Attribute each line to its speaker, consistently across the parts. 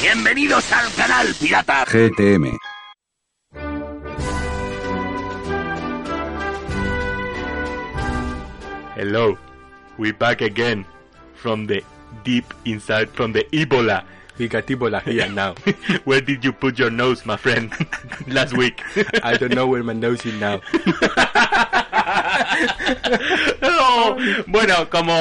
Speaker 1: Bienvenidos al canal Pirata
Speaker 2: GTM.
Speaker 3: Hello, we back again from the deep inside, from the Ebola.
Speaker 4: We got Ebola here now.
Speaker 3: Where did you put your nose, my friend, last week?
Speaker 4: I don't know where my nose is now.
Speaker 3: No. Bueno, como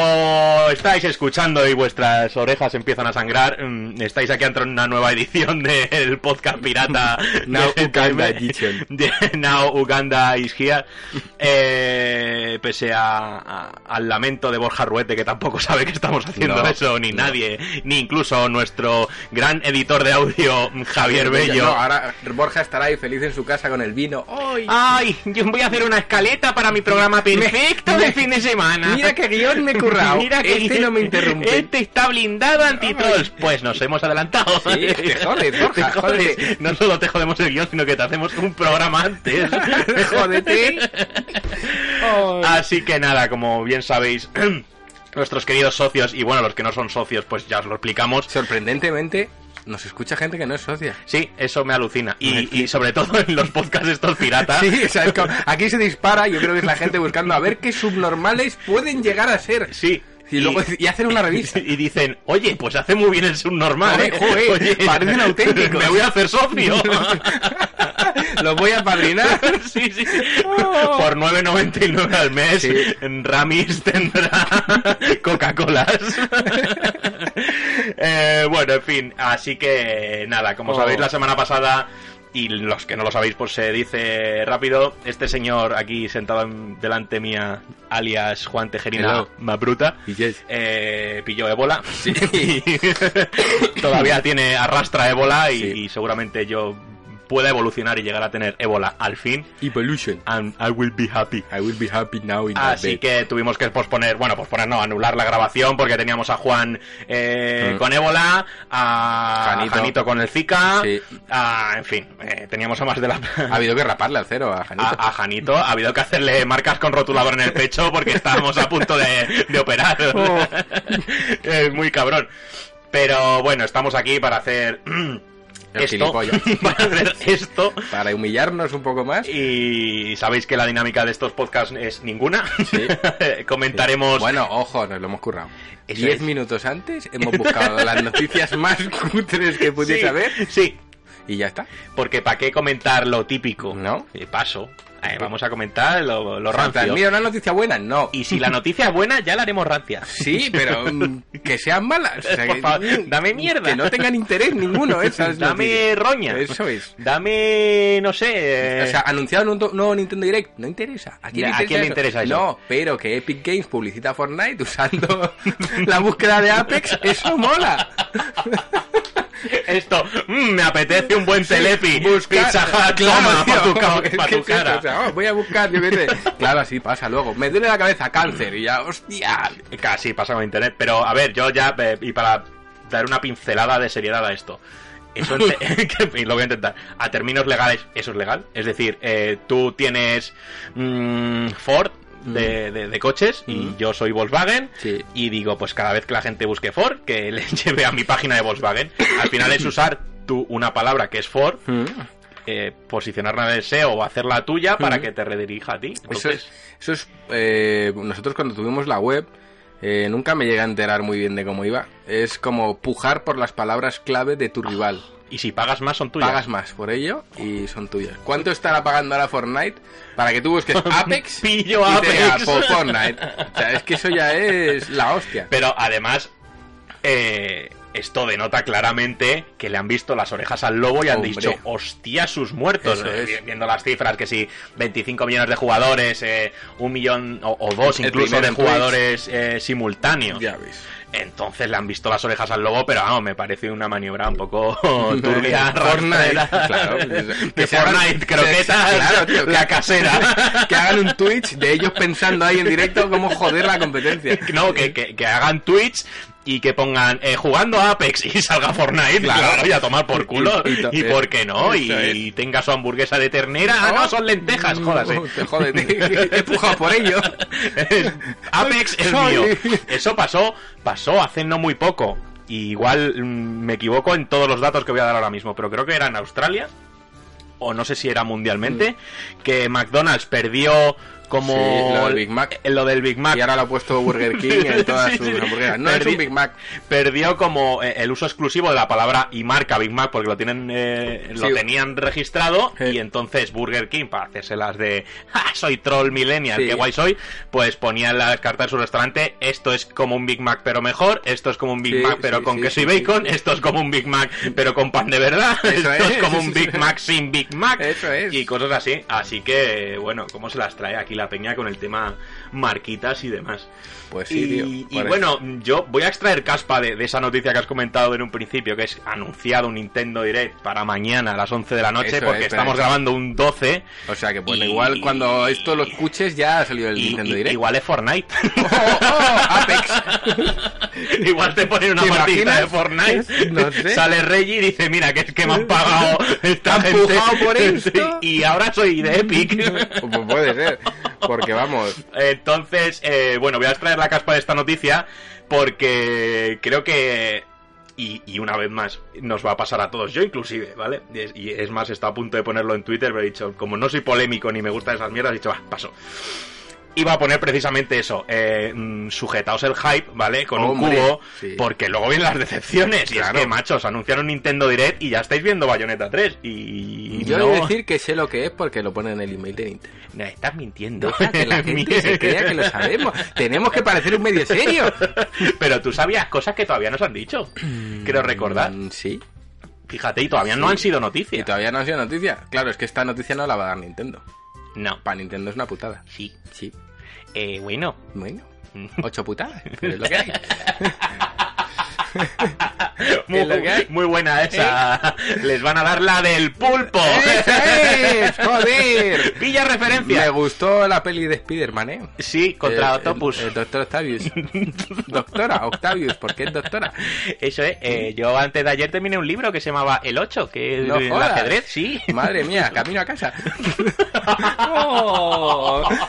Speaker 3: estáis escuchando y vuestras orejas empiezan a sangrar, mm, estáis aquí ante una nueva edición del podcast pirata.
Speaker 4: Now
Speaker 3: de
Speaker 4: Uganda
Speaker 3: GTM.
Speaker 4: Edition.
Speaker 3: de Now Uganda is here. Eh, pese a- a- al lamento de Borja Ruete, que tampoco sabe que estamos haciendo
Speaker 4: No,
Speaker 3: eso, ni
Speaker 4: no.
Speaker 3: nadie, ni incluso nuestro gran editor de audio, mm, Javier Bello.
Speaker 4: No, ahora Borja estará ahí feliz en su casa con el vino. ¡Ay!
Speaker 3: Ay, yo voy a hacer una escaleta para mi programa perfecto
Speaker 4: me-
Speaker 3: de fin de semana.
Speaker 4: Ah, Mira qué guión me he currado.
Speaker 3: Mira que
Speaker 4: este no me interrumpe.
Speaker 3: Este está blindado antitrolls. Pues nos hemos adelantado.
Speaker 4: Sí, te jodes, Borja,
Speaker 3: Te jodes.
Speaker 4: jódete.
Speaker 3: No solo te jodemos el guión, sino que te hacemos un programa antes.
Speaker 4: Jódete. Ah,
Speaker 3: Así que nada, como bien sabéis, nuestros queridos socios, y bueno, los que no son socios, pues ya os lo explicamos.
Speaker 4: Sorprendentemente, nos escucha gente que no es socia.
Speaker 3: Sí, eso me alucina. Y, y sobre todo en los podcasts estos piratas.
Speaker 4: Sí, o sea, es como- aquí se dispara. Yo creo que es la gente buscando a ver qué subnormales pueden llegar a ser.
Speaker 3: Sí.
Speaker 4: Y, luego, y hacen una revista.
Speaker 3: Y dicen, oye, pues hace muy bien el subnormal. ¿eh?
Speaker 4: Joder, joder,
Speaker 3: Oye,
Speaker 4: parecen auténticos.
Speaker 3: Me voy a hacer socio.
Speaker 4: Los voy a padrinar.
Speaker 3: sí, sí.
Speaker 4: Oh.
Speaker 3: Por 9.99 al mes,
Speaker 4: Sí.
Speaker 3: Ramis tendrá Coca-Colas. Eh, bueno, en fin, así que nada, como
Speaker 4: Oh.
Speaker 3: sabéis la semana pasada y los que no lo sabéis pues se dice rápido, este señor aquí sentado en- delante mía, alias Juan Tejerina
Speaker 4: Hello.
Speaker 3: Mabruta,
Speaker 4: Y yes.
Speaker 3: eh, pilló ébola. Todavía tiene arrastra ébola y,
Speaker 4: Sí.
Speaker 3: y seguramente yo pueda evolucionar y llegar a tener ébola al fin.
Speaker 4: Evolution.
Speaker 3: And I will be happy.
Speaker 4: I will be happy now in my
Speaker 3: Así
Speaker 4: bed.
Speaker 3: que tuvimos que posponer, bueno, posponer no, anular la grabación porque teníamos a Juan eh,
Speaker 4: Mm.
Speaker 3: con ébola, a
Speaker 4: Janito.
Speaker 3: Janito, con el Zika,
Speaker 4: Sí.
Speaker 3: a- en fin, eh, teníamos a más de la...
Speaker 4: Ha habido que raparle al cero a Janito.
Speaker 3: A, a Janito ha habido que hacerle marcas con rotulador en el pecho porque estábamos a punto de, de operar.
Speaker 4: Oh.
Speaker 3: es muy cabrón. Pero bueno, estamos aquí para hacer
Speaker 4: El
Speaker 3: esto.
Speaker 4: gilipollas.
Speaker 3: Para hacer esto.
Speaker 4: Para humillarnos un poco más.
Speaker 3: Y sabéis que la dinámica de estos podcasts es ninguna.
Speaker 4: Sí.
Speaker 3: Comentaremos.
Speaker 4: Bueno, ojo, nos lo hemos currado.
Speaker 3: Eso
Speaker 4: Diez
Speaker 3: es.
Speaker 4: minutos antes hemos buscado las noticias más cutres que pudiese
Speaker 3: sí,
Speaker 4: haber
Speaker 3: Sí,
Speaker 4: y ya está.
Speaker 3: porque ¿para qué comentar lo típico?
Speaker 4: No.
Speaker 3: Eh, paso. Eh, vamos a comentar lo, lo
Speaker 4: O sea,
Speaker 3: rancio.
Speaker 4: Mira, una noticia buena, no.
Speaker 3: Y si la noticia es buena, ya la haremos rancia.
Speaker 4: Sí, pero mm, que sean malas. O sea,
Speaker 3: Por
Speaker 4: que-
Speaker 3: favor, dame mierda.
Speaker 4: Que no tengan interés ninguno esas
Speaker 3: Dame
Speaker 4: noticias.
Speaker 3: roña.
Speaker 4: Eso es.
Speaker 3: Dame, no sé. eh,
Speaker 4: O sea, anunciaron un to- nuevo Nintendo Direct. No interesa. ¿A quién,
Speaker 3: Ya, ¿a quién le interesa eso?
Speaker 4: No, pero que Epic Games publicita Fortnite usando la búsqueda de Apex, eso mola.
Speaker 3: esto, mm, me apetece un buen telepi. Pizza Hut, toma,
Speaker 4: tío,
Speaker 3: pa' tu, ca-
Speaker 4: es
Speaker 3: pa'
Speaker 4: que
Speaker 3: tu
Speaker 4: es eso,
Speaker 3: cara.
Speaker 4: o sea, oh, voy a buscar, yo qué sé. Claro, así pasa luego. Me duele la cabeza, cáncer. Y ya, hostia.
Speaker 3: Casi pasa con internet, pero a ver, yo ya, eh, y para dar una pincelada de seriedad a esto. Eso en te- que- y lo voy a intentar. A términos legales, eso es legal. Es decir, eh, tú tienes mm, Ford de, de- de coches y
Speaker 4: Mm.
Speaker 3: yo soy Volkswagen.
Speaker 4: Sí.
Speaker 3: Y digo, pues cada vez que la gente busque Ford, que le lleve a mi página de Volkswagen. Al final es usar tú una palabra que es Ford,
Speaker 4: Mm.
Speaker 3: eh, posicionarla en el SEO o hacerla tuya para
Speaker 4: Mm.
Speaker 3: que te redirija a ti.
Speaker 4: Eso
Speaker 3: Entonces,
Speaker 4: es. Eso es eh, nosotros cuando tuvimos la web, eh, nunca me llegué a enterar muy bien de cómo iba. Es como pujar por las palabras clave de tu rival.
Speaker 3: Y si pagas más, son tuyas.
Speaker 4: Pagas más por ello y son tuyas. ¿Cuánto estará pagando ahora Fortnite para que tú busques Apex?
Speaker 3: Pillo
Speaker 4: y te diga,
Speaker 3: Apex.
Speaker 4: "Po, Fortnite. O sea, es que eso ya es la hostia.
Speaker 3: Pero además, eh, esto denota claramente que le han visto las orejas al lobo y han
Speaker 4: Hombre.
Speaker 3: dicho, hostia, sus muertos.
Speaker 4: Eso
Speaker 3: Eh,
Speaker 4: es.
Speaker 3: Viendo las cifras, que si 25 millones de jugadores, eh, un millón o, o dos
Speaker 4: El
Speaker 3: incluso
Speaker 4: primer
Speaker 3: de
Speaker 4: en Twitch.
Speaker 3: jugadores eh, simultáneos.
Speaker 4: Ya ves.
Speaker 3: Entonces le han visto las orejas al lobo, pero vamos, me parece una maniobra un poco turbia. ¿eh?
Speaker 4: Fortnite,
Speaker 3: rastrera.
Speaker 4: claro.
Speaker 3: De
Speaker 4: se hagan-
Speaker 3: Fortnite, croquetas,
Speaker 4: Claro, tío,
Speaker 3: la
Speaker 4: que-
Speaker 3: casera.
Speaker 4: Que hagan un Twitch de ellos pensando ahí en directo cómo joder la competencia.
Speaker 3: No, que, que, que hagan tweets y que pongan eh, jugando a Apex y salga Fortnite,
Speaker 4: Claro.
Speaker 3: claro, y a tomar por culo.
Speaker 4: Y- y
Speaker 3: Y,
Speaker 4: to-
Speaker 3: por qué no, y,
Speaker 4: Eso es.
Speaker 3: y tenga su hamburguesa de ternera. Ah, no, son lentejas, jódase.
Speaker 4: Mm, Te jódete. He pujado por ello.
Speaker 3: Apex es
Speaker 4: Soy-
Speaker 3: mío. Eso pasó, pasó hace no muy poco. y igual mm, me equivoco en todos los datos que voy a dar ahora mismo, pero creo que era en Australia, o no sé si era mundialmente, que McDonald's perdió como
Speaker 4: Mm. Sí, lo del Big Mac.
Speaker 3: eh, lo del Big Mac,
Speaker 4: Y ahora lo ha puesto Burger King en todas
Speaker 3: Sí,
Speaker 4: sus
Speaker 3: sí.
Speaker 4: hamburguesas. No, es
Speaker 3: Perdí-
Speaker 4: un Big Mac.
Speaker 3: perdió como eh, el uso exclusivo de la palabra y marca Big Mac porque lo tienen eh, lo
Speaker 4: Sí.
Speaker 3: tenían registrado
Speaker 4: Sí.
Speaker 3: y entonces Burger King para hacerse las de "Ja, soy troll millennial
Speaker 4: Sí.
Speaker 3: qué guay soy pues ponía en la carta de su restaurante esto es como un Big Mac pero mejor esto es como un Big
Speaker 4: Sí,
Speaker 3: Mac pero
Speaker 4: sí,
Speaker 3: con
Speaker 4: sí,
Speaker 3: queso
Speaker 4: sí,
Speaker 3: y bacon esto es como un Big Mac pero con pan de verdad esto
Speaker 4: Eso
Speaker 3: es,
Speaker 4: es.
Speaker 3: como un Big Mac sin Big Mac
Speaker 4: Eso es.
Speaker 3: y cosas así así que bueno cómo se las trae aquí la peña con el tema marquitas y demás
Speaker 4: Pues sí,
Speaker 3: y,
Speaker 4: tío.
Speaker 3: y
Speaker 4: Por eso.
Speaker 3: bueno, yo voy a extraer caspa de, de esa noticia que has comentado en un principio, que es anunciado un Nintendo Direct para mañana a las 11 de la noche,
Speaker 4: Eso
Speaker 3: porque
Speaker 4: es,
Speaker 3: estamos
Speaker 4: pero-
Speaker 3: grabando un 12.
Speaker 4: O sea que pues
Speaker 3: y-
Speaker 4: igual cuando esto lo escuches ya ha salido el
Speaker 3: y-
Speaker 4: Nintendo
Speaker 3: y-
Speaker 4: Direct.
Speaker 3: Igual es Fortnite.
Speaker 4: ¡Oh, oh, Apex!
Speaker 3: igual te ponen una
Speaker 4: ¿Te
Speaker 3: partida de
Speaker 4: imaginas?
Speaker 3: Fortnite.
Speaker 4: No sé.
Speaker 3: Sale Reggie y dice: Mira, que es que me han pagado. Esta
Speaker 4: ¿Te han
Speaker 3: gente,
Speaker 4: pujado por esto?
Speaker 3: Y ahora soy de Epic.
Speaker 4: Pues puede ser. Porque vamos.
Speaker 3: Entonces, eh, bueno, voy a extraer la caspa de esta noticia porque creo que... Y, y una vez más, nos va a pasar a todos, yo inclusive, ¿vale? Y es- Y es más, está a punto de ponerlo en Twitter, pero he dicho, como no soy polémico ni me gustan esas mierdas, he dicho, va, paso. Iba a poner precisamente eso, eh, mm, sujetaos el hype, ¿vale? Con
Speaker 4: Hombre,
Speaker 3: un cubo,
Speaker 4: sí.
Speaker 3: porque luego vienen las decepciones. Y
Speaker 4: Claro.
Speaker 3: es que, machos, anunciaron Nintendo Direct y ya estáis viendo Bayonetta 3. Y
Speaker 4: Yo
Speaker 3: no,
Speaker 4: he de decir que sé lo que es porque lo ponen en el email de Nintendo.
Speaker 3: no, estás mintiendo.
Speaker 4: Deja que la gente se crea que lo sabemos. Tenemos que parecer un medio serio.
Speaker 3: Pero tú sabías cosas que todavía nos han dicho. Creo recordar.
Speaker 4: Mm, Sí.
Speaker 3: Fíjate, y todavía no han sido noticias.
Speaker 4: Y todavía no ha sido noticia. Claro, es que esta noticia no la va a dar Nintendo.
Speaker 3: No.
Speaker 4: Para Nintendo es una putada.
Speaker 3: Sí.
Speaker 4: Sí.
Speaker 3: Eh, bueno.
Speaker 4: Bueno. Ocho putadas. Pero es lo que hay.
Speaker 3: Muy,
Speaker 4: ¿Es lo que hay? ¿Eh?
Speaker 3: muy buena esa. Les van a dar la del pulpo.
Speaker 4: ¡Eso es! ¡Joder!
Speaker 3: Pilla
Speaker 4: ¿Eh? Me
Speaker 3: referencia.
Speaker 4: gustó la peli de Spider-Man, ¿eh?
Speaker 3: Sí, contra
Speaker 4: El-
Speaker 3: Octopus.
Speaker 4: El, el doctor Octavius. doctora, Octavius, ¿por qué es doctora?
Speaker 3: Eso es. eh, yo antes de ayer terminé un libro que se llamaba El 8, que es
Speaker 4: No
Speaker 3: el
Speaker 4: jodas.
Speaker 3: ajedrez, sí.
Speaker 4: Madre mía, camino a casa.
Speaker 3: ¡Oh!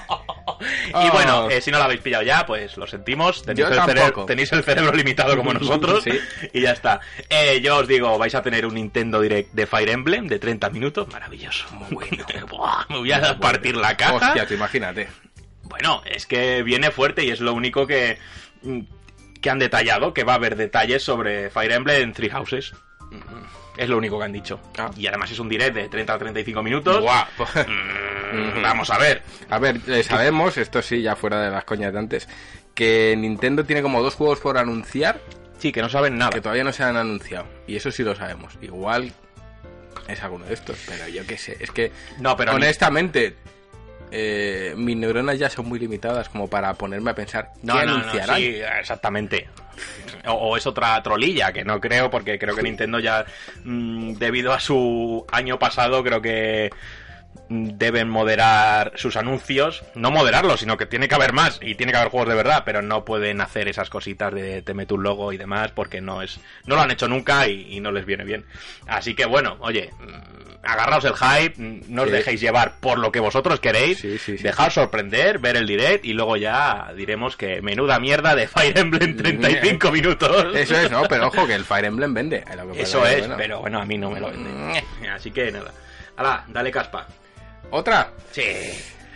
Speaker 3: Y bueno,
Speaker 4: Oh.
Speaker 3: eh, si no lo habéis pillado ya, pues lo sentimos. Tenéis,
Speaker 4: Yo
Speaker 3: el, cere-
Speaker 4: tampoco.
Speaker 3: tenéis el cerebro limitado como nosotros.
Speaker 4: Sí.
Speaker 3: Y ya está. Eh, yo os digo, vais a tener un Nintendo Direct de Fire Emblem de 30 minutos. Maravilloso. Muy bueno. Me voy a partir la caja.
Speaker 4: Hostia, tú imagínate.
Speaker 3: Bueno, es que viene fuerte y es lo único que, mm, que han detallado, que va a haber detalles sobre Fire Emblem en Three Houses. Es lo único que han dicho.
Speaker 4: Ah.
Speaker 3: Y además es un direct de 30 a 35 minutos.
Speaker 4: Guau.
Speaker 3: Mm, Vamos a ver.
Speaker 4: A ver, eh, sabemos, esto sí, ya fuera de las coñas de antes, que Nintendo tiene como dos juegos por anunciar
Speaker 3: Sí, que no saben nada.
Speaker 4: que todavía no se han anunciado. Y eso sí lo sabemos. Igual es alguno de estos, pero yo qué sé. Es que,
Speaker 3: No, pero ni-
Speaker 4: honestamente, eh, mis neuronas ya son muy limitadas como para ponerme a pensar
Speaker 3: No,
Speaker 4: qué
Speaker 3: no, no,
Speaker 4: anunciarán.
Speaker 3: sí, exactamente. O, o es otra trolilla, que no creo, porque creo que Nintendo ya, mm, debido a su año pasado, creo que mm, deben moderar sus anuncios. No moderarlos, sino que tiene que haber más y tiene que haber juegos de verdad, pero no pueden hacer esas cositas de te meto un logo y demás, porque no es no lo han hecho nunca y, y no les viene bien. Así que bueno, oye, mm, agarraos el hype, mm, no os
Speaker 4: Sí.
Speaker 3: dejéis llevar por lo que vosotros queréis,
Speaker 4: Sí, sí, sí.
Speaker 3: dejaos sorprender, ver el direct y luego ya diremos que menuda mierda de Fire Emblem 35 minutos.
Speaker 4: Mm. Eso es, no, pero ojo que el Fire Emblem vende. eh, lo que pasa
Speaker 3: Eso
Speaker 4: que,
Speaker 3: es,
Speaker 4: bueno. Mm.
Speaker 3: pero bueno, a mí no me lo venden. Así que nada. Hala, dale caspa.
Speaker 4: Otra.
Speaker 3: Sí.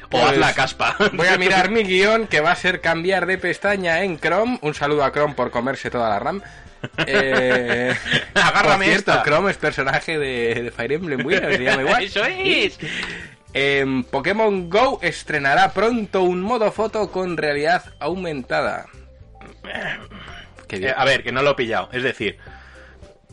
Speaker 3: O
Speaker 4: Pues,
Speaker 3: haz la caspa.
Speaker 4: Voy a mirar mi guión que va a ser cambiar de pestaña en Chrome. Un saludo a Chrome por comerse toda la RAM. Eh,
Speaker 3: Agárrame
Speaker 4: por cierto,
Speaker 3: esta.
Speaker 4: Chrome es personaje de, de Fire Emblem Winner, se llama igual.
Speaker 3: Eso es.
Speaker 4: Em, Pokémon Go estrenará pronto un modo foto con realidad aumentada. Qué bien.
Speaker 3: Eh, a ver, que no lo he pillado. Es decir,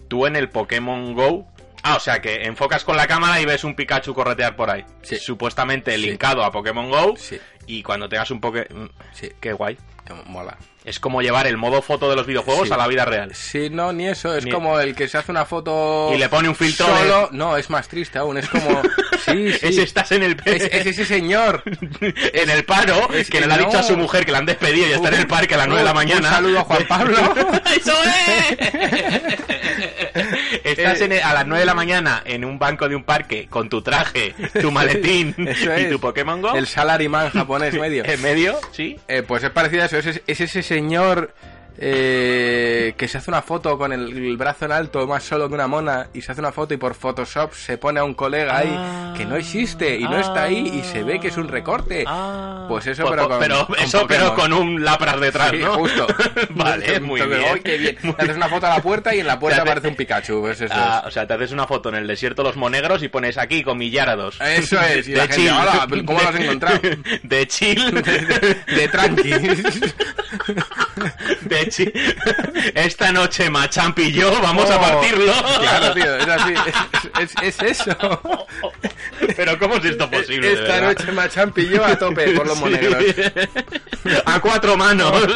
Speaker 3: tú en el Pokémon Go. Ah, o sea que enfocas con la cámara y ves un Pikachu corretear por ahí.
Speaker 4: Sí.
Speaker 3: Supuestamente
Speaker 4: Sí.
Speaker 3: linkado a Pokémon Go.
Speaker 4: Sí.
Speaker 3: Y cuando tengas un Poké. mm,
Speaker 4: Sí.
Speaker 3: Qué guay.
Speaker 4: Que mola.
Speaker 3: Es como llevar el modo foto de los videojuegos
Speaker 4: Sí.
Speaker 3: a la vida real.
Speaker 4: Sí, no, ni eso. Es
Speaker 3: Ni-
Speaker 4: como el que se hace una foto.
Speaker 3: Y le pone un filtro de-
Speaker 4: Solo. No, es más triste aún. Es como. Sí, sí.
Speaker 3: Ese estás en el
Speaker 4: Es- es ese señor.
Speaker 3: en el paro,
Speaker 4: es
Speaker 3: que
Speaker 4: que
Speaker 3: le ha
Speaker 4: no.
Speaker 3: dicho a su mujer que la han despedido y está en el parque a las 9 de la
Speaker 4: Un- un
Speaker 3: mañana.
Speaker 4: saludo a Juan Pablo.
Speaker 3: ¡Eso es! Estás en el- a las 9 de la mañana en un banco de un parque con tu traje, tu maletín
Speaker 4: Eso
Speaker 3: y
Speaker 4: es.
Speaker 3: tu Pokémon Go.
Speaker 4: El salaryman japonés medio.
Speaker 3: En medio, sí.
Speaker 4: Eh, pues es parecido a eso. Es, es ese señor. eh, eh, que se hace una foto con el, el brazo en alto, más solo que una mona, y se hace una foto y por Photoshop se pone a un colega ahí que no existe y no está ahí y se ve que es un recorte. Pues eso,
Speaker 3: Pues,
Speaker 4: pero
Speaker 3: po-
Speaker 4: con,
Speaker 3: pero
Speaker 4: con
Speaker 3: eso, pero
Speaker 4: Pokémon.
Speaker 3: con un lapras detrás,
Speaker 4: Sí,
Speaker 3: ¿no?
Speaker 4: justo.
Speaker 3: vale, muy
Speaker 4: Entonces,
Speaker 3: bien.
Speaker 4: ¡ay, qué bien!
Speaker 3: Muy
Speaker 4: Haces una foto a la puerta y en la
Speaker 3: Te
Speaker 4: puerta
Speaker 3: hace-
Speaker 4: aparece un Pikachu. pues eso es.
Speaker 3: Ah, o sea, te haces una foto en el desierto de los monegros y pones aquí comillarados.
Speaker 4: Eso es, y la gente, "Hola, pero ¿cómo lo has encontrado?"
Speaker 3: De chill.
Speaker 4: De tranqui.
Speaker 3: De chill. Esta noche, Machamp y yo vamos a
Speaker 4: Oh,
Speaker 3: partirlo.
Speaker 4: Claro, tío, es así. Es, es- es eso.
Speaker 3: Pero ¿cómo es esto posible? de
Speaker 4: E-, Esta
Speaker 3: verdad?
Speaker 4: noche Machamp y yo a tope por los
Speaker 3: Sí.
Speaker 4: monegros. Oh,
Speaker 3: A cuatro manos.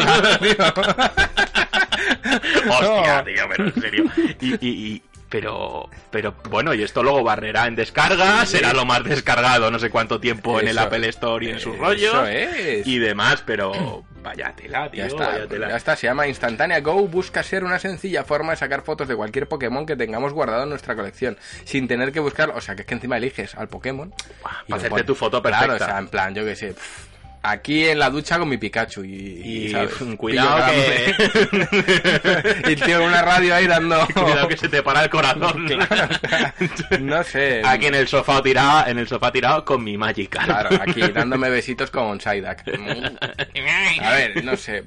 Speaker 3: Hostia,
Speaker 4: No.
Speaker 3: tío, pero en serio. Y, y- y- pero, pero bueno, y esto luego barrerá en descarga, será lo más descargado no sé cuánto tiempo en el
Speaker 4: Eso-
Speaker 3: Apple Store y en su
Speaker 4: eso
Speaker 3: rollo.
Speaker 4: es.
Speaker 3: Y demás, pero vaya tela, tío,
Speaker 4: Ya está, pues
Speaker 3: vaya tela.
Speaker 4: ya está, se llama Instantánea Go, busca ser una sencilla forma de sacar fotos de cualquier Pokémon que tengamos guardado en nuestra colección, sin tener que buscar, o sea, que es que encima eliges al Pokémon. y lo
Speaker 3: hacerte
Speaker 4: pones.
Speaker 3: tu foto
Speaker 4: Claro,
Speaker 3: perfecta.
Speaker 4: o sea, en plan, yo qué sé, pff, aquí en la ducha con mi Pikachu y...
Speaker 3: Y
Speaker 4: ¿sabes?
Speaker 3: cuidado
Speaker 4: Pillo
Speaker 3: que...
Speaker 4: grande. y tío, con una radio ahí dando...
Speaker 3: cuidado que se te para el corazón.
Speaker 4: no sé...
Speaker 3: Aquí en el sofá tirado, en el sofá tirado con mi Magikarp.
Speaker 4: Claro, aquí dándome besitos con Psyduck. Mm, A ver, no sé.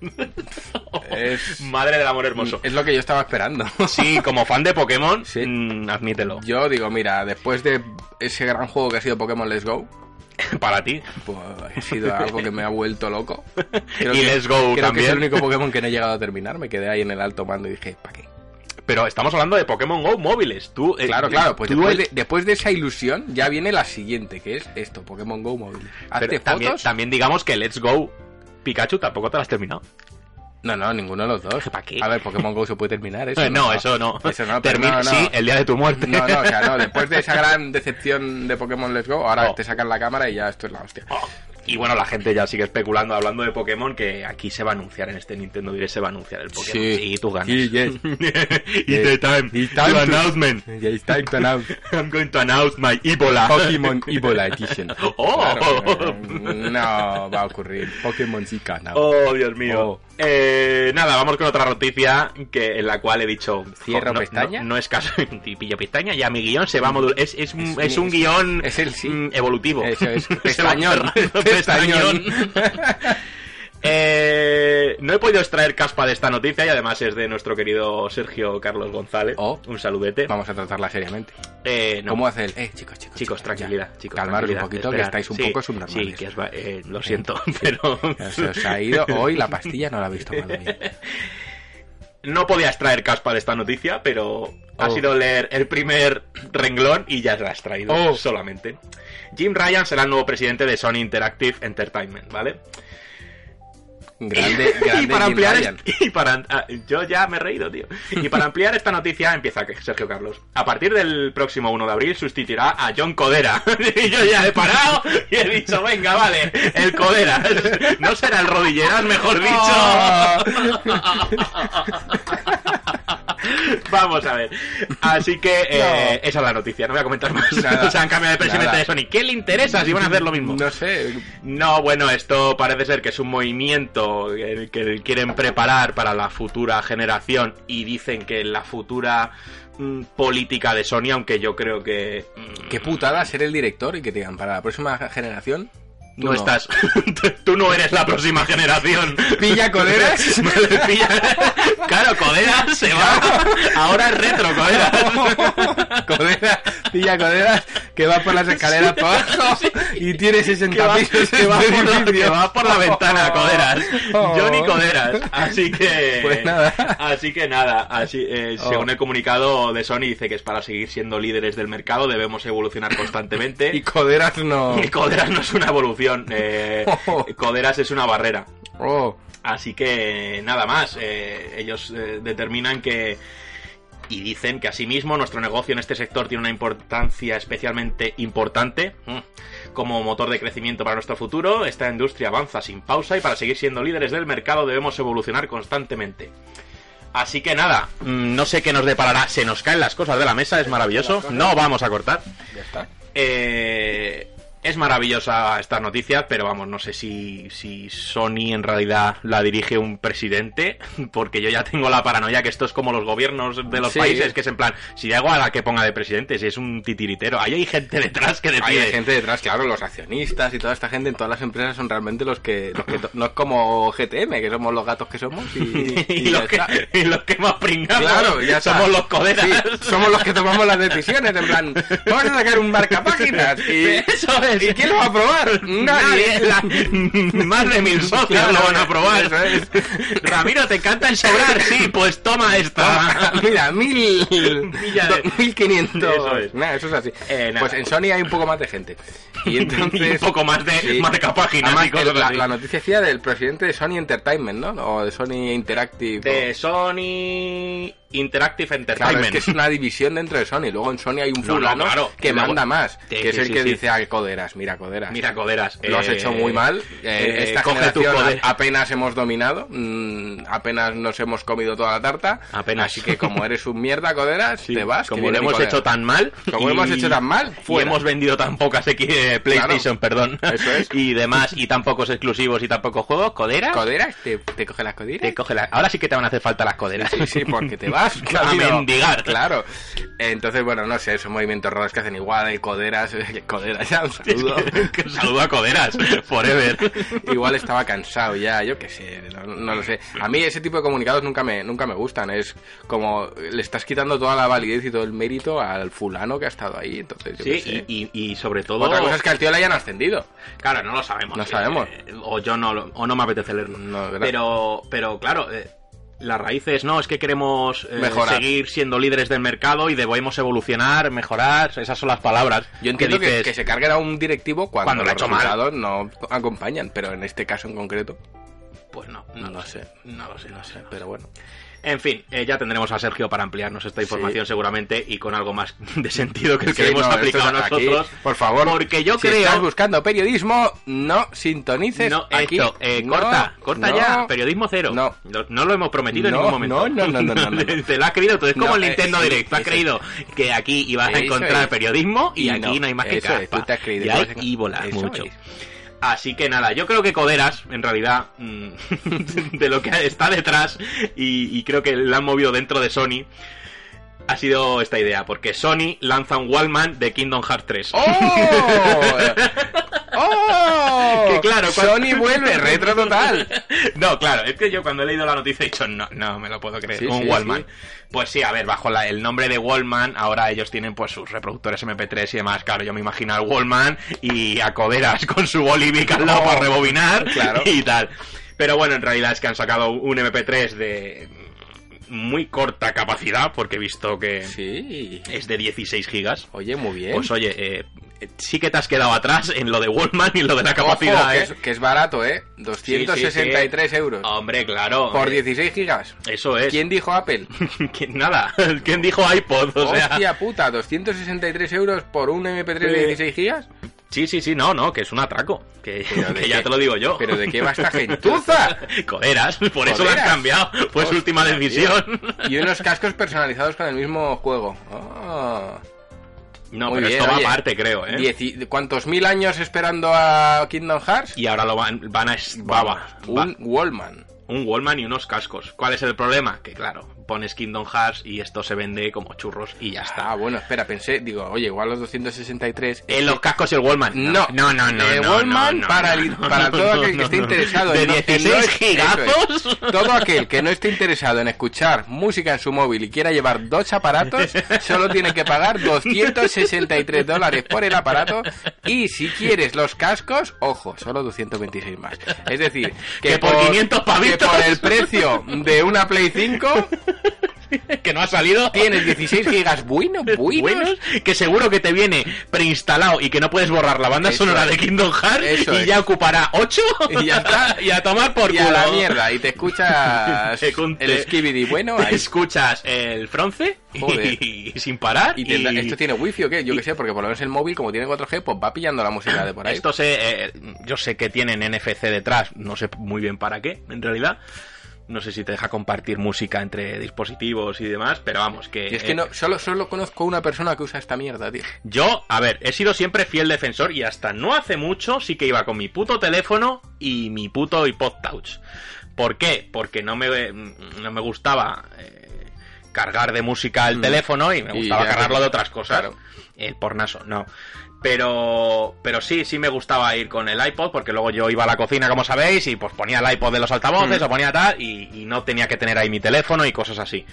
Speaker 4: Es-
Speaker 3: Madre del amor hermoso.
Speaker 4: Es lo que yo estaba esperando.
Speaker 3: Sí, como fan de Pokémon,
Speaker 4: Mm. Sí.
Speaker 3: mm, admítelo.
Speaker 4: Yo digo, mira, después de ese gran juego que ha sido Pokémon Let's Go,
Speaker 3: Para ti.
Speaker 4: pues ha sido algo que me ha vuelto loco.
Speaker 3: Y Let's Go
Speaker 4: creo que es
Speaker 3: también.
Speaker 4: el único Pokémon que no he llegado a terminar. Me quedé ahí en el alto mando y dije, ¿para qué?
Speaker 3: Pero estamos hablando de Pokémon Go móviles. Tú, eh,
Speaker 4: Claro, claro, pues
Speaker 3: tú
Speaker 4: después
Speaker 3: el-
Speaker 4: de, después de esa ilusión ya viene la siguiente, que es esto, Pokémon Go móvil. Hazte
Speaker 3: pero
Speaker 4: fotos.
Speaker 3: también, también digamos que Let's Go Pikachu tampoco te lo has terminado.
Speaker 4: No, no, ninguno de los dos.
Speaker 3: ¿Para qué?
Speaker 4: A ver, Pokémon Go se puede terminar, eso.
Speaker 3: Eh, no, eso no.
Speaker 4: Eso no, pero
Speaker 3: Termina,
Speaker 4: no, no.
Speaker 3: sí, el día de tu muerte.
Speaker 4: No, no, o sea, no, después de esa gran decepción de Pokémon Let's Go, ahora
Speaker 3: Oh.
Speaker 4: te sacan la cámara y ya esto es la hostia.
Speaker 3: Oh. Y bueno, la gente ya sigue especulando, hablando de Pokémon, que aquí se va a anunciar en este Nintendo Direct, se va a anunciar el Pokémon. Sí, tú ganas.
Speaker 4: Sí, yes.
Speaker 3: It's the time.
Speaker 4: It's Eh, time
Speaker 3: to
Speaker 4: to-
Speaker 3: announcement.
Speaker 4: Yeah, it's time to announce.
Speaker 3: I'm going to announce my Ebola.
Speaker 4: Pokémon Ebola Edition.
Speaker 3: Oh.
Speaker 4: Claro, eh, no va a ocurrir. Pokémon Zika, no.
Speaker 3: Oh, Dios mío.
Speaker 4: Oh.
Speaker 3: Eh, nada, vamos con otra noticia que, en la cual he dicho...
Speaker 4: ¿Cierro
Speaker 3: "Jo, no-
Speaker 4: pestaña?"
Speaker 3: No, no es caso. y Pillo pestaña, ya mi guión se va a modular. Es, es, un-
Speaker 4: Es
Speaker 3: es un
Speaker 4: mi-
Speaker 3: guión
Speaker 4: es el sí.
Speaker 3: mm, evolutivo.
Speaker 4: Eso es.
Speaker 3: Se va
Speaker 4: Pestañón.
Speaker 3: cerrando, pestañón. Eh, no he podido extraer caspa de esta noticia y además es de nuestro querido Sergio Carlos González.
Speaker 4: Oh.
Speaker 3: Un saludete.
Speaker 4: Vamos a tratarla seriamente.
Speaker 3: Eh, no.
Speaker 4: ¿Cómo hace el? Eh, chicos, chicos.
Speaker 3: Chicos, tranquilidad.
Speaker 4: ya.
Speaker 3: Chicos,
Speaker 4: Calmaros
Speaker 3: tranquilidad,
Speaker 4: un poquito, que
Speaker 3: esperad.
Speaker 4: estáis un
Speaker 3: Sí,
Speaker 4: poco subnormales.
Speaker 3: Sí, que os va- eh, lo siento, pero...
Speaker 4: Se os ha ido hoy la pastilla, no la he visto mal. bien.
Speaker 3: No podía extraer caspa de esta noticia, pero ha
Speaker 4: Oh.
Speaker 3: sido leer el primer renglón y ya la has traído
Speaker 4: Oh.
Speaker 3: solamente. Jim Ryan será el nuevo presidente de Sony Interactive Entertainment, ¿vale?
Speaker 4: Grande, grande.
Speaker 3: y para
Speaker 4: Jim
Speaker 3: ampliar
Speaker 4: Ryan.
Speaker 3: est- y para ah, yo ya me he reído, tío. Y para ampliar esta noticia empieza que Sergio Carlos. A partir del próximo 1 de abril sustituirá a John Codera. y yo ya he parado y he dicho, venga, vale, el Codera. No será el rodilleras, mejor dicho.
Speaker 4: Oh.
Speaker 3: Vamos a ver. Así que eh, esa es la noticia, no voy a comentar más.
Speaker 4: Nada.
Speaker 3: o sea, han cambiado de presidente
Speaker 4: Nada.
Speaker 3: de Sony. ¿Qué le interesa si van a hacer lo mismo?
Speaker 4: No sé.
Speaker 3: No, bueno, esto parece ser que es un movimiento eh, que quieren preparar para la futura generación y dicen que la futura mm, política de Sony, aunque yo creo que mm,
Speaker 4: Qué putada ser el director y que te digan para la próxima generación. tú
Speaker 3: tú no estás, tú no eres la próxima generación.
Speaker 4: Pilla coderas.
Speaker 3: Madre mía. Claro, Codera se va. Ahora es retro, Codera.
Speaker 4: Coderas, pilla coderas que va por las escaleras para abajo y tiene 60
Speaker 3: que va,
Speaker 4: pisos
Speaker 3: que va
Speaker 4: este
Speaker 3: por la,
Speaker 4: edificio.
Speaker 3: que va por la ventana,
Speaker 4: Oh.
Speaker 3: Coderas.
Speaker 4: Oh.
Speaker 3: Johnny Coderas. Así que.
Speaker 4: Pues nada.
Speaker 3: Así que nada. Así, eh,
Speaker 4: Oh.
Speaker 3: Según el comunicado de Sony, dice que es para seguir siendo líderes del mercado, debemos evolucionar constantemente.
Speaker 4: Y coderas no.
Speaker 3: Y Coderas no es una evolución. eh,
Speaker 4: Oh.
Speaker 3: Coderas es una barrera.
Speaker 4: Oh,
Speaker 3: Así que nada más, eh, ellos eh, determinan que y dicen que asimismo nuestro negocio en este sector tiene una importancia especialmente importante mm, como motor de crecimiento para nuestro futuro. Esta industria avanza sin pausa y para seguir siendo líderes del mercado debemos evolucionar constantemente. Así que nada, mm, no sé qué nos deparará. Se nos caen las cosas de la mesa, es maravilloso. No vamos a cortar.
Speaker 4: ya está.
Speaker 3: Eh, Es maravillosa estas noticias, pero vamos, no sé si, si Sony en realidad la dirige un presidente, porque yo ya tengo la paranoia que esto es como los gobiernos de los
Speaker 4: Sí.
Speaker 3: países, que es en plan, si hago a la que ponga de presidente, si es un titiritero, ahí hay gente detrás que
Speaker 4: Hay
Speaker 3: decide.
Speaker 4: gente detrás, claro, los accionistas y toda esta gente en todas las empresas son realmente los que, los que to- no es como GTM, que somos los gatos que somos y, y
Speaker 3: y,
Speaker 4: ya
Speaker 3: los que,
Speaker 4: está.
Speaker 3: y los que más pringados
Speaker 4: Claro, ya está.
Speaker 3: somos los coderas.
Speaker 4: Sí, somos los que tomamos las decisiones, en plan, vamos a sacar un marcapáginas y...
Speaker 3: Eso es.
Speaker 4: ¿Y quién lo va a probar? Nadie.
Speaker 3: La- Más de mil socios
Speaker 4: Claro,
Speaker 3: lo van a probar.
Speaker 4: eso es.
Speaker 3: Ramiro, ¿te encanta el sobrar? Sí, pues toma esta.
Speaker 4: Mira, mil...
Speaker 3: Milla de-
Speaker 4: do- mil quinientos.
Speaker 3: Eso es.
Speaker 4: Nah, eso es así.
Speaker 3: Eh, nada.
Speaker 4: pues en Sony hay un poco más de gente. Y entonces...
Speaker 3: Y un poco más de
Speaker 4: Sí.
Speaker 3: marcapáginas
Speaker 4: Además,
Speaker 3: y cosas
Speaker 4: el- la,
Speaker 3: así.
Speaker 4: la noticia decía del presidente de Sony Entertainment, ¿no? O de Sony Interactive.
Speaker 3: de Sony Interactive
Speaker 4: Claro,
Speaker 3: Entertainment.
Speaker 4: es que es una división dentro de Sony. Luego en Sony hay un
Speaker 3: No, no,
Speaker 4: fulano
Speaker 3: claro.
Speaker 4: que
Speaker 3: Luego-
Speaker 4: manda más.
Speaker 3: Sí,
Speaker 4: que es
Speaker 3: sí,
Speaker 4: el
Speaker 3: sí,
Speaker 4: que
Speaker 3: sí.
Speaker 4: dice, ah, coderas, mira, coderas.
Speaker 3: Mira, coderas.
Speaker 4: Lo has
Speaker 3: eh,
Speaker 4: hecho muy mal. Eh,
Speaker 3: eh,
Speaker 4: esta
Speaker 3: coge tu
Speaker 4: generación a-
Speaker 3: poder.
Speaker 4: apenas hemos dominado. mm, apenas nos hemos comido toda la tarta.
Speaker 3: Apenas.
Speaker 4: Así que como eres un mierda, coderas,
Speaker 3: Sí,
Speaker 4: te vas. que
Speaker 3: Como
Speaker 4: viene
Speaker 3: lo hemos
Speaker 4: Coderas.
Speaker 3: hecho tan mal.
Speaker 4: Como lo hemos hecho tan mal,
Speaker 3: y
Speaker 4: fuera.
Speaker 3: hemos vendido tan pocas X- eh, PlayStation, perdón.
Speaker 4: Eso es.
Speaker 3: Y demás, y tan pocos exclusivos y tan pocos juegos. Coderas.
Speaker 4: ¿Coderas? ¿Te, te coge las coderas?
Speaker 3: Te coge la- Ahora sí que te van a hacer falta las coderas.
Speaker 4: Sí, sí, porque te vas
Speaker 3: a
Speaker 4: camino.
Speaker 3: mendigar.
Speaker 4: Claro. Entonces, bueno, no sé, esos movimientos raros que hacen igual, el coderas, el coderas, ya un saludo.
Speaker 3: Que un saludo a coderas. Forever.
Speaker 4: Igual estaba cansado ya, yo qué sé, no, no lo sé. A mí ese tipo de comunicados nunca me, nunca me gustan, es como le estás quitando toda la validez y todo el mérito al fulano que ha estado ahí, entonces yo
Speaker 3: Sí,
Speaker 4: qué sé.
Speaker 3: y, y- y sobre todo.
Speaker 4: Otra cosa es que al tío le hayan ascendido.
Speaker 3: Claro, no lo sabemos.
Speaker 4: No sabemos.
Speaker 3: Eh, o yo no, lo- o no me apetece leerlo.
Speaker 4: No, ¿verdad?
Speaker 3: pero, pero claro, eh, la raíz es, no, es que queremos eh,
Speaker 4: Mejorar.
Speaker 3: seguir siendo líderes del mercado y debemos evolucionar, mejorar. Esas son las palabras.
Speaker 4: Yo entiendo que,
Speaker 3: dices,
Speaker 4: que se carguen a un directivo cuando,
Speaker 3: Cuando lo ha
Speaker 4: los
Speaker 3: hecho mal.
Speaker 4: resultados no acompañan, pero en este caso en concreto,
Speaker 3: Pues no, no,
Speaker 4: no,
Speaker 3: lo sé.
Speaker 4: sé,
Speaker 3: No lo sé, no sé.
Speaker 4: pero bueno.
Speaker 3: En fin, eh, ya tendremos a Sergio para ampliarnos esta información
Speaker 4: Sí.
Speaker 3: seguramente y con algo más de sentido que el que
Speaker 4: Sí,
Speaker 3: le hemos
Speaker 4: no,
Speaker 3: aplicado
Speaker 4: esto es
Speaker 3: nosotros.
Speaker 4: aquí, por favor.
Speaker 3: Porque yo
Speaker 4: si
Speaker 3: creo.
Speaker 4: estás buscando periodismo, no sintonices
Speaker 3: No,
Speaker 4: aquí.
Speaker 3: esto, eh,
Speaker 4: No,
Speaker 3: corta, corta
Speaker 4: no,
Speaker 3: ya, periodismo cero.
Speaker 4: No.
Speaker 3: Lo- no lo hemos prometido
Speaker 4: No,
Speaker 3: en ningún momento.
Speaker 4: no, no, no, no, no, no.
Speaker 3: Te- Te lo has creído, tú es como
Speaker 4: No,
Speaker 3: el
Speaker 4: eh,
Speaker 3: Nintendo
Speaker 4: sí,
Speaker 3: Direct. Tú has
Speaker 4: eso
Speaker 3: creído que aquí ibas a
Speaker 4: Eso
Speaker 3: encontrar
Speaker 4: es.
Speaker 3: periodismo y,
Speaker 4: Y
Speaker 3: aquí
Speaker 4: no,
Speaker 3: no hay más que
Speaker 4: eso es,
Speaker 3: caspa.
Speaker 4: tú te has creído
Speaker 3: y
Speaker 4: que
Speaker 3: hay
Speaker 4: vas a-
Speaker 3: y volar
Speaker 4: eso
Speaker 3: mucho.
Speaker 4: es.
Speaker 3: Así que nada, yo creo que Coderas, en realidad, mm, de lo que está detrás, y, y creo que la han movido dentro de Sony, ha sido esta idea, porque Sony lanza un Wallman de Kingdom Hearts 3.
Speaker 4: ¡Oh! ¡Oh!
Speaker 3: Que claro, cuando-
Speaker 4: Sony vuelve, retro total.
Speaker 3: No, claro, es que yo cuando he leído la noticia he dicho, no, no me lo puedo creer.
Speaker 4: Sí,
Speaker 3: un
Speaker 4: sí,
Speaker 3: Wallman.
Speaker 4: sí.
Speaker 3: Pues sí, a ver, bajo la- el nombre de Wallman, ahora ellos tienen pues sus reproductores MP3 y demás. Claro, yo me imagino al Wallman y a Coderas con su Bolivic al lado
Speaker 4: Oh,
Speaker 3: para rebobinar
Speaker 4: claro.
Speaker 3: y tal. Pero bueno, en realidad es que han sacado un MP3 de muy corta capacidad, porque he visto que
Speaker 4: Sí.
Speaker 3: es de 16 gigas.
Speaker 4: Oye, muy bien.
Speaker 3: Pues oye, eh, sí que te has quedado atrás en lo de Wallman y en lo de la
Speaker 4: Ojo,
Speaker 3: capacidad,
Speaker 4: que,
Speaker 3: ¿eh?
Speaker 4: es, que es barato, ¿eh? 263
Speaker 3: Sí, sí, sí.
Speaker 4: euros.
Speaker 3: Hombre, claro.
Speaker 4: Por
Speaker 3: hombre.
Speaker 4: 16 gigas.
Speaker 3: Eso es.
Speaker 4: ¿Quién dijo Apple?
Speaker 3: ¿Quién- Nada. ¿Quién dijo iPod? O sea,
Speaker 4: Hostia puta, 263 euros por un MP3
Speaker 3: Sí.
Speaker 4: de 16 gigas.
Speaker 3: sí, sí, sí, no, no, que es un atraco. Que,
Speaker 4: Pero de
Speaker 3: que ya
Speaker 4: qué-
Speaker 3: te lo digo yo.
Speaker 4: ¿Pero de qué va esta gentuza?
Speaker 3: Coderas, por eso lo han
Speaker 4: Coderas.
Speaker 3: cambiado. Fue su
Speaker 4: Hostia,
Speaker 3: última decisión.
Speaker 4: Y unos cascos personalizados con el mismo juego. Ah.
Speaker 3: No,
Speaker 4: Muy
Speaker 3: pero
Speaker 4: bien,
Speaker 3: esto va
Speaker 4: oye.
Speaker 3: aparte, creo, ¿eh?
Speaker 4: Dieci- ¿Cuántos mil años esperando a Kingdom Hearts?
Speaker 3: Y ahora lo van, van a... es- baba. Va-
Speaker 4: Un Wallman.
Speaker 3: un Wallman y unos cascos. ¿Cuál es el problema? Que claro, pones Kingdom Hearts y esto se vende como churros y ya está.
Speaker 4: Ah, bueno, espera, pensé, digo, oye, igual los 263.
Speaker 3: En los cascos y el Wallman.
Speaker 4: eh, No,
Speaker 3: no, no, no.
Speaker 4: El
Speaker 3: no,
Speaker 4: Wallman
Speaker 3: no, no,
Speaker 4: para, el-
Speaker 3: no, no,
Speaker 4: para todo
Speaker 3: no,
Speaker 4: aquel que
Speaker 3: no,
Speaker 4: esté
Speaker 3: no.
Speaker 4: interesado
Speaker 3: De
Speaker 4: en no- en no-
Speaker 3: 16
Speaker 4: eso es.
Speaker 3: gigazos.
Speaker 4: Todo aquel que no esté interesado en escuchar música en su móvil y quiera llevar dos aparatos, solo tiene que pagar 263 dólares por el aparato. Y si quieres los cascos, ojo, solo 226 más. Es decir,
Speaker 3: Que por 500
Speaker 4: que
Speaker 3: pavitos.
Speaker 4: por el precio de una Play 5,
Speaker 3: que no ha salido.
Speaker 4: tienes 16 gigas bueno, buenos.
Speaker 3: buenos que seguro que te viene preinstalado y que no puedes borrar la banda
Speaker 4: Eso
Speaker 3: sonora
Speaker 4: es.
Speaker 3: de Kingdom Hearts
Speaker 4: Eso
Speaker 3: y
Speaker 4: es.
Speaker 3: ya ocupará 8
Speaker 4: Y ya está.
Speaker 3: y a tomar por
Speaker 4: y
Speaker 3: culo
Speaker 4: a la mierda y te escuchas
Speaker 3: Te conté.
Speaker 4: el skibidi bueno
Speaker 3: Te
Speaker 4: ahí.
Speaker 3: escuchas el fronce
Speaker 4: Joder.
Speaker 3: y, sin parar
Speaker 4: y tendrá- esto tiene wifi o qué yo qué sé porque por lo menos el móvil como tiene 4G pues va pillando la música de por ahí
Speaker 3: eh, Esto se, eh, yo sé que tienen NFC detrás, no sé muy bien para qué, en realidad. No sé si te deja compartir música entre dispositivos y demás, pero vamos, que.
Speaker 4: Y es que
Speaker 3: eh,
Speaker 4: no, solo, solo conozco una persona que usa esta mierda, tío.
Speaker 3: Yo, a ver, he sido siempre fiel defensor y hasta no hace mucho sí que iba con mi puto teléfono y mi puto iPod Touch. ¿Por qué? Porque no me, mm, no me gustaba eh, cargar de música el
Speaker 4: Mm.
Speaker 3: teléfono y me
Speaker 4: Y
Speaker 3: gustaba
Speaker 4: ya
Speaker 3: cargarlo
Speaker 4: no.
Speaker 3: de otras cosas.
Speaker 4: Claro.
Speaker 3: El pornaso, no. Pero, pero sí, sí me gustaba ir con el iPod porque luego yo iba a la cocina, como sabéis, y pues ponía el iPod de los altavoces
Speaker 4: Mm.
Speaker 3: o ponía tal y, y no tenía que tener ahí mi teléfono y cosas así.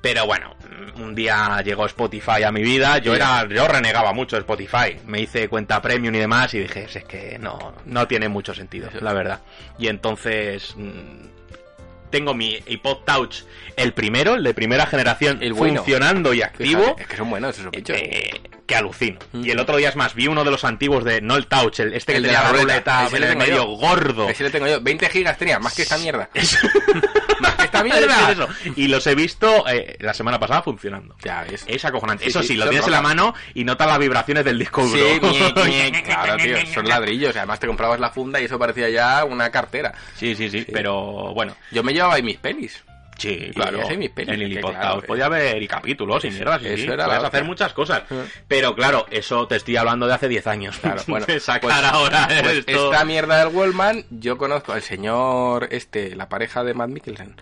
Speaker 3: Pero bueno, un día llegó Spotify a mi vida, yo era, yo renegaba mucho de Spotify, me hice cuenta premium y demás y dije, "Si es que no, no tiene mucho sentido, la verdad. Y entonces mm, tengo mi iPod Touch, el primero, el de primera generación,
Speaker 4: El bueno.
Speaker 3: funcionando y activo.
Speaker 4: Fíjate, Es que son buenos esos bichos.
Speaker 3: Eh, que alucino.
Speaker 4: Mm.
Speaker 3: Y el otro día es más, vi uno de los antiguos de No el Touch, el, este que
Speaker 4: El de
Speaker 3: tenía
Speaker 4: la
Speaker 3: la
Speaker 4: ruleta,
Speaker 3: ruleta,
Speaker 4: ese
Speaker 3: en
Speaker 4: le
Speaker 3: el
Speaker 4: tengo
Speaker 3: medio
Speaker 4: yo.
Speaker 3: gordo.
Speaker 4: Ese le tengo yo. 20 gigas tenía, más que esta mierda. más que esta
Speaker 3: Es
Speaker 4: mierda.
Speaker 3: eso. Y los he visto eh, la semana pasada funcionando.
Speaker 4: Ya ves.
Speaker 3: Es acojonante.
Speaker 4: Sí,
Speaker 3: Eso
Speaker 4: sí,
Speaker 3: sí, lo
Speaker 4: son
Speaker 3: tienes en la
Speaker 4: rocas.
Speaker 3: mano y notas las vibraciones del disco duro.
Speaker 4: Sí, ñe, ñe, claro, tío, son ladrillos. Además te comprabas la funda y eso parecía ya una cartera.
Speaker 3: sí, sí, sí, pero bueno.
Speaker 4: Yo me llevaba ahí mis pelis.
Speaker 3: Sí,
Speaker 4: Y
Speaker 3: claro.
Speaker 4: ya sé mis pelis,
Speaker 3: en el
Speaker 4: que
Speaker 3: iPod
Speaker 4: claro,
Speaker 3: Touch
Speaker 4: eh.
Speaker 3: podía haber y capítulos y mierdas. sí,
Speaker 4: eso
Speaker 3: sí,
Speaker 4: era la
Speaker 3: podías hacer
Speaker 4: hostia.
Speaker 3: muchas cosas.
Speaker 4: Eh.
Speaker 3: Pero claro, eso te estoy hablando de hace 10 años.
Speaker 4: Claro, bueno,
Speaker 3: De sacar
Speaker 4: pues-
Speaker 3: ahora
Speaker 4: Pues
Speaker 3: esto.
Speaker 4: esta mierda del Wallman, yo conozco al señor este, la pareja de Matt Mikkelsen.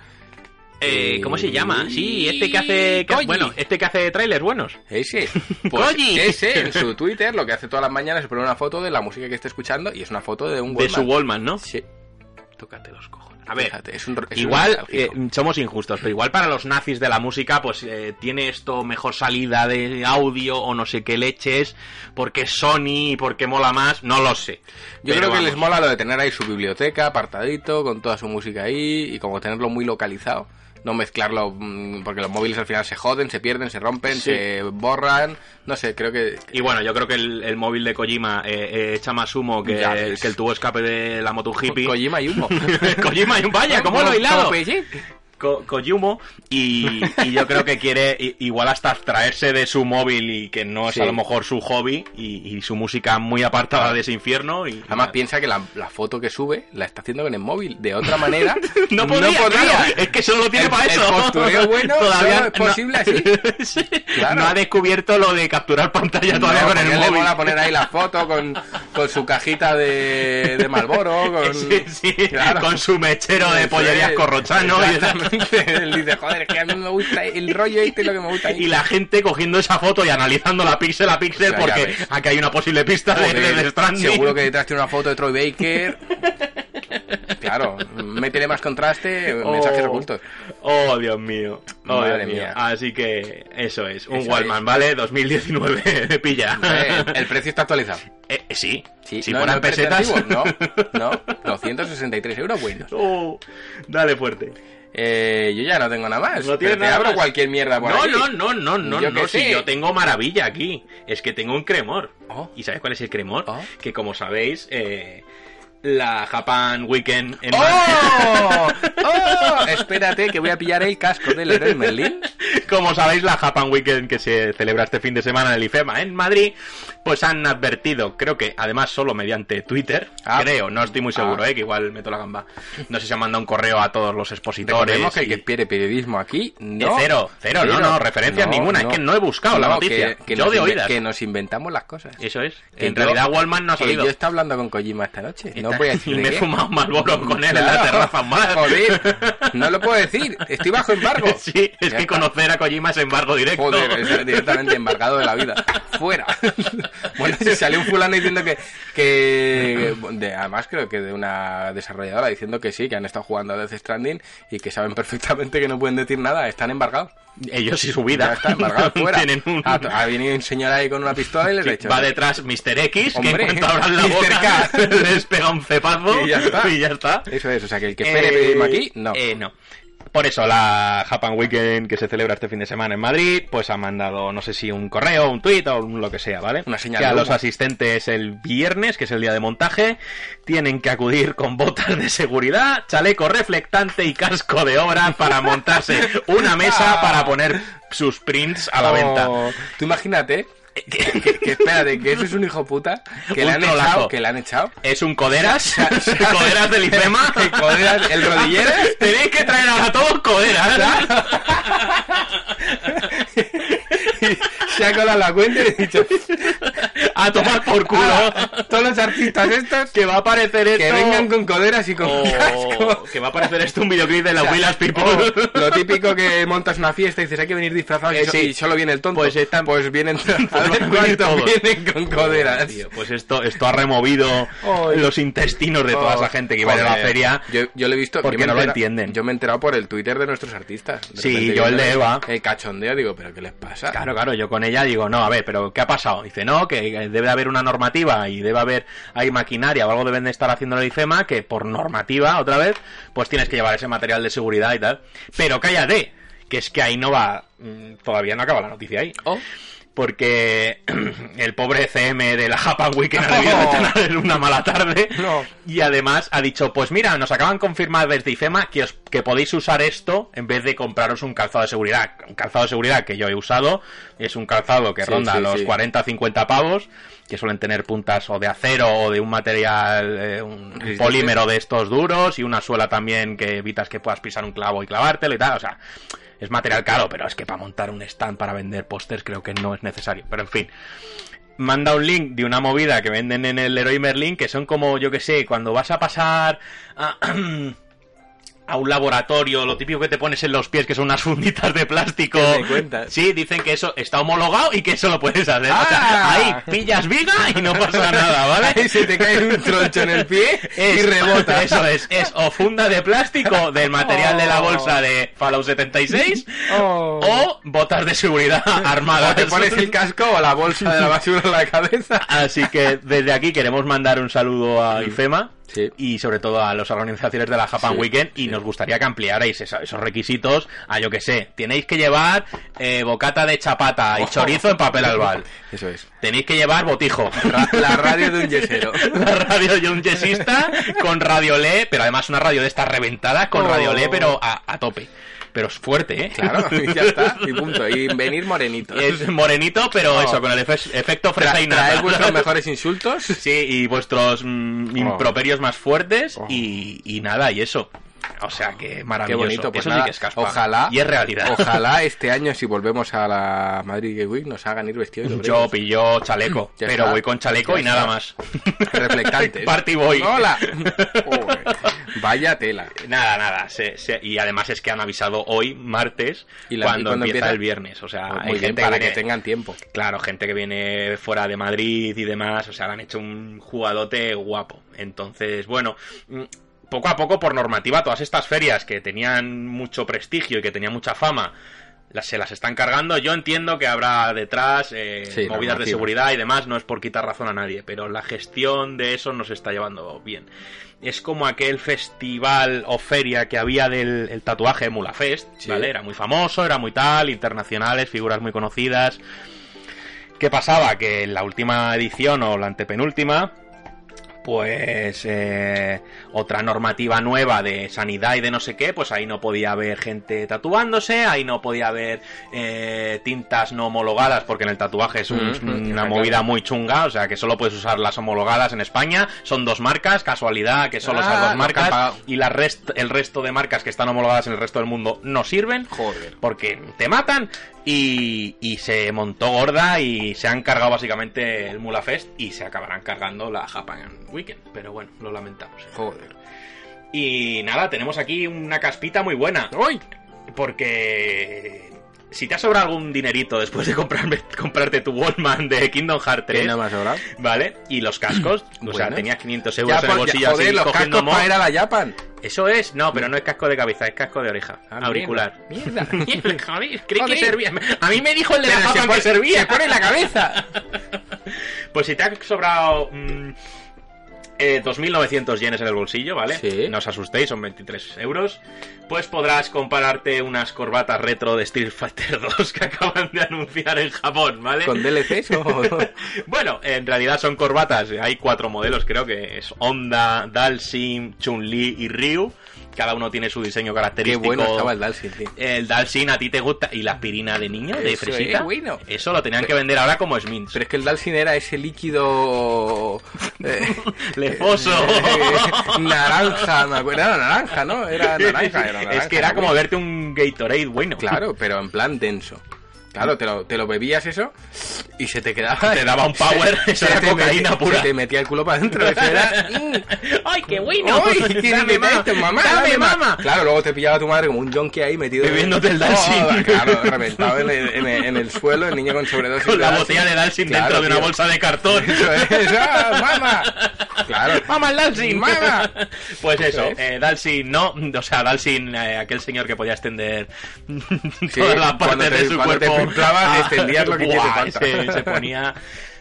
Speaker 3: Eh, ¿Cómo se llama? Sí, este que hace. que-
Speaker 4: Koji.
Speaker 3: bueno, este que hace trailers buenos.
Speaker 4: Ese, pues
Speaker 3: Koji.
Speaker 4: ese en su Twitter lo que hace todas las mañanas es poner una foto de la música que está escuchando y es una foto de un
Speaker 3: De
Speaker 4: Wallman.
Speaker 3: su Wallman, ¿no?
Speaker 4: Sí,
Speaker 3: Tócate los cojones. A ver,
Speaker 4: fíjate, es un, es un
Speaker 3: igual
Speaker 4: nostálgico.
Speaker 3: eh, somos injustos, pero igual para los nazis de la música, pues eh, tiene esto mejor salida de audio o no sé qué leches, porque es Sony, porque mola más, no lo sé.
Speaker 4: Yo
Speaker 3: Pero
Speaker 4: creo que
Speaker 3: vamos,
Speaker 4: les mola lo de tener ahí su biblioteca apartadito, con toda su música ahí, y como tenerlo muy localizado. No mezclarlo, mm, porque los móviles al final se joden, se pierden, se rompen,
Speaker 3: Sí.
Speaker 4: se borran. No sé, creo que.
Speaker 3: Y bueno, yo creo que el, el móvil de Kojima eh, eh, echa más humo que,
Speaker 4: Ya ves.
Speaker 3: que el tubo escape de la moto hippie.
Speaker 4: Kojima y humo.
Speaker 3: Kojima y un vaya, ¿cómo lo he hilado?
Speaker 4: Como Pelle.
Speaker 3: Ko- Koyumo y, y yo creo que quiere i- igual hasta abstraerse de su móvil y que no es
Speaker 4: Sí.
Speaker 3: a lo mejor su hobby y, y su música muy apartada de ese infierno y
Speaker 4: Además piensa que la, la foto que sube la está haciendo con el móvil. De otra manera,
Speaker 3: no podría,
Speaker 4: podría. Eh,
Speaker 3: tío, es que solo lo tiene
Speaker 4: El-
Speaker 3: para
Speaker 4: el
Speaker 3: eso
Speaker 4: postureo bueno solo es
Speaker 3: no-
Speaker 4: posible así.
Speaker 3: Sí.
Speaker 4: Claro.
Speaker 3: no ha descubierto lo de capturar pantalla todavía
Speaker 4: No,
Speaker 3: con el
Speaker 4: porque le
Speaker 3: móvil
Speaker 4: mola poner ahí la foto con, con su cajita de, de Malboro. Con...
Speaker 3: Sí, sí,
Speaker 4: Claro.
Speaker 3: con su mechero de
Speaker 4: Eso
Speaker 3: pollerías
Speaker 4: es.
Speaker 3: corrochano y esas-
Speaker 4: Exactamente. Él dice, joder, es que a mí me gusta el rollo este, lo que me gusta.
Speaker 3: y la gente cogiendo esa foto y analizando la píxel a píxel
Speaker 4: O sea, ya
Speaker 3: porque
Speaker 4: ves.
Speaker 3: aquí hay una posible pista de, de,
Speaker 4: Joder,
Speaker 3: Death Stranding.
Speaker 4: eh, Seguro que detrás tiene una foto de Troy Baker. Claro, métele más contraste, mensajes ocultos.
Speaker 3: Oh, Dios mío. Oh,
Speaker 4: Madre
Speaker 3: Dios mío.
Speaker 4: mía.
Speaker 3: Así que eso es. Un
Speaker 4: Eso
Speaker 3: Wallman,
Speaker 4: es.
Speaker 3: ¿vale? 2019. Pilla.
Speaker 4: Eh, El precio está actualizado.
Speaker 3: Eh, eh, sí.
Speaker 4: Sí,
Speaker 3: si
Speaker 4: no,
Speaker 3: fueran
Speaker 4: no, precio
Speaker 3: pesetas.
Speaker 4: antiguo, No, no, 263 euros buenos.
Speaker 3: Oh, dale fuerte.
Speaker 4: Eh, yo ya no tengo nada más.
Speaker 3: No
Speaker 4: pero
Speaker 3: tienes
Speaker 4: te
Speaker 3: nada
Speaker 4: abro
Speaker 3: más.
Speaker 4: cualquier mierda por
Speaker 3: No,
Speaker 4: aquí.
Speaker 3: no, no, no, no,
Speaker 4: Yo qué
Speaker 3: no. Si
Speaker 4: sé.
Speaker 3: yo tengo maravilla aquí. Es que tengo un cremor.
Speaker 4: Oh.
Speaker 3: ¿Y sabes cuál es el cremor?
Speaker 4: Oh.
Speaker 3: Que como sabéis, eh, la Japan Weekend en
Speaker 4: ¡Oh! ¡Oh! Espérate, que voy a pillar el casco del héroe Merlin.
Speaker 3: Como sabéis, la Japan Weekend que se celebra este fin de semana en el IFEMA en Madrid, pues han advertido, creo que además solo mediante Twitter,
Speaker 4: Ah.
Speaker 3: creo, no estoy muy seguro, eh, que igual meto la gamba. No sé si han mandado un correo a todos los expositores.
Speaker 4: Recordemos que el
Speaker 3: y-
Speaker 4: que pierde periodismo aquí no.
Speaker 3: Eh, cero, cero, no, no, referencias ninguna, es que no he buscado la noticia, yo
Speaker 4: nos
Speaker 3: de
Speaker 4: inve-
Speaker 3: oídas.
Speaker 4: Que nos inventamos las cosas.
Speaker 3: Eso es.
Speaker 4: Que
Speaker 3: en
Speaker 4: yo-
Speaker 3: realidad, Wallman no ha
Speaker 4: que
Speaker 3: salido.
Speaker 4: Yo estaba hablando con Kojima esta noche. No
Speaker 3: Está-
Speaker 4: voy a decir
Speaker 3: y
Speaker 4: de
Speaker 3: me he
Speaker 4: qué.
Speaker 3: fumado un Marlboro con él en la
Speaker 4: Claro.
Speaker 3: terraza más.
Speaker 4: Joder, no lo puedo decir. Estoy bajo embargo.
Speaker 3: Sí, es
Speaker 4: Ya
Speaker 3: que
Speaker 4: está.
Speaker 3: conocer a Kojima es embargo directo.
Speaker 4: Joder, es directamente embargado de la vida. Fuera. Bueno, si salió un fulano diciendo que. que de- además, creo que de una desarrolladora diciendo que sí, que han estado jugando a Death Stranding y que saben perfectamente que no pueden decir nada, están embargados.
Speaker 3: Ellos y su
Speaker 4: Ya
Speaker 3: vida.
Speaker 4: está, embargados fuera. Ah,
Speaker 3: Tienen un...
Speaker 4: Ha, ha venido un señor ahí con una pistola y les ha
Speaker 3: Sí,
Speaker 4: dicho.
Speaker 3: va detrás Mr. X, que
Speaker 4: Hombre,
Speaker 3: en cuanto abran la
Speaker 4: Mr.
Speaker 3: boca
Speaker 4: K.
Speaker 3: les pega un cepazo
Speaker 4: Y ya está.
Speaker 3: y ya está.
Speaker 4: Eso es, o sea, que el que espere periodismo aquí, no.
Speaker 3: eh, no. Por eso, la Japan Weekend que se celebra este fin de semana en Madrid, pues ha mandado, no sé si un correo, un tuit o un lo que sea, ¿vale?
Speaker 4: Una señal
Speaker 3: que a
Speaker 4: de
Speaker 3: los
Speaker 4: humo.
Speaker 3: asistentes el viernes, que es el día de montaje, tienen que acudir con botas de seguridad, chaleco reflectante y casco de obra para montarse una mesa para poner sus prints a la
Speaker 4: Ah. Oh,
Speaker 3: venta.
Speaker 4: Tú imagínate que, que espérate, que ese es un hijo puta que
Speaker 3: Un
Speaker 4: le han
Speaker 3: trolazo.
Speaker 4: echado, que le han echado.
Speaker 3: Es un coderas, coderas del IFEMA.
Speaker 4: Que coderas, el rodilleras.
Speaker 3: Tenéis que traer ahora todos coderas. ¿eh?
Speaker 4: Se ha colado la cuenta y he dicho,
Speaker 3: A tomar por culo.
Speaker 4: "Ah, todos los artistas estos que,
Speaker 3: que va a aparecer esto.
Speaker 4: vengan con coderas y con
Speaker 3: o-
Speaker 4: casco.
Speaker 3: que va a aparecer esto un videoclip de la
Speaker 4: sea,
Speaker 3: Willas People.
Speaker 4: o Oh, lo típico que montas una fiesta y dices hay que venir disfrazado
Speaker 3: Eh,
Speaker 4: y, so-
Speaker 3: sí.
Speaker 4: y solo viene el tonto.
Speaker 3: Pues están-
Speaker 4: pues vienen
Speaker 3: Pueden venir
Speaker 4: ¿Cuántos
Speaker 3: todos.
Speaker 4: vienen con coderas.
Speaker 3: Tío, pues esto, esto ha removido
Speaker 4: Ay.
Speaker 3: los intestinos de toda
Speaker 4: Oh,
Speaker 3: esa gente que iba a ir a la
Speaker 4: joder.
Speaker 3: feria.
Speaker 4: Yo, yo lo he visto.
Speaker 3: porque
Speaker 4: yo me
Speaker 3: no lo
Speaker 4: entera-
Speaker 3: entienden.
Speaker 4: Yo me he enterado por el Twitter de nuestros artistas. De
Speaker 3: Sí,
Speaker 4: repente
Speaker 3: yo el de
Speaker 4: veo
Speaker 3: Eva.
Speaker 4: El cachondeo, digo, ¿pero qué les pasa?
Speaker 3: Claro, claro, yo con ella digo, no, a ver, pero ¿qué ha pasado? Dice, no, que debe haber una normativa y debe haber, hay maquinaria o algo deben de estar haciendo el IFEMA que por normativa, otra vez, pues tienes que llevar ese material de seguridad y tal. Pero cállate, que es que ahí no va, mm, todavía no acaba la noticia ahí.
Speaker 4: Oh,
Speaker 3: Porque el pobre CM de la Japan Weekend ha debido de
Speaker 4: No.
Speaker 3: tener una mala tarde.
Speaker 4: No.
Speaker 3: Y además ha dicho, pues mira, nos acaban de confirmar desde IFEMA que, os, que podéis usar esto en vez de compraros un calzado de seguridad. Un calzado de seguridad que yo he usado es un calzado que
Speaker 4: Sí,
Speaker 3: ronda
Speaker 4: sí,
Speaker 3: los
Speaker 4: sí.
Speaker 3: 40-50 pavos, que suelen tener puntas o de acero o de un material, eh, un
Speaker 4: Resistente.
Speaker 3: polímero de estos duros y una suela también que evitas que puedas pisar un clavo y clavártelo y tal. O sea, es material caro, pero es que para montar un stand para vender pósters creo que no es necesario. Pero en fin, manda un link de una movida que venden en el Leroy Merlin que son como, yo que sé, cuando vas a pasar a, a un laboratorio, lo típico que te pones en los pies, que son unas funditas de plástico.
Speaker 4: ¿Qué me cuentas?
Speaker 3: Sí, dicen que eso está homologado y que eso lo puedes hacer. O sea,
Speaker 4: ¡Ah!
Speaker 3: ahí pillas viga y no pasa nada, ¿vale?
Speaker 4: Ahí se te cae un troncho en el pie y
Speaker 3: Es-
Speaker 4: rebota.
Speaker 3: Eso es, es o funda de plástico del material de la bolsa de Fallout 76
Speaker 4: Oh.
Speaker 3: o botas de seguridad armadas.
Speaker 4: O te pones el casco o la bolsa de la basura en la cabeza.
Speaker 3: Así que desde aquí queremos mandar un saludo a IFEMA
Speaker 4: Mm. Sí.
Speaker 3: y sobre todo a las organizaciones de la Japan
Speaker 4: Sí,
Speaker 3: Weekend y nos gustaría que ampliarais esa- esos requisitos a yo que sé, tenéis que llevar eh, bocata de
Speaker 4: Oh.
Speaker 3: chapata y chorizo en papel albal.
Speaker 4: Eso es.
Speaker 3: Tenéis que llevar botijo.
Speaker 4: Ra- la radio de un yesero.
Speaker 3: La radio de un yesista con radio le, pero además una radio de estas reventadas con
Speaker 4: Oh.
Speaker 3: radio le, pero a, a tope. Pero es fuerte, ¿eh?
Speaker 4: Claro, y ya está. Y punto. Y venir morenito.
Speaker 3: Es morenito, pero
Speaker 4: Oh.
Speaker 3: eso, con el efe- efecto fresa y nata.
Speaker 4: Traer vuestros mejores insultos.
Speaker 3: Sí, y vuestros
Speaker 4: Oh.
Speaker 3: mm, improperios más fuertes y, y nada, y eso. O sea, que
Speaker 4: Qué
Speaker 3: maravilloso.
Speaker 4: bonito, pues
Speaker 3: eso
Speaker 4: nada,
Speaker 3: sí que es caspa.
Speaker 4: ojalá,
Speaker 3: Y es realidad.
Speaker 4: ojalá este año si volvemos a la Madrid Gay Week nos hagan ir vestidos de
Speaker 3: Yo
Speaker 4: obreros.
Speaker 3: pillo chaleco,
Speaker 4: Ya
Speaker 3: pero
Speaker 4: está.
Speaker 3: voy con chaleco
Speaker 4: Ya
Speaker 3: y nada
Speaker 4: está.
Speaker 3: más.
Speaker 4: reflectantes.
Speaker 3: Party boy.
Speaker 4: Hola. Joder, Vaya tela.
Speaker 3: Nada, nada. se- se- y además es que han avisado hoy, martes,
Speaker 4: Y la-
Speaker 3: cuando,
Speaker 4: y cuando
Speaker 3: empieza,
Speaker 4: empieza- Pues
Speaker 3: el viernes. O sea,
Speaker 4: Muy
Speaker 3: hay
Speaker 4: bien,
Speaker 3: gente
Speaker 4: para
Speaker 3: que,
Speaker 4: que tengan tiempo.
Speaker 3: Claro, gente que viene fuera de Madrid y demás. O sea, le han hecho un jugadote guapo. Entonces, bueno. mm, Poco a poco, por normativa, todas estas ferias que tenían mucho prestigio y que tenían mucha fama, las, se las están cargando. Yo entiendo que habrá detrás eh,
Speaker 4: Sí,
Speaker 3: movidas de
Speaker 4: normativa.
Speaker 3: seguridad y demás, no es por quitar razón a nadie, pero la gestión de eso nos está llevando bien. Es como aquel festival o feria que había del el tatuaje Mula Fest,
Speaker 4: Sí.
Speaker 3: ¿vale? Era muy famoso, era muy tal, internacionales, figuras muy conocidas. ¿Qué pasaba? Que en la última edición o la antepenúltima, pues eh, otra normativa nueva de sanidad y de no sé qué, pues ahí no podía haber gente tatuándose, ahí no podía haber eh, tintas no homologadas, porque en el tatuaje es un-
Speaker 4: Mm, mm,
Speaker 3: una
Speaker 4: claro.
Speaker 3: movida muy chunga, o sea que solo puedes usar las homologadas en España, son dos marcas, casualidad que solo
Speaker 4: Ah,
Speaker 3: esas
Speaker 4: los
Speaker 3: dos
Speaker 4: que
Speaker 3: marcas
Speaker 4: han pagado.
Speaker 3: y la rest- el resto de marcas que están homologadas en el resto del mundo no sirven
Speaker 4: Joder.
Speaker 3: porque te matan y, y se montó gorda y se han cargado básicamente el Mula Fest y se acabarán cargando la Japan Weekend. Pero bueno, lo lamentamos.
Speaker 4: Joder.
Speaker 3: Y nada, tenemos aquí una caspita muy buena.
Speaker 4: ¡Uy!
Speaker 3: Porque si te ha sobrado algún dinerito después de comprarme, comprarte tu Wallman de Kingdom Hearts 3,
Speaker 4: ¿Qué nada más ahora?
Speaker 3: ¿vale? Y los cascos, o sea,
Speaker 4: Buenas.
Speaker 3: tenías 500 euros en el
Speaker 4: por-
Speaker 3: bolsillo
Speaker 4: joder,
Speaker 3: así,
Speaker 4: los
Speaker 3: cogiendo
Speaker 4: cascos
Speaker 3: moho.
Speaker 4: para ir a la Japan.
Speaker 3: Eso es, no, pero no es casco de cabeza, es casco de oreja,
Speaker 4: Ah,
Speaker 3: auricular.
Speaker 4: Mierda.
Speaker 3: Mierda, joder, creí que
Speaker 4: Joder.
Speaker 3: servía. A mí me dijo el de la
Speaker 4: Pero
Speaker 3: Japan
Speaker 4: se pone-
Speaker 3: que servía.
Speaker 4: se pone en la cabeza.
Speaker 3: Pues si te ha sobrado mm, eh, 2.900 yenes en el bolsillo, ¿vale?
Speaker 4: Sí.
Speaker 3: No os asustéis, son 23 euros. Pues podrás compararte unas corbatas retro de Street Fighter 2 que acaban de anunciar en Japón, ¿vale?
Speaker 4: ¿Con DLCs o...?
Speaker 3: bueno, en realidad son corbatas. Hay cuatro modelos, creo que es Honda, Dalsim, Chun-Li y Ryu. cada uno tiene su diseño
Speaker 4: Qué
Speaker 3: característico.
Speaker 4: bueno estaba el Dalsin, tío.
Speaker 3: El Dalsin a ti te gusta. ¿Y la aspirina de niño? ¿De
Speaker 4: Eso
Speaker 3: fresita?
Speaker 4: es bueno.
Speaker 3: Eso lo tenían que vender ahora como Smins.
Speaker 4: Pero es que el Dalsin era ese líquido. eh,
Speaker 3: Lefoso.
Speaker 4: eh, naranja, me acuerdo. Era naranja, ¿no? Era naranja, era naranja.
Speaker 3: es que era como
Speaker 4: bueno.
Speaker 3: verte un Gatorade bueno.
Speaker 4: Claro, pero en plan denso. Claro, te lo, te lo bebías eso y se te quedaba.
Speaker 3: Te daba un power, eso era
Speaker 4: te
Speaker 3: cocaína
Speaker 4: metía-
Speaker 3: pura.
Speaker 4: se te metía el culo para adentro. este eso era.
Speaker 3: ¡Ay, qué bueno!
Speaker 4: ¡Uy! ¿Quién
Speaker 3: pues, Dame,
Speaker 4: me
Speaker 3: mamá,
Speaker 4: mete, mamá?
Speaker 3: ¡Dame,
Speaker 4: ma-
Speaker 3: mamá!
Speaker 4: Claro, luego te pillaba tu madre como un yonki ahí metido.
Speaker 3: Bebiéndote el Dalsin.
Speaker 4: Oh, claro, reventado en el, en el- en el suelo, el niño con sobredosis.
Speaker 3: Con la
Speaker 4: Dalsin.
Speaker 3: botella de Dalsin
Speaker 4: Claro,
Speaker 3: dentro de una
Speaker 4: tío.
Speaker 3: bolsa de cartón.
Speaker 4: Eso es, ¡ah, mamá! Claro.
Speaker 3: ¡Mamá, el Dalsin!
Speaker 4: ¡Mamá!
Speaker 3: Pues eso,
Speaker 4: Eso es.
Speaker 3: eh, Dalsin no, o sea, Dalsin, eh, aquel señor que podía extender toda la
Speaker 4: cuando
Speaker 3: parte
Speaker 4: te-
Speaker 3: de su
Speaker 4: cuando te
Speaker 3: cuerpo.
Speaker 4: pimplabas, extendías lo que te
Speaker 3: Buah,
Speaker 4: falta.
Speaker 3: Se, se ponía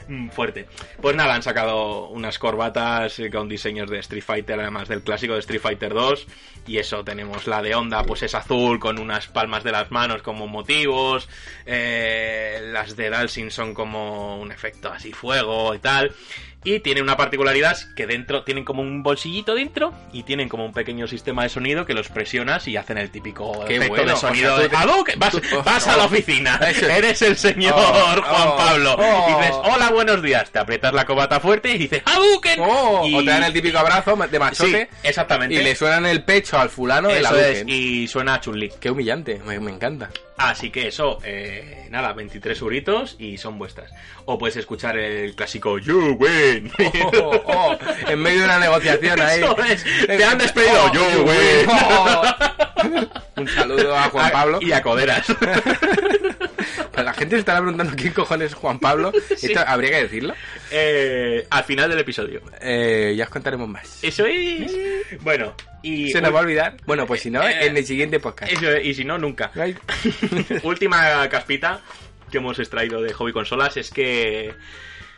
Speaker 3: mm, fuerte. Pues nada, han sacado unas corbatas eh, con diseños de Street Fighter, además del clásico de Street Fighter 2. Y eso, tenemos la de Honda, pues es azul, con unas palmas de las manos como motivos. Eh, las de Dalsin son como un efecto así fuego y tal. Y tiene una particularidad que dentro tienen como un bolsillito dentro y tienen como un pequeño sistema de sonido que los presionas y hacen el típico
Speaker 4: Qué
Speaker 3: efecto
Speaker 4: bueno,
Speaker 3: de sonido
Speaker 4: o sea, tú
Speaker 3: de
Speaker 4: te-
Speaker 3: "Hadouken". vas,
Speaker 4: tú- oh,
Speaker 3: vas a la
Speaker 4: oh.
Speaker 3: oficina,
Speaker 4: Eso es.
Speaker 3: eres el señor
Speaker 4: Oh,
Speaker 3: Juan
Speaker 4: oh,
Speaker 3: Pablo.
Speaker 4: oh.
Speaker 3: Y dices, hola, buenos días. Te aprietas la cobata fuerte y dices, ¡Hadouken!
Speaker 4: Oh,
Speaker 3: y...
Speaker 4: O te dan el típico abrazo de
Speaker 3: Sí,
Speaker 4: machote
Speaker 3: exactamente.
Speaker 4: y le suenan el pecho al fulano de la
Speaker 3: Eso es,
Speaker 4: Duken.
Speaker 3: y suena a Chun-Li.
Speaker 4: Qué humillante, me, me encanta.
Speaker 3: Así que eso, eh, nada, 23 euritos y son vuestras. O puedes escuchar el clásico You Win.
Speaker 4: Oh, oh, en medio de una negociación ahí.
Speaker 3: Eso es, te han despedido.
Speaker 4: Oh,
Speaker 3: Yo, güey.
Speaker 4: oh. Un saludo a Juan Pablo.
Speaker 3: Y a Coderas.
Speaker 4: La gente se estará preguntando quién cojones es Juan Pablo. Esto habría que decirlo.
Speaker 3: Eh, al final del episodio.
Speaker 4: Eh, ya os contaremos más.
Speaker 3: Eso es. Bueno, y.
Speaker 4: ¿Se nos va a olvidar? Bueno, pues si no,
Speaker 3: Eh,
Speaker 4: en el siguiente podcast.
Speaker 3: Eso es, y si no, nunca.
Speaker 4: Ay.
Speaker 3: Última caspita que hemos extraído de Hobby Consolas es que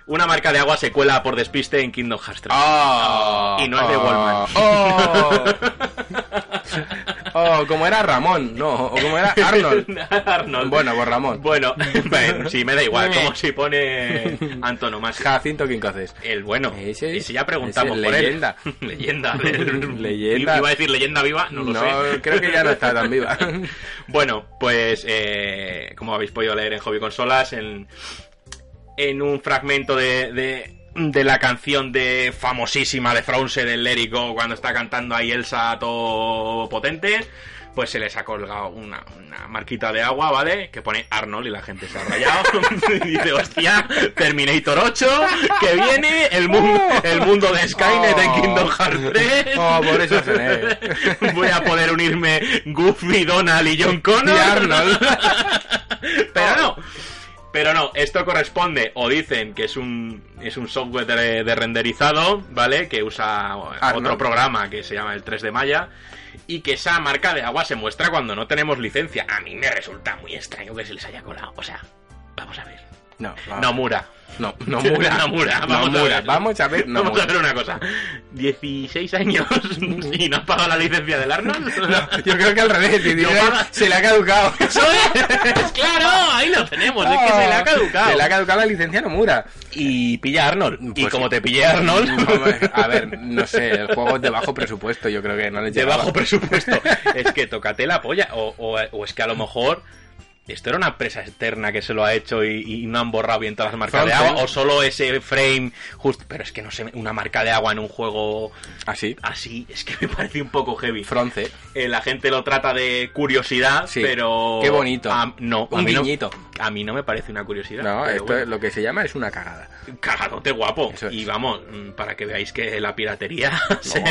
Speaker 3: una marca de agua se cuela por despiste en Kingdom Hearts 3.
Speaker 4: Oh,
Speaker 3: Y no es de
Speaker 4: oh,
Speaker 3: Wallman.
Speaker 4: Oh, Oh, como era Ramón, no, o como era Arnold.
Speaker 3: Arnold.
Speaker 4: Bueno, pues Ramón.
Speaker 3: Bueno, bueno, sí, me da igual, como si pone antonomasia.
Speaker 4: Jacinto Quincoces.
Speaker 3: El bueno.
Speaker 4: Ese es-
Speaker 3: Ese ya preguntamos
Speaker 4: ese es
Speaker 3: por él.
Speaker 4: leyenda.
Speaker 3: leyenda. del-
Speaker 4: Leyenda.
Speaker 3: Iba a decir leyenda viva, no lo sé.
Speaker 4: creo que ya no está tan viva.
Speaker 3: Bueno, pues eh, como habéis podido leer en Hobby Consolas, en, en un fragmento de, de- de la canción de famosísima de Frozen, el lérico, cuando está cantando ahí Elsa todo potente, pues se les ha colgado una, una marquita de agua, ¿vale? Que pone Arnold y la gente se ha rayado. y dice, hostia, Terminator 8, que viene el mundo, el mundo de Skynet en Kingdom Hearts 3.
Speaker 4: Oh, por eso cené.
Speaker 3: Voy a poder unirme Goofy, Donald y John Connor.
Speaker 4: Y Arnold.
Speaker 3: Pero no. Pero no, esto corresponde, o dicen que es un, es un software de, de renderizado, ¿vale? Que usa otro
Speaker 4: Arnold.
Speaker 3: programa que se llama el 3 de Maya. Y que esa marca de agua se muestra cuando no tenemos licencia. A mí me resulta muy extraño que se les haya colado. O sea, vamos a ver.
Speaker 4: No,
Speaker 3: No mura.
Speaker 4: no, no mura.
Speaker 3: No mura, vamos a ver.
Speaker 4: Vamos a ver, no
Speaker 3: Vamos a
Speaker 4: mura.
Speaker 3: ver una cosa. 16 años y no ha pagado la licencia del Arnold.
Speaker 4: Yo creo que al revés, si
Speaker 3: No
Speaker 4: dices,
Speaker 3: paga-
Speaker 4: se le ha caducado.
Speaker 3: ¡Eso es! ¡Claro! Ahí lo tenemos. Pues Es que Ah, se le ha caducado.
Speaker 4: Se le ha caducado la licencia no mura.
Speaker 3: Y pilla a Arnold. y
Speaker 4: Pues-
Speaker 3: como te pillé a Arnold,
Speaker 4: Mm, A ver, no sé, el juego es de bajo presupuesto, yo creo que no le
Speaker 3: de
Speaker 4: llegaba.
Speaker 3: bajo presupuesto, es que tócate la polla. O, o- o es que a lo mejor esto era una empresa externa que se lo ha hecho y, y no han borrado bien todas las marcas de
Speaker 4: Fronten.
Speaker 3: agua. O solo ese frame. justo pero es que no sé, una marca de agua en un juego
Speaker 4: Así,
Speaker 3: así, es que me parece un poco heavy.
Speaker 4: fronce.
Speaker 3: Eh, la gente lo trata de curiosidad,
Speaker 4: Sí.
Speaker 3: pero.
Speaker 4: Qué bonito.
Speaker 3: A- no, a
Speaker 4: Un
Speaker 3: mí no-
Speaker 4: guiñito.
Speaker 3: a mí no me parece una curiosidad.
Speaker 4: No,
Speaker 3: pero
Speaker 4: esto
Speaker 3: bueno.
Speaker 4: es lo que se llama es una cagada.
Speaker 3: cagadote guapo.
Speaker 4: Eso es.
Speaker 3: Y vamos, mm, para que veáis que la piratería se-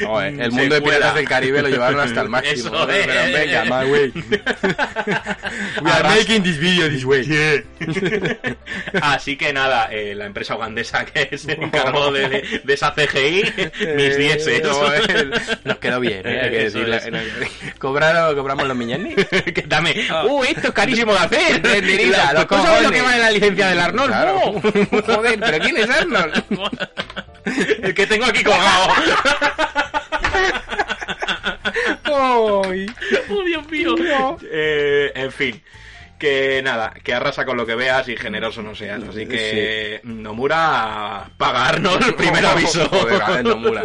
Speaker 4: No, eh,
Speaker 3: se
Speaker 4: el mundo de
Speaker 3: cuela.
Speaker 4: piratas del Caribe lo llevaron hasta el máximo.
Speaker 3: Eso es.
Speaker 4: Pero venga, my way. We are
Speaker 3: Arras-
Speaker 4: making this video this way.
Speaker 3: Así que nada, eh, la empresa ugandesa que se encargó de, de- de esa CGI, mis
Speaker 4: Eh,
Speaker 3: dieces.
Speaker 4: no, eh, nos quedó bien, eh, hay que
Speaker 3: Eso
Speaker 4: decirlo. Cobraron- cobramos los millones.
Speaker 3: Que dame, uh, esto es carísimo de hacer. La-
Speaker 4: Renderita, los
Speaker 3: ¿Tú sabes lo
Speaker 4: Ah. cojones.
Speaker 3: que vale la licencia del Arnold? Oh,
Speaker 4: Claro.
Speaker 3: No.
Speaker 4: Joder, pero ¿quién es Arnold?
Speaker 3: El que tengo aquí colgado.
Speaker 4: Ay.
Speaker 3: ¡Oh, Dios mío! Eh, en fin. Que nada, que arrasa con lo que veas y generoso no seas. Así que Nomura, pagarnos el primer aviso.
Speaker 4: Joder, a ver, no mula.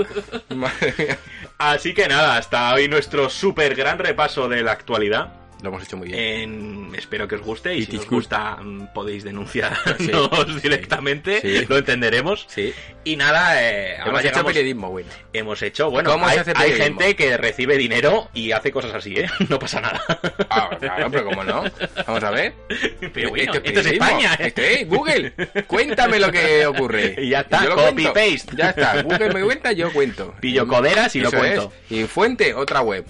Speaker 4: Madre mía.
Speaker 3: Así que nada, hasta hoy nuestro super gran repaso de la actualidad.
Speaker 4: Lo hemos hecho muy bien.
Speaker 3: En- espero que os guste y,
Speaker 4: Y
Speaker 3: si
Speaker 4: te
Speaker 3: os
Speaker 4: gusta.
Speaker 3: gusta mm, podéis denunciarnos
Speaker 4: Sí,
Speaker 3: directamente,
Speaker 4: sí.
Speaker 3: lo entenderemos.
Speaker 4: Sí.
Speaker 3: Y nada, eh, ahora
Speaker 4: Hemos hecho
Speaker 3: llegamos-
Speaker 4: periodismo, bueno.
Speaker 3: hemos hecho, bueno,
Speaker 4: ¿Cómo se
Speaker 3: hay,
Speaker 4: hace
Speaker 3: hay
Speaker 4: periodismo?
Speaker 3: gente que recibe dinero y hace cosas así, ¿eh? No pasa nada.
Speaker 4: Ah, claro, pero cómo no. Vamos a ver.
Speaker 3: Pero bueno, esto, es
Speaker 4: periodismo.
Speaker 3: España, ¿eh?
Speaker 4: Esto, hey, Google, cuéntame lo que ocurre.
Speaker 3: Y ya está,
Speaker 4: Yo lo
Speaker 3: copy
Speaker 4: cuento.
Speaker 3: paste.
Speaker 4: Ya está, Google me cuenta, yo cuento.
Speaker 3: Pillo coderas y lo
Speaker 4: Eso
Speaker 3: cuento.
Speaker 4: es. Y fuente, otra web.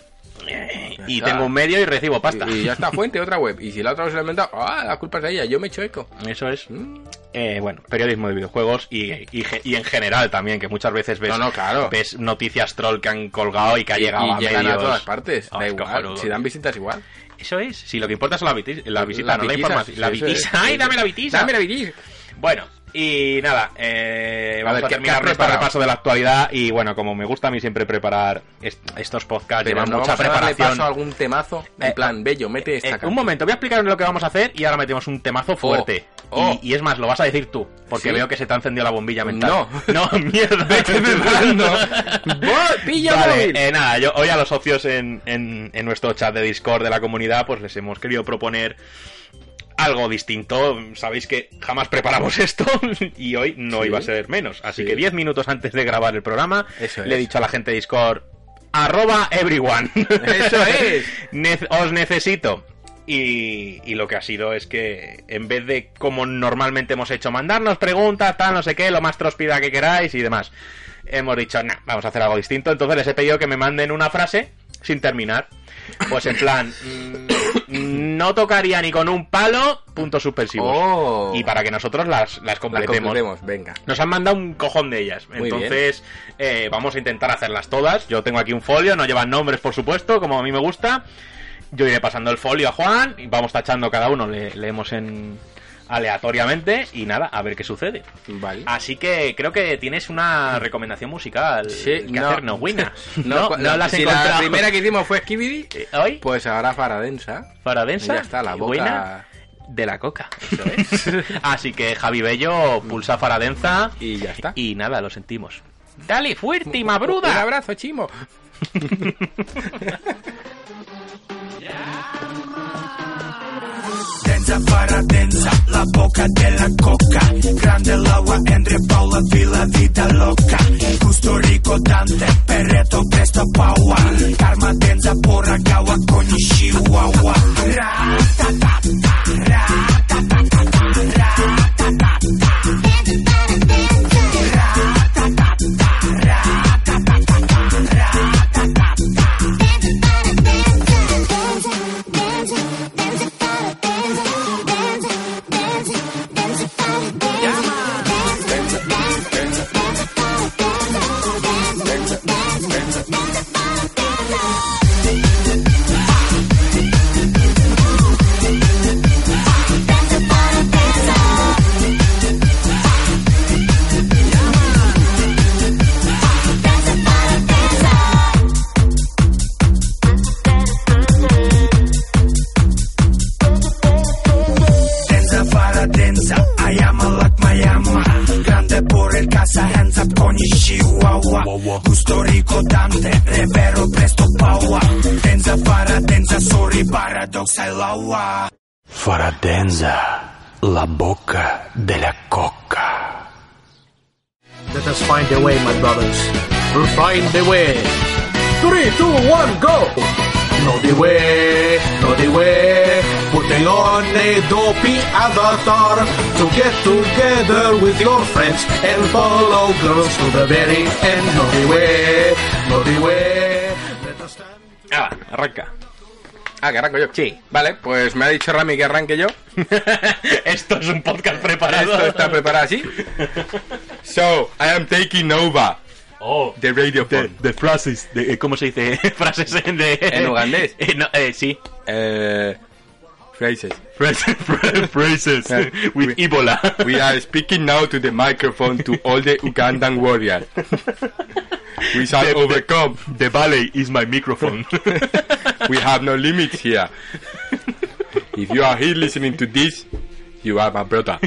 Speaker 3: Eh,
Speaker 4: Ya
Speaker 3: Y
Speaker 4: está.
Speaker 3: tengo un medio y recibo pasta.
Speaker 4: Y, y ya está, fuente, otra web. Y si la otra no se la ha inventado, ah, la culpa es de ella, yo me echo eco.
Speaker 3: Eso es.
Speaker 4: Mm.
Speaker 3: Eh, bueno, periodismo de videojuegos y, y ge- y en general también, que muchas veces ves,
Speaker 4: No, no, claro.
Speaker 3: ves noticias troll que han colgado y que ha llegado a
Speaker 4: y llegan
Speaker 3: medios.
Speaker 4: a todas partes,
Speaker 3: Ah,
Speaker 4: da
Speaker 3: es
Speaker 4: igual.
Speaker 3: cojonudo,
Speaker 4: Si dan
Speaker 3: tío.
Speaker 4: visitas, igual.
Speaker 3: Eso es, si lo que importa es la, viti- la visita, no la
Speaker 4: vitisa,
Speaker 3: información.
Speaker 4: sí,
Speaker 3: la
Speaker 4: eso
Speaker 3: vitisa,
Speaker 4: es.
Speaker 3: ¡ay, dame la vitisa!
Speaker 4: Dame la vitisa.
Speaker 3: Bueno, y nada, eh,
Speaker 4: A
Speaker 3: vamos
Speaker 4: ver,
Speaker 3: a,
Speaker 4: ¿qué- qué
Speaker 3: terminar
Speaker 4: has
Speaker 3: nuestro
Speaker 4: preparado?
Speaker 3: repaso de la actualidad y bueno, como me gusta a mí siempre preparar est- estos podcasts,
Speaker 4: Pero
Speaker 3: llevan
Speaker 4: no
Speaker 3: mucha
Speaker 4: vamos a darle
Speaker 3: preparación.
Speaker 4: paso a algún temazo. En
Speaker 3: Eh,
Speaker 4: plan, bello, mete esta
Speaker 3: Eh,
Speaker 4: canción.
Speaker 3: un momento, voy a explicar lo que vamos a hacer y ahora metemos un temazo fuerte.
Speaker 4: oh.
Speaker 3: Y, y es más, lo vas a decir tú, porque
Speaker 4: Sí.
Speaker 3: veo que se te ha encendido la bombilla mental.
Speaker 4: No.
Speaker 3: no mierda.
Speaker 4: Me estoy preparando. Bo- ¡Pillo
Speaker 3: Vale,
Speaker 4: móvil!
Speaker 3: eh, nada, yo hoy a los socios en, en- en nuestro chat de Discord de la comunidad, pues les hemos querido proponer algo distinto. Sabéis que jamás preparamos esto y hoy no
Speaker 4: Sí.
Speaker 3: iba a ser menos. Así
Speaker 4: Sí.
Speaker 3: que 10 minutos antes de grabar el programa,
Speaker 4: Eso
Speaker 3: le he
Speaker 4: es.
Speaker 3: dicho a la gente de Discord, arroba everyone.
Speaker 4: Eso es.
Speaker 3: Nece- os necesito. Y, y lo que ha sido es que en vez de como normalmente hemos hecho, mandarnos preguntas, tal, no sé qué, lo más tróspida que queráis y demás, hemos dicho, nah, vamos a hacer algo distinto. Entonces les he pedido que me manden una frase sin terminar. Pues en plan, mm, no tocaría ni con un palo, puntos suspensivos.
Speaker 4: Oh.
Speaker 3: Y para que nosotros las, las
Speaker 4: La
Speaker 3: completemos.
Speaker 4: completemos, venga.
Speaker 3: Nos han mandado un cojón de ellas.
Speaker 4: Muy
Speaker 3: Entonces, eh, vamos a intentar hacerlas todas. Yo tengo aquí un folio, no llevan nombres, por supuesto, como a mí me gusta. Yo iré pasando el folio a Juan y vamos tachando cada uno, le- leemos en aleatoriamente y nada, a ver qué sucede.
Speaker 4: Vale.
Speaker 3: Así que creo que tienes una recomendación musical
Speaker 4: Sí,
Speaker 3: que
Speaker 4: no.
Speaker 3: hacer, no, Wina. No, no,
Speaker 4: No, cua- no,
Speaker 3: la has
Speaker 4: si
Speaker 3: encontrado.
Speaker 4: la primera que hicimos fue Skibidi,
Speaker 3: Eh, ¿Hoy?
Speaker 4: pues ahora Faradensa.
Speaker 3: para densa.
Speaker 4: Ya está, la boca.
Speaker 3: Buena de la coca. Así que Javi Bello pulsa Faradenza
Speaker 4: Y ya está.
Speaker 3: y nada, lo sentimos. Dale fuerte y
Speaker 4: Un
Speaker 3: mabruda.
Speaker 4: abrazo, chimo.
Speaker 2: Densa para densa, la boca de la coca. Grande el agua entre Paula y la vida loca. Gusto rico, Dante, perreto, presto, paua. Karma densa, porra, gawa, con chihuahua. Densa para densa, I am a like Miami. Grande por el casa, hands up con Chihuahua. Gusto rico, Dante, revero, presto, paua. Densa para densa, sorry, paradoxa el agua.
Speaker 5: Faradenza, la bocca della cocca.
Speaker 6: Let us find a way, my brothers. We'll find a way. Three, two, one, go! No the way, no the way. Putting on a dopey avatar to get together with your friends and follow girls to the very end. No the way, no the way. Let us stand.
Speaker 3: Ah, arranca.
Speaker 4: Ah, que arranco yo. Sí. Vale, pues me ha dicho Rami que arranque yo.
Speaker 3: Esto es un podcast preparado.
Speaker 4: Esto está preparado así. So, I am taking over
Speaker 3: Oh.
Speaker 4: the radio
Speaker 3: De,
Speaker 4: phone.
Speaker 3: de frases, de, eh, ¿cómo se dice? Frases en de...
Speaker 4: ¿En ugandés?
Speaker 3: Eh, no, eh, sí.
Speaker 4: Eh, phrases.
Speaker 3: Frases, frases
Speaker 4: Eh,
Speaker 3: with
Speaker 4: we-
Speaker 3: Ebola.
Speaker 4: We are speaking now to the microphone to all the Ugandan warriors. We shall
Speaker 3: The- the-
Speaker 4: overcome.
Speaker 3: The ballet is my microphone.
Speaker 4: We have no limits here. If you are here listening to this, you are my brother.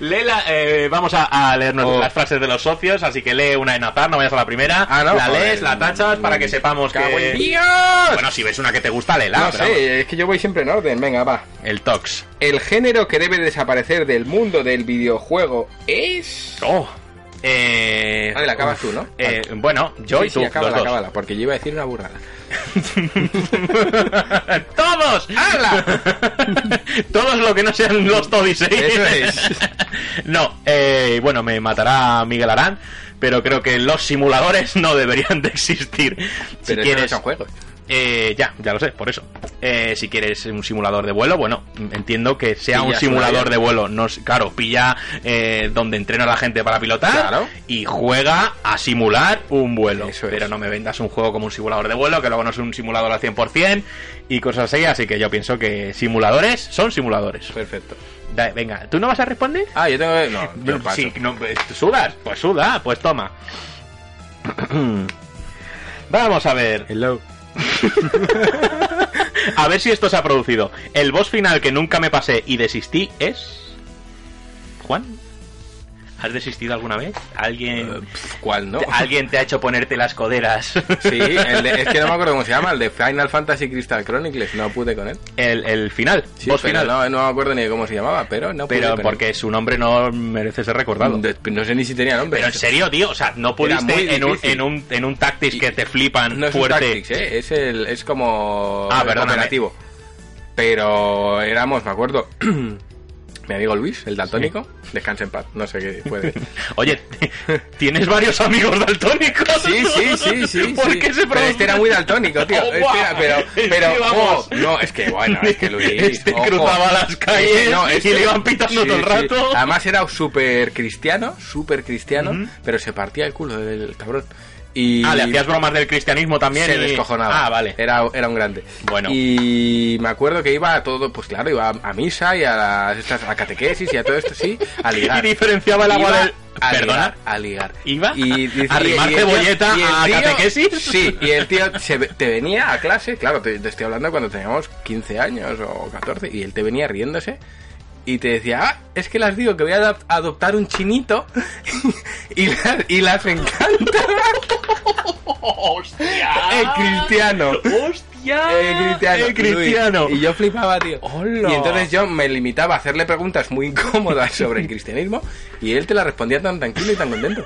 Speaker 3: Lela, eh, vamos a, a leernos
Speaker 4: Oh.
Speaker 3: las frases de los socios, así que lee una en azar, no vayas a la primera.
Speaker 4: Ah, no,
Speaker 3: la
Speaker 4: joder.
Speaker 3: lees, la tachas para que sepamos
Speaker 4: ¡Cago
Speaker 3: que.
Speaker 4: en Dios!
Speaker 3: Bueno, si ves una que te gusta, lela.
Speaker 4: no
Speaker 3: pero
Speaker 4: sé, es que yo voy siempre en orden. Venga, va.
Speaker 3: vamos. El Tox.
Speaker 4: El género que debe desaparecer del mundo del videojuego es.
Speaker 3: Oh. Eh,
Speaker 4: Vale, Ah, la acabas tú, ¿no?
Speaker 3: eh, bueno, yo y
Speaker 4: sí,
Speaker 3: tú,
Speaker 4: sí, acábala,
Speaker 3: los dos.
Speaker 4: acábala, porque yo iba a decir una burrada.
Speaker 3: ¡Todos!
Speaker 4: ¡Hala!
Speaker 3: Todos lo que no sean los Odyssey.
Speaker 4: Eso es.
Speaker 3: No, eh, bueno, me matará Miguel Arán, pero creo que los simuladores no deberían de existir. si
Speaker 4: Pero eso no
Speaker 3: quieres,
Speaker 4: son juegos.
Speaker 3: Eh, ya, ya lo sé, por eso. Eh, si quieres un simulador de vuelo, bueno, entiendo que sea
Speaker 4: Pillas
Speaker 3: un simulador
Speaker 4: un avión.
Speaker 3: de vuelo. No, es- claro, pilla eh, donde entrena la gente para pilotar
Speaker 4: Claro.
Speaker 3: y juega a simular un vuelo.
Speaker 4: Eso es.
Speaker 3: Pero no me vendas un juego como un simulador de vuelo, que luego no es un simulador al 100% y cosas así. Así que yo pienso que simuladores son simuladores.
Speaker 4: Perfecto.
Speaker 3: Da- venga, ¿tú no vas a responder?
Speaker 4: Ah, yo tengo. No, yo paso.
Speaker 3: Sí, no, pues, sudas, pues suda, pues toma. Vamos a ver.
Speaker 4: Hello.
Speaker 3: A ver si esto se ha producido. El boss final que nunca me pasé y desistí es. Juan. ¿Has desistido alguna vez?
Speaker 4: Eh,
Speaker 3: ¿Alguien,
Speaker 4: pf, ¿Cuál no?
Speaker 3: ¿alguien te ha hecho ponerte las coderas?
Speaker 4: Eh, Sí, el de- es que no me acuerdo cómo se llama, el de Final Fantasy Crystal Chronicles. No pude con él.
Speaker 3: El, el final.
Speaker 4: Sí,
Speaker 3: boss
Speaker 4: pero
Speaker 3: final.
Speaker 4: No, no me acuerdo ni de cómo se llamaba, pero no pude.
Speaker 3: pero
Speaker 4: con él.
Speaker 3: porque su nombre no merece ser recordado.
Speaker 4: De- No sé ni si tenía nombre.
Speaker 3: pero en serio, tío, o sea, no
Speaker 4: muy
Speaker 3: pudiste en un,
Speaker 4: difícil.
Speaker 3: en un, en un Tactics
Speaker 4: Y-
Speaker 3: que te flipan
Speaker 4: No es un
Speaker 3: fuerte.
Speaker 4: Tactics, ¿eh? es, el, es como
Speaker 3: Ah,
Speaker 4: el
Speaker 3: perdóname.
Speaker 4: cooperativo. Pero éramos, me acuerdo, mi amigo Luis, el daltónico, descansa en paz, no sé qué puede.
Speaker 3: Oye, tienes varios amigos daltónicos.
Speaker 4: Sí, sí, sí, sí.
Speaker 3: ¿Por
Speaker 4: sí.
Speaker 3: qué se
Speaker 4: Pero este era muy daltónico, tío.
Speaker 3: Oh,
Speaker 4: Este
Speaker 3: guau.
Speaker 4: era- pero,
Speaker 3: Es
Speaker 4: pero,
Speaker 3: que vamos.
Speaker 4: oh, no, es que bueno, es que Luis.
Speaker 3: Este
Speaker 4: ojo. este
Speaker 3: cruzaba las calles y le iban pitando
Speaker 4: sí,
Speaker 3: todo el
Speaker 4: sí.
Speaker 3: rato.
Speaker 4: Además era súper cristiano, súper cristiano, pero se partía el culo del cabrón. Y
Speaker 3: Ah, le hacías bromas del cristianismo también.
Speaker 4: se
Speaker 3: y-
Speaker 4: descojonaba.
Speaker 3: Ah, vale.
Speaker 4: Era, era un grande.
Speaker 3: Bueno.
Speaker 4: Y me acuerdo que iba a todo, pues claro, iba a, a misa y a, las, estas, a catequesis y a todo esto, sí, a ligar.
Speaker 3: Y diferenciaba el agua
Speaker 4: Iba
Speaker 3: del-
Speaker 4: A
Speaker 3: ¿Perdona?
Speaker 4: ligar, a ligar.
Speaker 3: ¿Iba?
Speaker 4: dice-
Speaker 3: ¿A arrimar
Speaker 4: el tío-
Speaker 3: cebolleta
Speaker 4: y el
Speaker 3: a catequesis?
Speaker 4: Sí, y el tío se ve- te venía a clase, claro, te, te estoy hablando cuando teníamos 15 años o 14, y él te venía riéndose. Y te decía, ah, es que las digo que voy a adap- adoptar un chinito y, las, y las encanta
Speaker 3: ¡Hostia!
Speaker 4: el
Speaker 3: Ah.
Speaker 4: cristiano.
Speaker 3: ¡Hostia!
Speaker 4: Eh, cristiano.
Speaker 3: El cristiano.
Speaker 4: Luis. Y yo flipaba, tío.
Speaker 3: Hola.
Speaker 4: Y entonces yo me limitaba a hacerle preguntas muy incómodas sobre el cristianismo y él te las respondía tan tranquilo y tan contento.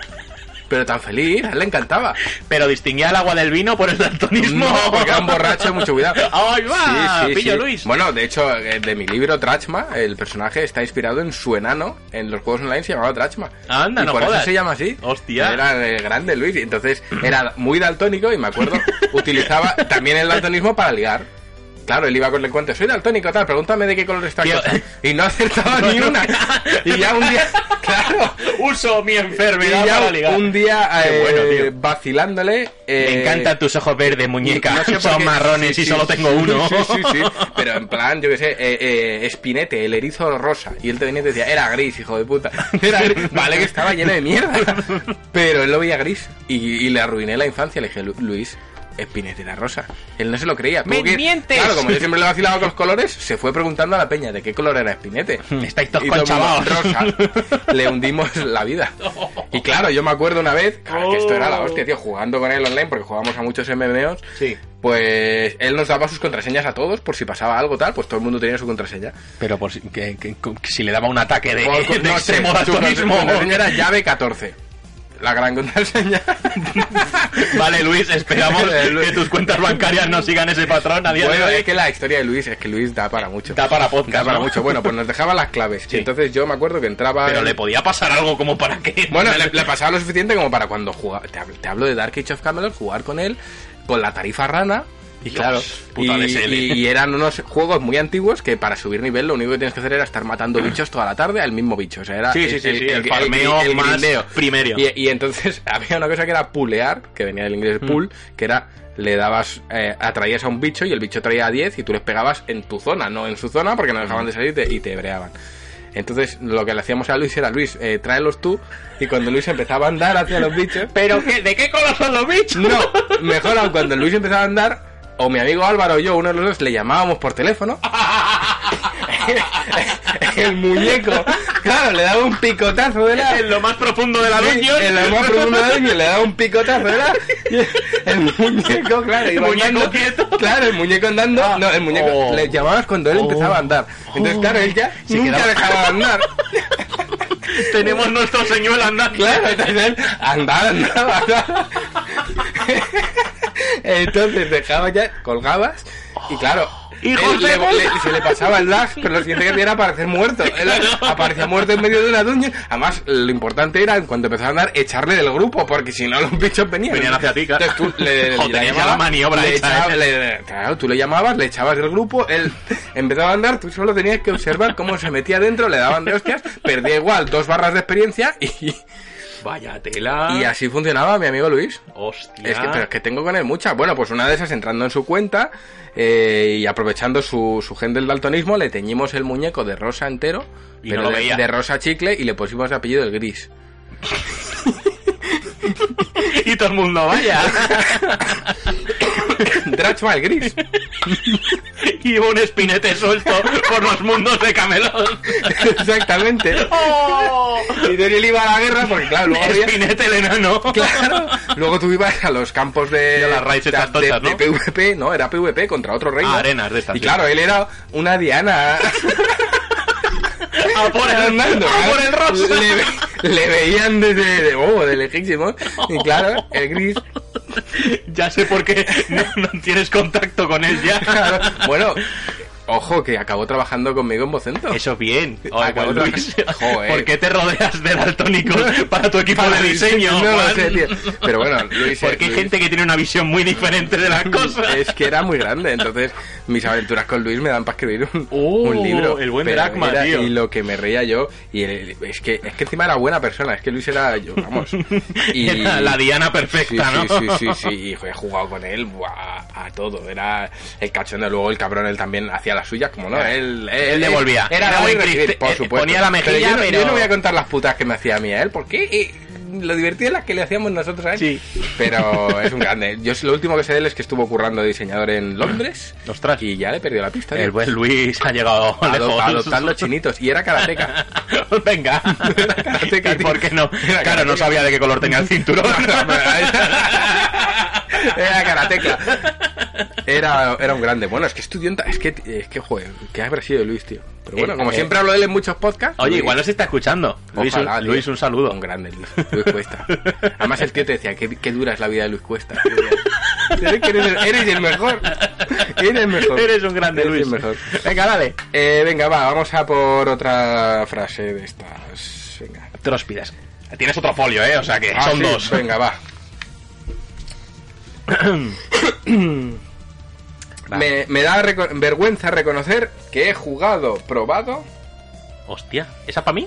Speaker 4: Pero tan feliz, a él le encantaba.
Speaker 3: Pero distinguía el agua del vino por el daltonismo.
Speaker 4: No, porque era un borracho, mucho cuidado.
Speaker 3: ¡Ay, va!
Speaker 4: Sí, sí,
Speaker 3: ¡Pillo
Speaker 4: sí.
Speaker 3: Luis!
Speaker 4: Bueno, de hecho, eh, de mi libro Trachma, el personaje está inspirado en su enano. En los juegos online se llamaba Trachma.
Speaker 3: Anda,
Speaker 4: y
Speaker 3: no
Speaker 4: por
Speaker 3: jodas.
Speaker 4: eso se llama así.
Speaker 3: Hostia.
Speaker 4: Era eh, grande Luis. y Entonces era muy daltónico y me acuerdo, utilizaba también el daltonismo para ligar. Claro, él iba con el cuento, soy daltónico, tal, pregúntame de qué color está
Speaker 3: Tío.
Speaker 4: cosa. Y no acertaba ni una. Y ya un día, claro,
Speaker 3: Uso mi
Speaker 4: y
Speaker 3: enfermedad para
Speaker 4: ya
Speaker 3: ligar.
Speaker 4: un día
Speaker 3: Qué bueno,
Speaker 4: eh,
Speaker 3: tío.
Speaker 4: vacilándole.
Speaker 3: Me
Speaker 4: eh,
Speaker 3: encantan tus ojos verdes, muñeca.
Speaker 4: no sé por
Speaker 3: Son
Speaker 4: qué.
Speaker 3: marrones
Speaker 4: Sí,
Speaker 3: y
Speaker 4: sí,
Speaker 3: solo
Speaker 4: sí,
Speaker 3: tengo
Speaker 4: sí,
Speaker 3: uno.
Speaker 4: Sí, sí, sí. Pero en plan, yo qué sé, eh, eh, Spinete, el erizo rosa. Y él te venía y te decía, era gris, hijo de puta. Era gris. Vale, que estaba lleno de mierda. Pero él lo veía gris. Y, y le arruiné la infancia. Le dije, "Lu- Luis. Spinete era rosa. Él no se lo creía. tuvo
Speaker 3: ¡Me
Speaker 4: que-
Speaker 3: mientes!
Speaker 4: Claro, como yo siempre le vacilaba con los colores, se fue preguntando a la peña de qué color era Spinete.
Speaker 3: Estáis todos
Speaker 4: Y todo el mundo,
Speaker 3: conchavaos.
Speaker 4: Rosa. Le hundimos la vida. Y claro, yo me acuerdo una vez que esto era la hostia, tío, jugando con él online, porque jugábamos a muchos MMOs.
Speaker 3: Sí.
Speaker 4: Pues él nos daba sus contraseñas a todos por si pasaba algo tal, pues todo el mundo tenía su contraseña.
Speaker 3: Pero por si, que- que- que si le daba un ataque de,
Speaker 4: Por-
Speaker 3: de
Speaker 4: no sé,
Speaker 3: extremo
Speaker 4: su
Speaker 3: daltonismo.
Speaker 4: contraseña era llave 14. La gran contraseña.
Speaker 3: Vale, Luis, esperamos
Speaker 4: Vale, Eh, Luis.
Speaker 3: que tus cuentas bancarias no sigan ese patrón. A día
Speaker 4: bueno,
Speaker 3: de hoy.
Speaker 4: es que la historia de Luis, es que Luis da para mucho.
Speaker 3: Da para podcast,
Speaker 4: Da para
Speaker 3: ¿no?
Speaker 4: mucho. Bueno, pues nos dejaba las claves.
Speaker 3: Sí.
Speaker 4: Y entonces yo me acuerdo que entraba.
Speaker 3: Pero
Speaker 4: en-
Speaker 3: le podía pasar algo como para que.
Speaker 4: Bueno, le, le pasaba lo suficiente como para cuando jugaba. Te, hablo- te hablo de Dark Age of Camelot, jugar con él, con la tarifa rana. Y
Speaker 3: Dios,
Speaker 4: claro,
Speaker 3: puta
Speaker 4: y,
Speaker 3: DSL.
Speaker 4: y- y eran unos juegos muy antiguos que para subir nivel lo único que tienes que hacer era estar matando bichos toda la tarde al mismo bicho. O sea, era
Speaker 3: Sí, sí, sí, sí, el farmeo más primerio.
Speaker 4: Y, y entonces había una cosa que era pulear, que venía del
Speaker 3: Mm.
Speaker 4: inglés pull, que era le dabas, eh, atraías a un bicho y el bicho traía a 10 y tú les pegabas en tu zona, no en su zona, porque no
Speaker 3: Mm.
Speaker 4: dejaban de salir y te- y te breaban. Entonces lo que le hacíamos a Luis era, Luis, eh, tráelos tú. Y cuando Luis empezaba a andar hacia los bichos...
Speaker 3: ¿Pero qué, ¿De qué color son los bichos?
Speaker 4: No, mejor aún cuando Luis empezaba a andar, o mi amigo Álvaro o yo, uno de los dos, le llamábamos por teléfono. el muñeco, claro, le daba un picotazo de la.
Speaker 3: En lo más profundo de la
Speaker 4: Sí,
Speaker 3: dungeon.
Speaker 4: en lo más profundo de la dungeon le daba un picotazo, ¿verdad? El muñeco, claro, iba
Speaker 3: muñeco
Speaker 4: andando.
Speaker 3: quieto.
Speaker 4: Claro, el muñeco andando. no, el muñeco.
Speaker 3: oh.
Speaker 4: Le llamabas cuando él empezaba a andar. Entonces, claro, él ya
Speaker 3: Se
Speaker 4: nunca
Speaker 3: quedaba-
Speaker 4: dejaba de andar.
Speaker 3: Tenemos nuestro señuelo andando.
Speaker 4: Claro, entonces él andaba, andaba, andaba. Entonces dejaba ya, colgabas y claro.
Speaker 3: ¡Hijos
Speaker 4: él
Speaker 3: de
Speaker 4: le-
Speaker 3: puta!
Speaker 4: le- se le pasaba el lag, pero lo siguiente que hacía era aparecer muerto. Él aparecía muerto en medio de una dungeon. Además, lo importante era, en cuanto empezaba a andar, echarle del grupo, porque si no, los bichos venían.
Speaker 3: Venían hacia ti, claro.
Speaker 4: Entonces tú le, le-
Speaker 3: Joder,
Speaker 4: le
Speaker 3: ya la maniobra
Speaker 4: le
Speaker 3: hecha,
Speaker 4: echabas-
Speaker 3: ¿eh?
Speaker 4: le- claro, tú le llamabas, le echabas del grupo, él empezaba a andar, tú solo tenías que observar cómo se metía dentro, le daban de hostias, perdía igual dos barras de experiencia y,
Speaker 3: Vaya tela.
Speaker 4: y así funcionaba mi amigo Luis.
Speaker 3: Hostia.
Speaker 4: Es que, pero es que tengo con él muchas. Bueno, pues una de esas entrando en su cuenta eh, y aprovechando su, su gen del daltonismo, le teñimos el muñeco de rosa entero,
Speaker 3: Y
Speaker 4: pero
Speaker 3: no lo
Speaker 4: de,
Speaker 3: veía.
Speaker 4: de rosa chicle y le pusimos de apellido el gris.
Speaker 3: Y todo el mundo, vaya.
Speaker 4: Drachma el gris.
Speaker 3: y un espinete suelto por los mundos de Camelot.
Speaker 4: Exactamente.
Speaker 3: ¡Oh!
Speaker 4: Y Daniel iba a la guerra porque, claro, luego había-
Speaker 3: Espinete el enano.
Speaker 4: Claro. Luego tú ibas a los campos de.
Speaker 3: Y a las raids estas
Speaker 4: de, de-
Speaker 3: tochas, ¿no?
Speaker 4: de PvP, no, era PvP contra otro reino.
Speaker 3: Ah, arenas de estas,
Speaker 4: Y
Speaker 3: sí.
Speaker 4: claro, él era una diana.
Speaker 3: A por el,
Speaker 4: Andando,
Speaker 3: a Ah, por el
Speaker 4: claro.
Speaker 3: rosa.
Speaker 4: ¿eh? Le, ve- le veían desde de oh, bobo, de lejísimo. Y
Speaker 3: Oh.
Speaker 4: claro, el gris.
Speaker 3: Ya sé por qué no, no tienes contacto con él ya.
Speaker 4: claro. Bueno, ojo, que acabó trabajando conmigo en Vocento.
Speaker 3: Eso bien. Oye,
Speaker 4: Acabo de-
Speaker 3: Luis,
Speaker 4: Ah, pues, Joder.
Speaker 3: ¿por qué te rodeas de daltónicos para tu equipo
Speaker 4: Para
Speaker 3: de
Speaker 4: el
Speaker 3: diseño?
Speaker 4: No lo
Speaker 3: Juan?
Speaker 4: sé, tío. Pero bueno, Luis. eh,
Speaker 3: Porque hay
Speaker 4: Luis-
Speaker 3: gente que tiene una visión muy diferente de las cosas.
Speaker 4: Es que era muy grande, entonces mis aventuras con Luis me dan para escribir un,
Speaker 3: Oh,
Speaker 4: un libro.
Speaker 3: el buen
Speaker 4: Pero
Speaker 3: Dracma,
Speaker 4: era-
Speaker 3: tío.
Speaker 4: Y lo que me reía yo, y el- es, que, es que encima era buena persona, es que Luis era yo, vamos. Y,
Speaker 3: Era la Diana
Speaker 4: Sí,
Speaker 3: perfecta,
Speaker 4: sí,
Speaker 3: ¿no?
Speaker 4: sí, sí, sí, y he jugado con él buah, a todo. Era el cachondeo, luego el cabrón, él también hacía las suyas, como no, él, él,
Speaker 3: Él le
Speaker 4: él-
Speaker 3: volvía.
Speaker 4: Era,
Speaker 3: Era
Speaker 4: muy
Speaker 3: muy
Speaker 4: recibir,
Speaker 3: triste,
Speaker 4: por
Speaker 3: eh,
Speaker 4: supuesto.
Speaker 3: ponía la mejilla,
Speaker 4: yo, no- yo
Speaker 3: pero-
Speaker 4: no voy a contar las putas que me hacía a mí a él, porque eh, lo divertido es las que le hacíamos nosotros a él.
Speaker 3: Sí.
Speaker 4: Pero es un grande. Yo lo último que sé de él es que estuvo currando de diseñador en Londres.
Speaker 3: Ostras.
Speaker 4: Y ya le he perdido la pista.
Speaker 3: El
Speaker 4: tío.
Speaker 3: buen Luis ha llegado
Speaker 4: Ado-
Speaker 3: lejos.
Speaker 4: adoptar los chinitos. Y era karateca.
Speaker 3: Venga.
Speaker 4: Karateka,
Speaker 3: ¿Y
Speaker 4: tío.
Speaker 3: por qué no? Claro,
Speaker 4: Era
Speaker 3: no
Speaker 4: karateka.
Speaker 3: sabía de qué color tenía el cinturón.
Speaker 4: era karateca. Era, era un grande. Bueno, es que estudió en ta- Es que, es que, joder, que habrá sido Luis, tío. Pero bueno,
Speaker 3: Eh, eh.
Speaker 4: como siempre hablo de él en muchos podcasts.
Speaker 3: Oye,
Speaker 4: Luis-
Speaker 3: igual nos está escuchando. Luis,
Speaker 4: Ojalá,
Speaker 3: un,
Speaker 4: tío.
Speaker 3: Luis, un saludo.
Speaker 4: Un grande, Luis. Luis Cuesta. Además, el tío te decía, qué, qué dura es la vida de Luis Cuesta. Pero es que eres, el- eres el mejor. Eres el mejor.
Speaker 3: Eres un grande,
Speaker 4: Eres
Speaker 3: Luis.
Speaker 4: el mejor.
Speaker 3: Venga, dale.
Speaker 4: Eh, venga, va, vamos a por otra frase de estas. Venga.
Speaker 3: Tróspidas. Tienes otro folio, ¿eh? O sea que
Speaker 4: Ah,
Speaker 3: son
Speaker 4: sí,
Speaker 3: dos.
Speaker 4: Venga, va. me, me da reco- vergüenza reconocer que he jugado, probado.
Speaker 3: Hostia, ¿esa para mí?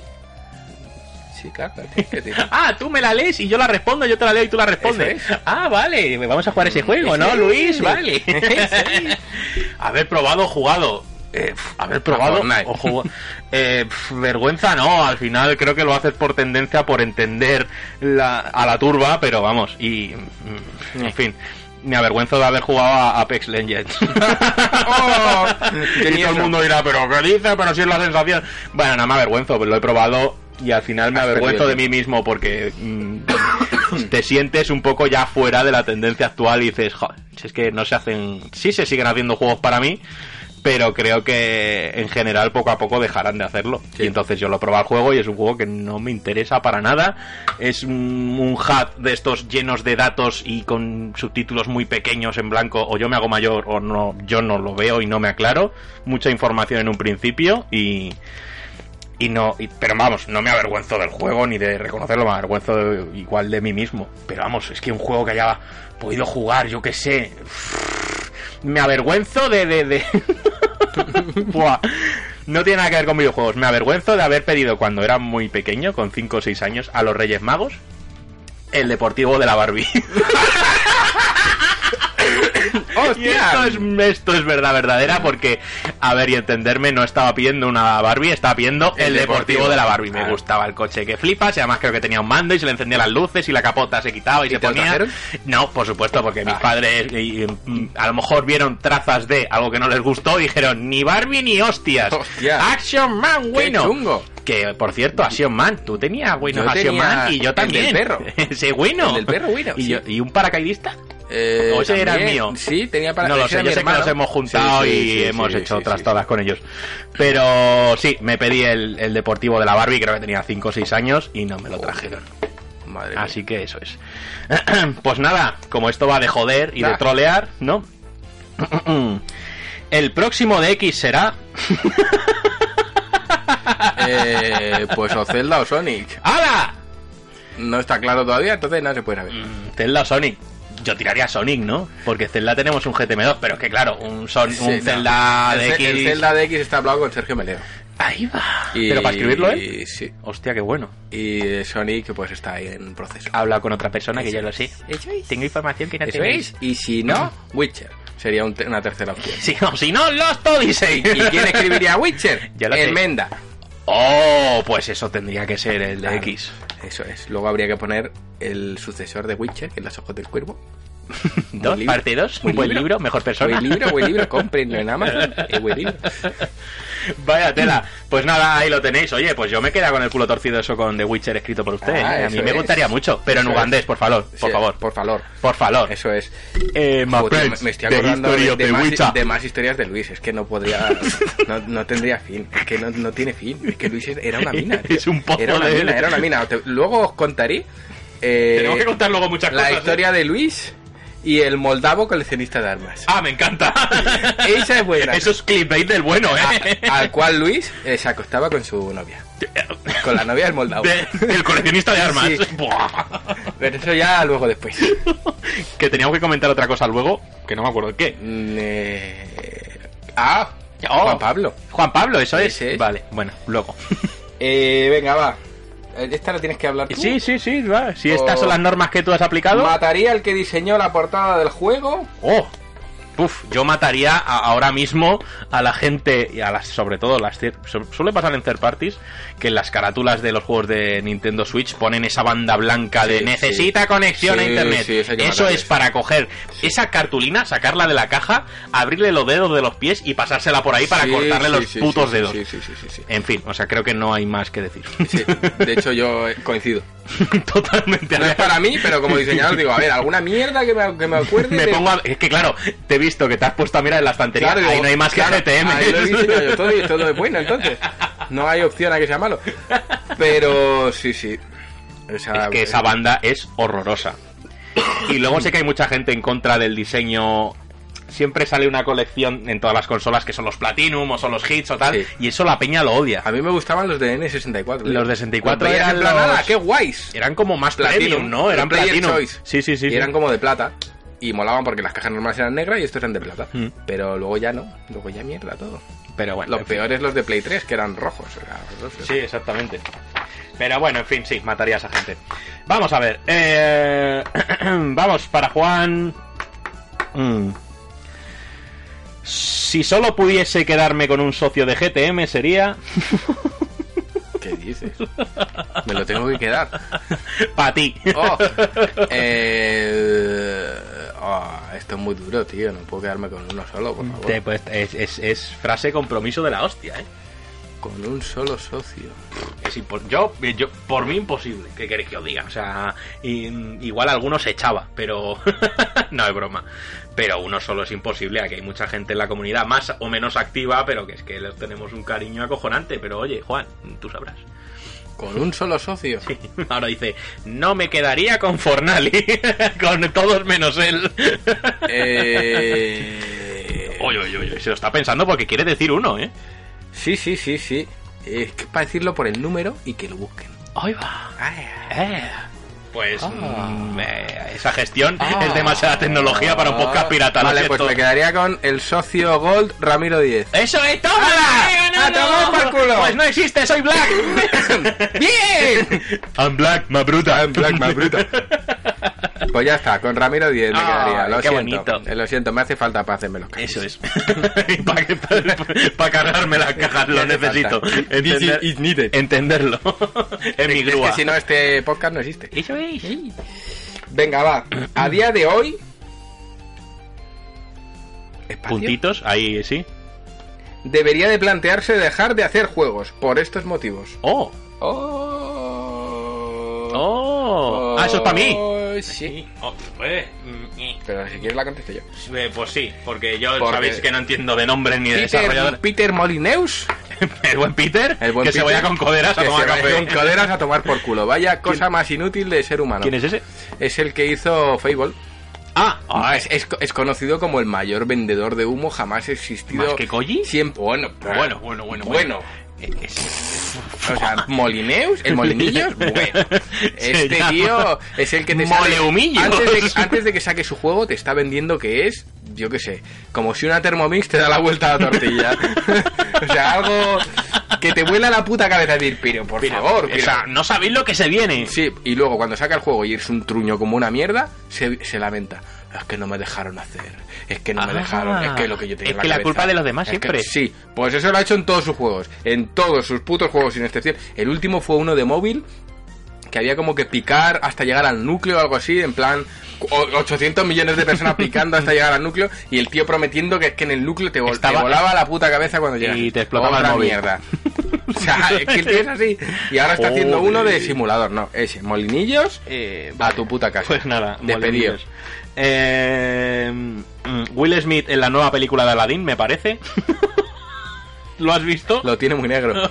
Speaker 4: Sí, claro, la tienes que decir.
Speaker 3: Ah, tú me la lees y yo la respondo, yo te la leo y tú la respondes.
Speaker 4: Eso
Speaker 3: Ah, vale, vamos a jugar ese juego, ¿no, Luis? Vale. haber probado o jugado. Eh, pf, haber probado
Speaker 4: Fortnite.
Speaker 3: o jugado. Eh, pf, vergüenza no, al final creo que lo haces por tendencia, por entender la- a la turba, pero vamos, y. mm, En fin. Me avergüenzo de haber jugado a Apex Legends.
Speaker 4: Oh,
Speaker 3: y todo
Speaker 4: qué
Speaker 3: el
Speaker 4: miedo.
Speaker 3: mundo dirá, pero ¿qué dice? Pero si es la sensación. Bueno, no me avergüenzo, pero lo he probado y al final me
Speaker 4: Has
Speaker 3: avergüenzo
Speaker 4: perdido
Speaker 3: de mí
Speaker 4: el
Speaker 3: mismo porque mm, te sientes un poco ya fuera de la tendencia actual y dices, "Jo, si es que no se hacen, sí se siguen haciendo juegos para mí, pero creo que en general poco a poco dejarán de hacerlo. Y entonces yo lo he probado el juego y es un juego que no me interesa para nada. Es un, un hat de estos llenos de datos y con subtítulos muy pequeños en blanco, o yo me hago mayor o no, yo no lo veo y no me aclaro. Mucha información en un principio y, y no, y- pero vamos, no me avergüenzo del juego ni de reconocerlo, me avergüenzo de- igual de mí mismo. Pero vamos, es que un juego que haya podido jugar, yo qué sé. Me avergüenzo de. de, de- Buah. No tiene nada que ver con videojuegos. Me avergüenzo de haber pedido cuando era muy pequeño, con 5 o 6 años, a los Reyes Magos, el deportivo de la Barbie. Y esto, es, esto es verdad verdadera porque, a ver y entenderme, no estaba pidiendo una Barbie, estaba pidiendo el,
Speaker 4: El
Speaker 3: deportivo
Speaker 4: deportivo
Speaker 3: de la Barbie. Me
Speaker 4: Claro.
Speaker 3: gustaba el coche que flipas y además creo que tenía un mando y se le encendían las luces y la capota se quitaba y, se
Speaker 4: te lo
Speaker 3: ponía.
Speaker 4: trajeron?
Speaker 3: No, por supuesto, porque mis
Speaker 4: Ah.
Speaker 3: padres y, y, mm, a lo mejor vieron trazas de algo que no les gustó y dijeron ni Barbie ni hostias.
Speaker 4: Hostias.
Speaker 3: Action Man, bueno.
Speaker 4: chungo.
Speaker 3: Que por cierto, Action Man, tú tenías bueno,
Speaker 4: Yo
Speaker 3: Action
Speaker 4: tenía
Speaker 3: Man y yo
Speaker 4: el del
Speaker 3: también.
Speaker 4: perro.
Speaker 3: Ese bueno.
Speaker 4: El del perro, bueno,
Speaker 3: ¿Y,
Speaker 4: sí.
Speaker 3: yo- ¿Y un paracaidista?
Speaker 4: Eh,
Speaker 3: o ese era el
Speaker 4: también,
Speaker 3: mío.
Speaker 4: Sí, tenía para
Speaker 3: No lo sé,
Speaker 4: ese era mi
Speaker 3: yo sé que
Speaker 4: hermano.
Speaker 3: nos hemos juntado
Speaker 4: Sí, sí,
Speaker 3: y
Speaker 4: sí, sí,
Speaker 3: hemos
Speaker 4: sí,
Speaker 3: hecho
Speaker 4: sí,
Speaker 3: otras
Speaker 4: sí.
Speaker 3: todas con ellos. Pero sí, me pedí el, el deportivo de la Barbie, creo que tenía 5 o 6 años y no me lo trajeron.
Speaker 4: Madre mía.
Speaker 3: Así que eso es. Pues nada, como esto va de joder y de
Speaker 4: Da.
Speaker 3: trolear, ¿no? El próximo de X será.
Speaker 4: Eh, pues o Zelda o Sonic.
Speaker 3: ¡Hala!
Speaker 4: No está claro todavía, entonces no se puede saber.
Speaker 3: Mm. Zelda o Sonic. Yo tiraría Sonic, ¿no? Porque Zelda tenemos un GTM2, pero es que claro, un, son,
Speaker 4: Sí,
Speaker 3: un
Speaker 4: no.
Speaker 3: Zelda
Speaker 4: El
Speaker 3: de X.
Speaker 4: ce- El Zelda de X está hablado con Sergio Meleo.
Speaker 3: Ahí va.
Speaker 4: Y-
Speaker 3: Pero para escribirlo, ¿eh?
Speaker 4: y- sí.
Speaker 3: Hostia, qué bueno.
Speaker 4: Y eh, Sonic, pues está ahí en proceso.
Speaker 3: habla con otra persona que
Speaker 4: Eso
Speaker 3: yo lo sé. Tengo información que no
Speaker 4: Eso es. Y si no, Witcher. Sería un te- una tercera opción.
Speaker 3: Si no, si no, Lost Odyssey.
Speaker 4: ¿Y quién escribiría Witcher?
Speaker 3: Ya lo sé.
Speaker 4: El Menda.
Speaker 3: Oh, pues eso tendría que ser el de
Speaker 4: Claro.
Speaker 3: X.
Speaker 4: Ah, Eso es. Luego habría que poner el sucesor de Witcher, que es Los Ojos del Cuervo.
Speaker 3: Dos,
Speaker 4: libro.
Speaker 3: parte dos.
Speaker 4: Buen
Speaker 3: buen libro.
Speaker 4: libro.
Speaker 3: mejor persona.
Speaker 4: Buen libro, buen libro, cómprenlo en Amazon. Es buen libro.
Speaker 3: Vaya tela. Pues nada, ahí lo tenéis. Oye, pues yo me queda con el culo torcido eso con The Witcher escrito por usted.
Speaker 4: Ah,
Speaker 3: ¿eh? A
Speaker 4: eso
Speaker 3: mí me
Speaker 4: es.
Speaker 3: gustaría mucho, pero en
Speaker 4: Eso
Speaker 3: ugandés, por favor. Por
Speaker 4: Sí,
Speaker 3: favor.
Speaker 4: Por favor.
Speaker 3: Por favor.
Speaker 4: Eso es.
Speaker 3: Eh, my
Speaker 4: Joder,
Speaker 3: friends,
Speaker 4: me, me estoy
Speaker 3: the
Speaker 4: acordando
Speaker 3: history
Speaker 4: de,
Speaker 3: of
Speaker 4: de
Speaker 3: the Witcher.
Speaker 4: más, de más historias de Luis. Es que no podría. No, no tendría fin. Es que no, no tiene fin. Es que Luis era una mina. tío.
Speaker 3: Es un pozo
Speaker 4: Era una
Speaker 3: de-
Speaker 4: mina, era una mina. Te- luego os contaré. eh,
Speaker 3: Tenemos que contar luego muchas
Speaker 4: la
Speaker 3: cosas. ¿eh?
Speaker 4: historia de Luis y el moldavo coleccionista de armas.
Speaker 3: Ah, me encanta.
Speaker 4: Esa es buena. Ah,
Speaker 3: Eso es clickbait del bueno, ¿eh?
Speaker 4: A- al cual Luis eh, se acostaba con su novia. Con la novia del
Speaker 3: Ah,
Speaker 4: moldavo.
Speaker 3: De- del coleccionista de armas.
Speaker 4: Sí.
Speaker 3: Buah.
Speaker 4: Pero eso ya luego después.
Speaker 3: que teníamos que comentar otra cosa luego, que no me acuerdo qué.
Speaker 4: Mm, eh, Ah,
Speaker 3: Oh.
Speaker 4: Juan Pablo.
Speaker 3: Juan Pablo, eso es.
Speaker 4: Ese es.
Speaker 3: Vale, bueno, luego.
Speaker 4: Eh, venga, va. Eh, Esta la tienes que hablar tú.
Speaker 3: sí, sí, sí, va. Si
Speaker 4: Oh.
Speaker 3: estas son las normas que tú has aplicado.
Speaker 4: Mataría al que diseñó la portada del juego.
Speaker 3: ¡Oh! Uf, yo mataría a- ahora mismo a la gente, y a las, sobre todo las third- su- suele pasar en third parties, que en las carátulas de los juegos de Nintendo Switch ponen esa banda blanca de
Speaker 4: Sí,
Speaker 3: necesita
Speaker 4: sí.
Speaker 3: conexión a
Speaker 4: Sí,
Speaker 3: internet.
Speaker 4: sí, eso hay que
Speaker 3: Eso
Speaker 4: matarles.
Speaker 3: es para coger esa cartulina, sacarla de la caja, abrirle los dedos de los pies y pasársela por ahí para
Speaker 4: Sí,
Speaker 3: cortarle
Speaker 4: sí,
Speaker 3: los
Speaker 4: sí,
Speaker 3: putos
Speaker 4: sí,
Speaker 3: dedos.
Speaker 4: Sí, sí, sí, sí, sí.
Speaker 3: En fin, o sea, creo que no hay más que decir.
Speaker 4: Sí, De hecho, yo eh, coincido.
Speaker 3: Totalmente.
Speaker 4: No es para mí, pero como diseñador digo, a ver, alguna mierda que me, que me acuerde.
Speaker 3: Me
Speaker 4: de-
Speaker 3: pongo a... Es que claro, te he visto que te has puesto a mirar en la estantería.
Speaker 4: Claro,
Speaker 3: ahí
Speaker 4: digo,
Speaker 3: no hay más que
Speaker 4: claro,
Speaker 3: GTM.
Speaker 4: ahí lo he diseñado yo todo y todo es bueno, entonces. No hay opción a que sea malo. Pero sí, sí. Esa-
Speaker 3: es que esa banda es horrorosa. Y luego sé que hay mucha gente en contra del diseño. Siempre sale una colección en todas las consolas que son los Platinum o son los Hits o tal.
Speaker 4: Sí.
Speaker 3: Y eso la peña lo odia.
Speaker 4: A mí me gustaban los de N64.
Speaker 3: Los de 64
Speaker 4: veías
Speaker 3: eran
Speaker 4: en plan,
Speaker 3: los-
Speaker 4: "Ala, qué guays.
Speaker 3: Eran como más Platinum,
Speaker 4: Platinum,
Speaker 3: ¿no? Eran
Speaker 4: Player
Speaker 3: Platinum.
Speaker 4: Choice.
Speaker 3: Sí, sí, sí.
Speaker 4: y
Speaker 3: sí.
Speaker 4: eran como de plata y molaban porque las cajas normales eran negras y estos eran de plata.
Speaker 3: Mm.
Speaker 4: Pero luego ya no, luego ya mierda todo.
Speaker 3: Pero bueno.
Speaker 4: Los
Speaker 3: en fin.
Speaker 4: peores los de Play 3 que eran rojos. era horroroso.
Speaker 3: Sí, exactamente. Pero bueno, en fin, sí, mataría a esa gente. Vamos a ver. eh, Vamos, para Juan. Mm. Si solo pudiese quedarme con un socio de GTM sería
Speaker 4: ¿Qué dices? Me lo tengo que quedar.
Speaker 3: para ti.
Speaker 4: Oh, eh, oh, esto es muy duro, tío. No puedo quedarme con uno solo, por favor.
Speaker 3: Te- pues, es, es- es frase compromiso de la hostia, ¿eh?
Speaker 4: Con un solo socio.
Speaker 3: Es impo- yo, yo, por mí imposible. ¿Qué queréis que os diga? O sea, y- igual algunos se echaba, pero no es broma. Pero uno solo es imposible. Aquí hay mucha gente en la comunidad más o menos activa, pero que es que les tenemos un cariño acojonante. Pero oye, Juan, tú sabrás.
Speaker 4: Con un solo socio.
Speaker 3: Ahora dice, no me quedaría con Fornali, con todos menos él.
Speaker 4: Eh,
Speaker 3: Oye, oye, oye, se lo está pensando porque quiere decir uno, ¿eh?
Speaker 4: Sí, sí, sí, sí. Es que para decirlo por el número y que lo busquen.
Speaker 3: Ahí va.
Speaker 4: Ay,
Speaker 3: Eh. Pues
Speaker 4: Ah.
Speaker 3: mm, eh, esa gestión
Speaker 4: Ah.
Speaker 3: es demasiada tecnología para un podcast pirata. lo
Speaker 4: Vale, pues
Speaker 3: siento.
Speaker 4: me quedaría con el socio Gold Ramiro 10.
Speaker 3: ¡Eso es! ¡Toma!
Speaker 4: ¡Hala!
Speaker 3: ¡No,
Speaker 4: ¡A
Speaker 3: no!
Speaker 4: tomar por culo!
Speaker 3: Pues no existe, soy Black.
Speaker 4: ¡Bien!
Speaker 3: ¡Eh! I'm Black, ma bruta.
Speaker 4: I'm black, my bruta. Pues ya está, con Ramiro 10 me
Speaker 3: Ah,
Speaker 4: quedaría. Lo
Speaker 3: qué
Speaker 4: siento.
Speaker 3: bonito.
Speaker 4: Eh, Lo siento, me hace falta para hacerme los cajones.
Speaker 3: Eso es. para cargarme las cajas lo
Speaker 4: hace
Speaker 3: necesito.
Speaker 4: falta.
Speaker 3: Entender-
Speaker 4: This is needed.
Speaker 3: entenderlo. en mi
Speaker 4: Es
Speaker 3: grúa.
Speaker 4: que si no, este podcast no existe.
Speaker 3: Eso es. sí.
Speaker 4: Venga, va. A día de hoy. Espacio.
Speaker 3: Puntitos, ahí sí.
Speaker 4: Debería de plantearse dejar de hacer juegos por estos motivos.
Speaker 3: Oh,
Speaker 4: Oh.
Speaker 3: oh. Ah, eso es para mí.
Speaker 4: Sí.
Speaker 3: eh, mm, eh,
Speaker 4: Pero si quieres la contesto yo.
Speaker 3: eh, Pues sí, porque yo
Speaker 4: Porque-
Speaker 3: sabéis que no entiendo de nombres ni de
Speaker 4: Peter,
Speaker 3: desarrolladores.
Speaker 4: Peter Molineus.
Speaker 3: El buen Peter,
Speaker 4: El buen
Speaker 3: que se
Speaker 4: Peter,
Speaker 3: vaya con coderas a
Speaker 4: que
Speaker 3: tomar
Speaker 4: se vaya
Speaker 3: café.
Speaker 4: Con coderas a tomar por culo. Vaya cosa más inútil de ser humano.
Speaker 3: ¿Quién es ese?
Speaker 4: Es el que hizo Fable.
Speaker 3: Ah, ah,
Speaker 4: Es, es co- es conocido como el mayor vendedor de humo jamás existido.
Speaker 3: ¿Más que Koji?
Speaker 4: Siempre. Bueno, pero-
Speaker 3: Bueno, bueno, bueno, Eh,
Speaker 4: Bueno. O sea, Molineus, el Molinillos, bueno.
Speaker 3: Se
Speaker 4: Este
Speaker 3: llama
Speaker 4: tío es el que te sale-
Speaker 3: Moleumillos.
Speaker 4: Antes de, antes de que saque su juego, te está vendiendo que es, yo qué sé, como si una Thermomix te da la vuelta a la tortilla. o sea, algo que te vuela la puta cabeza decir, pero por
Speaker 3: Mira,
Speaker 4: favor,
Speaker 3: o
Speaker 4: pero-
Speaker 3: sea, no sabéis lo que se viene.
Speaker 4: Sí, y luego cuando saca el juego y es un truño como una mierda, se, se lamenta. Es que no me dejaron hacer. Es que no me
Speaker 3: Ah,
Speaker 4: dejaron. Es que lo que yo
Speaker 3: es
Speaker 4: tenía en la
Speaker 3: que la
Speaker 4: cabeza.
Speaker 3: culpa de los demás
Speaker 4: Es que-
Speaker 3: siempre.
Speaker 4: sí, pues eso lo ha hecho en todos sus juegos. En todos sus putos juegos, sin excepción. El último fue uno de móvil que había como que picar hasta llegar al núcleo o algo así, en plan cu- o- 800 millones de personas picando hasta llegar al núcleo y el tío prometiendo que es que en el núcleo te, vol- te
Speaker 3: Estaba-
Speaker 4: volaba la puta cabeza cuando llegas.
Speaker 3: te explotaba
Speaker 4: Otra
Speaker 3: el móvil.
Speaker 4: mierda. o sea, es que el tío es así. Y ahora está haciendo
Speaker 3: Joder.
Speaker 4: uno de simulador, no, ese, molinillos
Speaker 3: Eh,
Speaker 4: a tu puta casa.
Speaker 3: Pues nada,
Speaker 4: despedido.
Speaker 3: molinillos. Eh, mm, Will Smith en la nueva película de Aladdin, me parece. ¿Lo has visto?
Speaker 4: Lo tiene muy negro.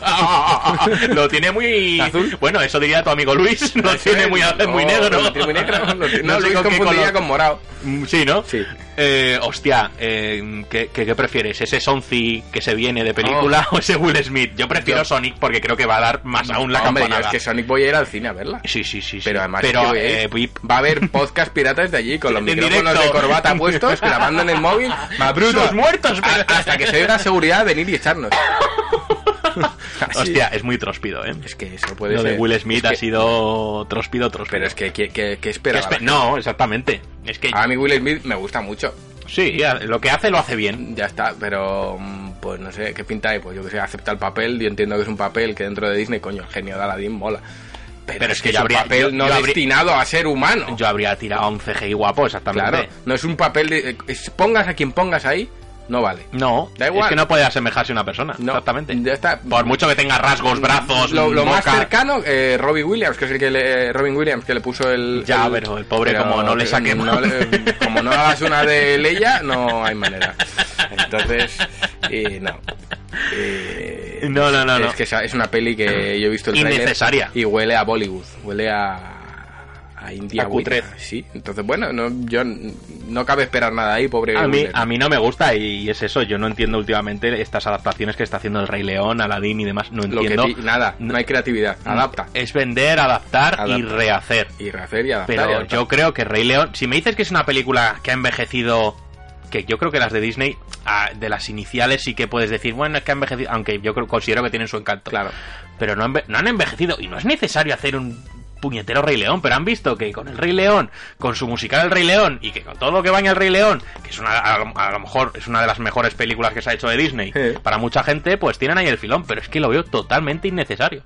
Speaker 3: Lo tiene muy
Speaker 4: ¿Azul?
Speaker 3: Bueno, eso diría tu amigo Luis. Lo tiene muy, muy
Speaker 4: No,
Speaker 3: negro.
Speaker 4: Lo tiene muy negro. Lo tiene-
Speaker 3: No
Speaker 4: No,
Speaker 3: sé
Speaker 4: lo
Speaker 3: con qué
Speaker 4: confundía
Speaker 3: color.
Speaker 4: con morado.
Speaker 3: Mm, Sí, ¿no?
Speaker 4: Sí.
Speaker 3: Eh, hostia, eh, ¿qué, qué, qué prefieres? ¿Ese Sonzi que se viene de película o ese Will Smith? Yo prefiero
Speaker 4: Oh. Yo-
Speaker 3: Sonic porque creo que va a dar más aún la
Speaker 4: Hombre, yo
Speaker 3: campanada.
Speaker 4: es que Sonic voy a ir al cine a verla.
Speaker 3: Sí, sí, sí. sí.
Speaker 4: Pero además
Speaker 3: Pero,
Speaker 4: tío, eh,
Speaker 3: eh, Vip,
Speaker 4: va a haber podcast piratas de allí con los
Speaker 3: En
Speaker 4: micrófonos
Speaker 3: directo.
Speaker 4: de corbata puestos, grabando en el móvil. ¡Más bruto!
Speaker 3: ¡Sus muertos!
Speaker 4: A- Hasta que se dé la seguridad venir y echarnos. Así.
Speaker 3: Hostia, es muy tróspido, ¿eh?
Speaker 4: Es que eso puede
Speaker 3: Lo
Speaker 4: ser.
Speaker 3: de Will Smith
Speaker 4: Es que-
Speaker 3: ha sido tróspido, tróspido.
Speaker 4: Pero Ah, es que, que, que, que
Speaker 3: Que
Speaker 4: esperaba.
Speaker 3: espe- No, exactamente. Es que
Speaker 4: A mí Will Smith me gusta mucho.
Speaker 3: sí, ya, lo que hace lo hace bien.
Speaker 4: Ya está, pero mm, pues no sé, ¿qué pinta hay? Pues yo que sé, acepta el papel, yo entiendo que es un papel que dentro de Disney, coño, el genio de Aladdin mola. Pero, es que,
Speaker 3: yo
Speaker 4: es un
Speaker 3: habría-
Speaker 4: papel
Speaker 3: yo-
Speaker 4: no
Speaker 3: yo habría-
Speaker 4: destinado a ser humano.
Speaker 3: Yo habría tirado un CGI guapo, exactamente.
Speaker 4: claro, no es un papel de... eh, es- pongas a quien pongas ahí, no vale.
Speaker 3: No,
Speaker 4: Da igual.
Speaker 3: es que no puede asemejarse a una persona.
Speaker 4: No,
Speaker 3: exactamente.
Speaker 4: ya está.
Speaker 3: Por mucho que tenga rasgos, brazos,
Speaker 4: lo, lo más
Speaker 3: boca.
Speaker 4: cercano, eh, Robbie Williams, que es el que le, Robin Williams que le puso el.
Speaker 3: Ya, pero el pobre, como no le saquemos.
Speaker 4: no le- como no hagas una de Leia, no hay manera. Entonces, eh, no. Eh,
Speaker 3: No, no, no,
Speaker 4: es
Speaker 3: no.
Speaker 4: que esa- es una peli que yo he visto el tráiler
Speaker 3: Innecesaria.
Speaker 4: y huele a Bollywood, huele a a India
Speaker 3: A cutrez.
Speaker 4: buena, sí. Entonces, bueno, no, yo n- no cabe esperar nada ahí, pobre.
Speaker 3: A mí,
Speaker 4: Wilder.
Speaker 3: a mí no me gusta y es eso. Yo no entiendo últimamente estas adaptaciones que está haciendo el Rey León, Aladdin y demás. No
Speaker 4: lo que
Speaker 3: entiendo. Mm.
Speaker 4: ti- nada, no hay creatividad, adapta
Speaker 3: Es vender, adaptar y
Speaker 4: Adapta.
Speaker 3: rehacer.
Speaker 4: y rehacer y adaptar. y
Speaker 3: Pero
Speaker 4: adaptar.
Speaker 3: yo creo que Rey León, si me dices que es una película que ha envejecido, que yo creo que las de Disney, ah, de las iniciales sí que puedes decir, bueno, es que ha envejecido, aunque yo creo, considero que tienen su encanto.
Speaker 4: Claro.
Speaker 3: Pero no, han enve- no han envejecido y no es necesario hacer un puñetero Rey León, pero han visto que con el Rey León, con su musical El Rey León y que con todo lo que baña el Rey León, que es una, a, lo, a lo mejor es una de las mejores películas que se ha hecho de Disney,
Speaker 4: Eh.
Speaker 3: para mucha gente pues tienen ahí el filón, pero es que lo veo totalmente innecesario.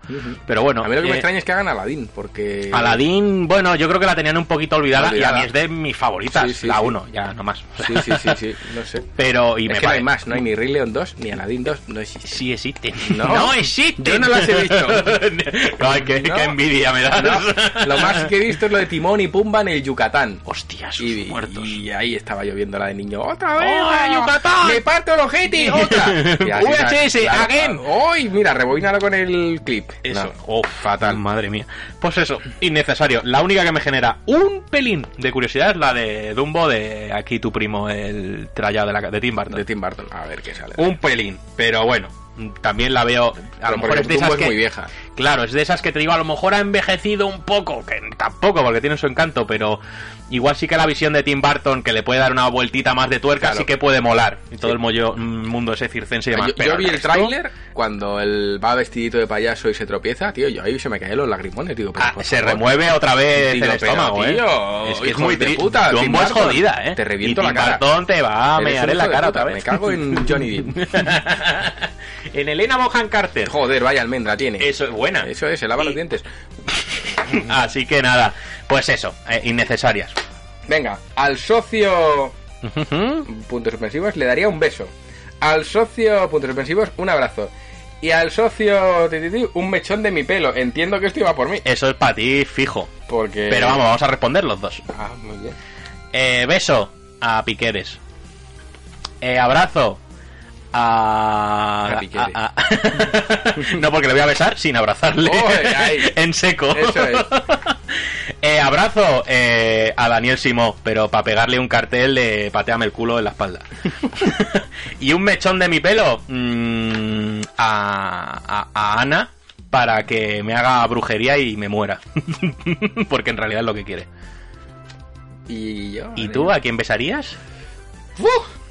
Speaker 3: Pero bueno,
Speaker 4: a mí lo que me
Speaker 3: eh,
Speaker 4: extraña es que hagan Aladdin, porque.
Speaker 3: Aladdin, bueno, yo creo que la tenían un poquito olvidada, y a
Speaker 4: Olvidada.
Speaker 3: mí es de mis favoritas,
Speaker 4: Sí, sí,
Speaker 3: la
Speaker 4: sí.
Speaker 3: 1, ya no más.
Speaker 4: Sí, sí, sí, sí, no sé.
Speaker 3: Pero, y
Speaker 4: es
Speaker 3: me
Speaker 4: que no
Speaker 3: pare-
Speaker 4: hay más, no hay ni Rey Leon 2 ni Aladdin 2, no existe.
Speaker 3: Sí existe.
Speaker 4: No.
Speaker 3: existe.
Speaker 4: Yo no las he visto.
Speaker 3: Ay, qué,
Speaker 4: No.
Speaker 3: qué envidia me das.
Speaker 4: No, lo más que he visto es lo de Timón y Pumba en el Yucatán.
Speaker 3: Hostias, sus
Speaker 4: Y,
Speaker 3: muertos.
Speaker 4: y ahí estaba lloviendo la de niño. ¡Otra vez!
Speaker 3: ¡Hola, Yucatán!
Speaker 4: ¡Me parto los ojete! ¡Otra! Y así,
Speaker 3: VHS,
Speaker 4: claro,
Speaker 3: again.
Speaker 4: ¡Uy! Mira, rebobínalo con el clip.
Speaker 3: Eso.
Speaker 4: No.
Speaker 3: Oh, fatal. Madre mía. Pues eso, innecesario. La única que me genera un pelín de curiosidad es la de Dumbo de aquí tu primo, el trallado de, la, de Tim Burton.
Speaker 4: De Tim Burton. A ver qué sale.
Speaker 3: Un pelín, pero bueno. mm, también la veo. Uh, A lo
Speaker 4: Pero porque
Speaker 3: mejor es de
Speaker 4: Dumbo
Speaker 3: esas
Speaker 4: es
Speaker 3: que,
Speaker 4: muy vieja.
Speaker 3: Claro, es de esas que te digo, a lo mejor ha envejecido un poco, que tampoco, porque tiene su encanto, pero igual sí que la visión de Tim Burton, que le puede dar una vueltita más de tuerca,
Speaker 4: Claro.
Speaker 3: sí que puede molar. Y todo el mollo- mm, mundo ese circense y demás.
Speaker 4: Yo,
Speaker 3: pero
Speaker 4: yo vi el
Speaker 3: resto-
Speaker 4: tráiler cuando él va vestidito de payaso y se tropieza, tío, yo ahí se me caían los lagrimones, digo, pero
Speaker 3: Ah,
Speaker 4: por
Speaker 3: se
Speaker 4: favor.
Speaker 3: remueve otra vez
Speaker 4: Digo,
Speaker 3: el
Speaker 4: pero,
Speaker 3: estómago,
Speaker 4: tío,
Speaker 3: ¿eh? Es que es
Speaker 4: hijos
Speaker 3: muy
Speaker 4: de
Speaker 3: triste.
Speaker 4: puta, Tim
Speaker 3: Dumbo es
Speaker 4: Burton,
Speaker 3: jodida, ¿eh?
Speaker 4: te reviento
Speaker 3: Y
Speaker 4: la
Speaker 3: Tim
Speaker 4: cara.
Speaker 3: Burton te va a
Speaker 4: Eres un
Speaker 3: mear en ah, la
Speaker 4: hijo de
Speaker 3: cara
Speaker 4: puta,
Speaker 3: otra vez.
Speaker 4: Me cago en Johnny Depp.
Speaker 3: en Elena Bohan Carter.
Speaker 4: Joder, vaya almendra tiene.
Speaker 3: Eso es buena.
Speaker 4: Eso es, se lava
Speaker 3: Y-
Speaker 4: los dientes.
Speaker 3: Así que nada, pues eso, eh, innecesarias.
Speaker 4: Venga, al socio puntos suspensivos le daría un beso. Al socio puntos suspensivos un abrazo. Y al socio ti, ti, ti, un mechón de mi pelo. Entiendo que esto iba por mí.
Speaker 3: Eso es para ti fijo.
Speaker 4: Porque...
Speaker 3: Pero vamos, vamos a responder los dos.
Speaker 4: Ah, muy bien.
Speaker 3: Eh, beso a Piqueres. Eh, abrazo a.
Speaker 4: A Piqueres.
Speaker 3: a- a- no, porque le voy a besar sin abrazarle.
Speaker 4: Oy, ay.
Speaker 3: en seco.
Speaker 4: Eso es.
Speaker 3: Eh, abrazo eh, a Daniel Simó, pero para pegarle un cartel de pateame el culo en la espalda. y un mechón de mi pelo mm, a, a- a Ana para que me haga brujería y me muera. porque en realidad es lo que quiere.
Speaker 4: Y yo...
Speaker 3: ¿Y tú a quién besarías?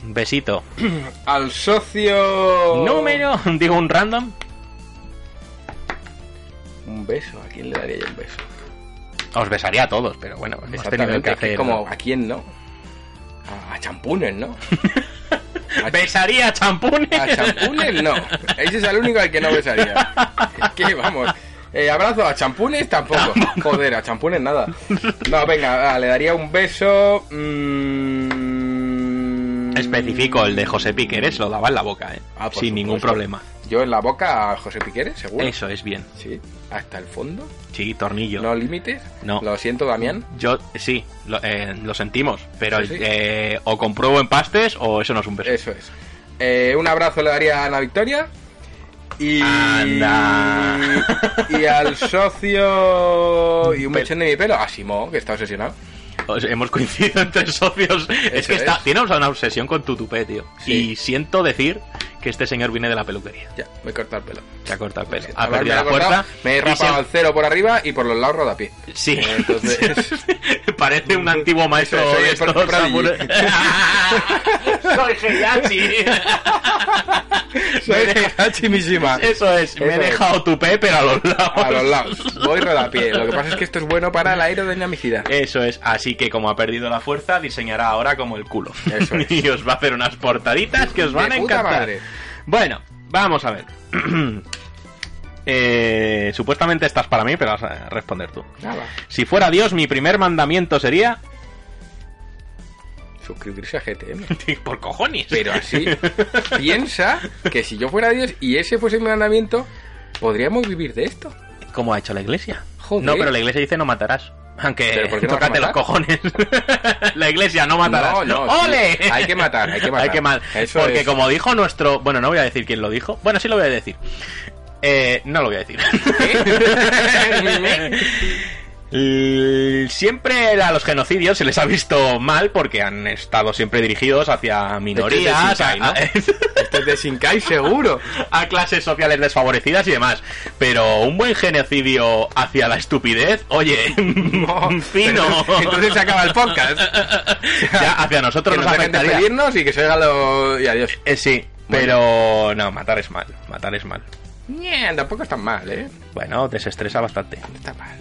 Speaker 3: Besito.
Speaker 4: Al socio...
Speaker 3: Número, digo un random.
Speaker 4: Un beso. ¿A quién le daría yo un beso?
Speaker 3: Os besaría a todos, pero bueno, hemos tenido que
Speaker 4: es
Speaker 3: hacer.
Speaker 4: Como, ¿a quién no? A, a champunes, ¿no? A-
Speaker 3: Besaría a champunes.
Speaker 4: A champunes no. Ese es el único al que no besaría. Es que vamos. eh, abrazo a champunes tampoco. Joder, a champunes nada. No, venga, va, le daría un beso. mm,
Speaker 3: Especifico el de José Piqueres, lo daba en la boca, eh.
Speaker 4: Ah, por
Speaker 3: Sin ningún
Speaker 4: supuesto.
Speaker 3: problema.
Speaker 4: Yo en la boca a José Piqueres, seguro.
Speaker 3: Eso es bien.
Speaker 4: Sí, hasta el fondo.
Speaker 3: Sí, tornillo.
Speaker 4: No límites.
Speaker 3: No.
Speaker 4: Lo siento, Damián.
Speaker 3: Yo, sí, lo, eh, lo sentimos, pero
Speaker 4: Sí, sí.
Speaker 3: eh, o compruebo en pastes o eso no es un beso.
Speaker 4: Eso es. Eh, un abrazo le daría a Ana Victoria. Y.
Speaker 3: Anda.
Speaker 4: Y al socio. Y un
Speaker 3: Pel-
Speaker 4: mechón de mi pelo. A Simón, que está obsesionado.
Speaker 3: O sea, hemos coincidido entre socios. es
Speaker 4: Eso
Speaker 3: que está,
Speaker 4: es.
Speaker 3: tiene una obsesión con tu tupé, tío.
Speaker 4: Sí.
Speaker 3: Y siento decir que este señor viene de la peluquería.
Speaker 4: Ya, me he cortado el pelo.
Speaker 3: Se ha cortado el pelo.
Speaker 4: A
Speaker 3: Ha
Speaker 4: ver, me
Speaker 3: perdido
Speaker 4: he
Speaker 3: la
Speaker 4: cortado,
Speaker 3: fuerza.
Speaker 4: Me
Speaker 3: y
Speaker 4: he
Speaker 3: se-
Speaker 4: rapado al cero por arriba y por los lados rodapié.
Speaker 3: Sí,
Speaker 4: Eh, Entonces-
Speaker 3: parece un antiguo maestro
Speaker 4: Soy
Speaker 3: de
Speaker 4: el
Speaker 3: estos
Speaker 4: Prodigy.
Speaker 3: samuráis. Soy Heihachi. Me deja-
Speaker 4: Hachimishima.
Speaker 3: Eso es, me he
Speaker 4: Eso es.
Speaker 3: dejado tupé, pero a los lados.
Speaker 4: A los lados. Voy rodapié. Lo que pasa es que esto es bueno para la aerodinamicidad.
Speaker 3: Eso es, así que como ha perdido la fuerza, diseñará ahora como el culo.
Speaker 4: Eso es.
Speaker 3: y os va a hacer unas portaditas que os
Speaker 4: De
Speaker 3: van a
Speaker 4: puta
Speaker 3: encantar.
Speaker 4: madre.
Speaker 3: Bueno, vamos a ver. Eh, supuestamente estás para mí, pero vas a responder tú.
Speaker 4: Nada.
Speaker 3: Si fuera Dios, mi primer mandamiento sería.
Speaker 4: Suscribirse a GTM.
Speaker 3: Por cojones.
Speaker 4: Pero así, piensa que si yo fuera Dios y ese fuese mi mandamiento, podríamos vivir de esto.
Speaker 3: ¿Cómo ha hecho la iglesia?
Speaker 4: Joder.
Speaker 3: No, pero la iglesia dice no matarás. Aunque
Speaker 4: ¿Pero por qué no vas a
Speaker 3: tócate los
Speaker 4: matar?
Speaker 3: cojones. la iglesia no matarás.
Speaker 4: No, no, sí.
Speaker 3: ¡Ole!
Speaker 4: Hay que matar, hay que matar.
Speaker 3: ma-
Speaker 4: Eso
Speaker 3: Porque
Speaker 4: es.
Speaker 3: como dijo nuestro. Bueno, no voy a decir quién lo dijo. Bueno, sí lo voy a decir. Eh, no lo voy a decir.
Speaker 4: ¿Eh?
Speaker 3: L- Siempre a los genocidios se les ha visto mal porque han estado siempre dirigidos hacia minorías,
Speaker 4: Shinkai,
Speaker 3: a-
Speaker 4: Esto es de Shinkai seguro.
Speaker 3: a clases sociales desfavorecidas y demás. Pero un buen genocidio hacia la estupidez, oye, fino.
Speaker 4: Entonces- Entonces se acaba el podcast.
Speaker 3: ya hacia nosotros
Speaker 4: que
Speaker 3: nos
Speaker 4: nos dejen de
Speaker 3: afectaría.
Speaker 4: pedirnos y que se oiga lo... Y adiós.
Speaker 3: Eh, sí, pero no, matar es mal, matar es mal.
Speaker 4: Ñe, tampoco es tan mal, ¿eh?
Speaker 3: Bueno, desestresa bastante.
Speaker 4: No está mal.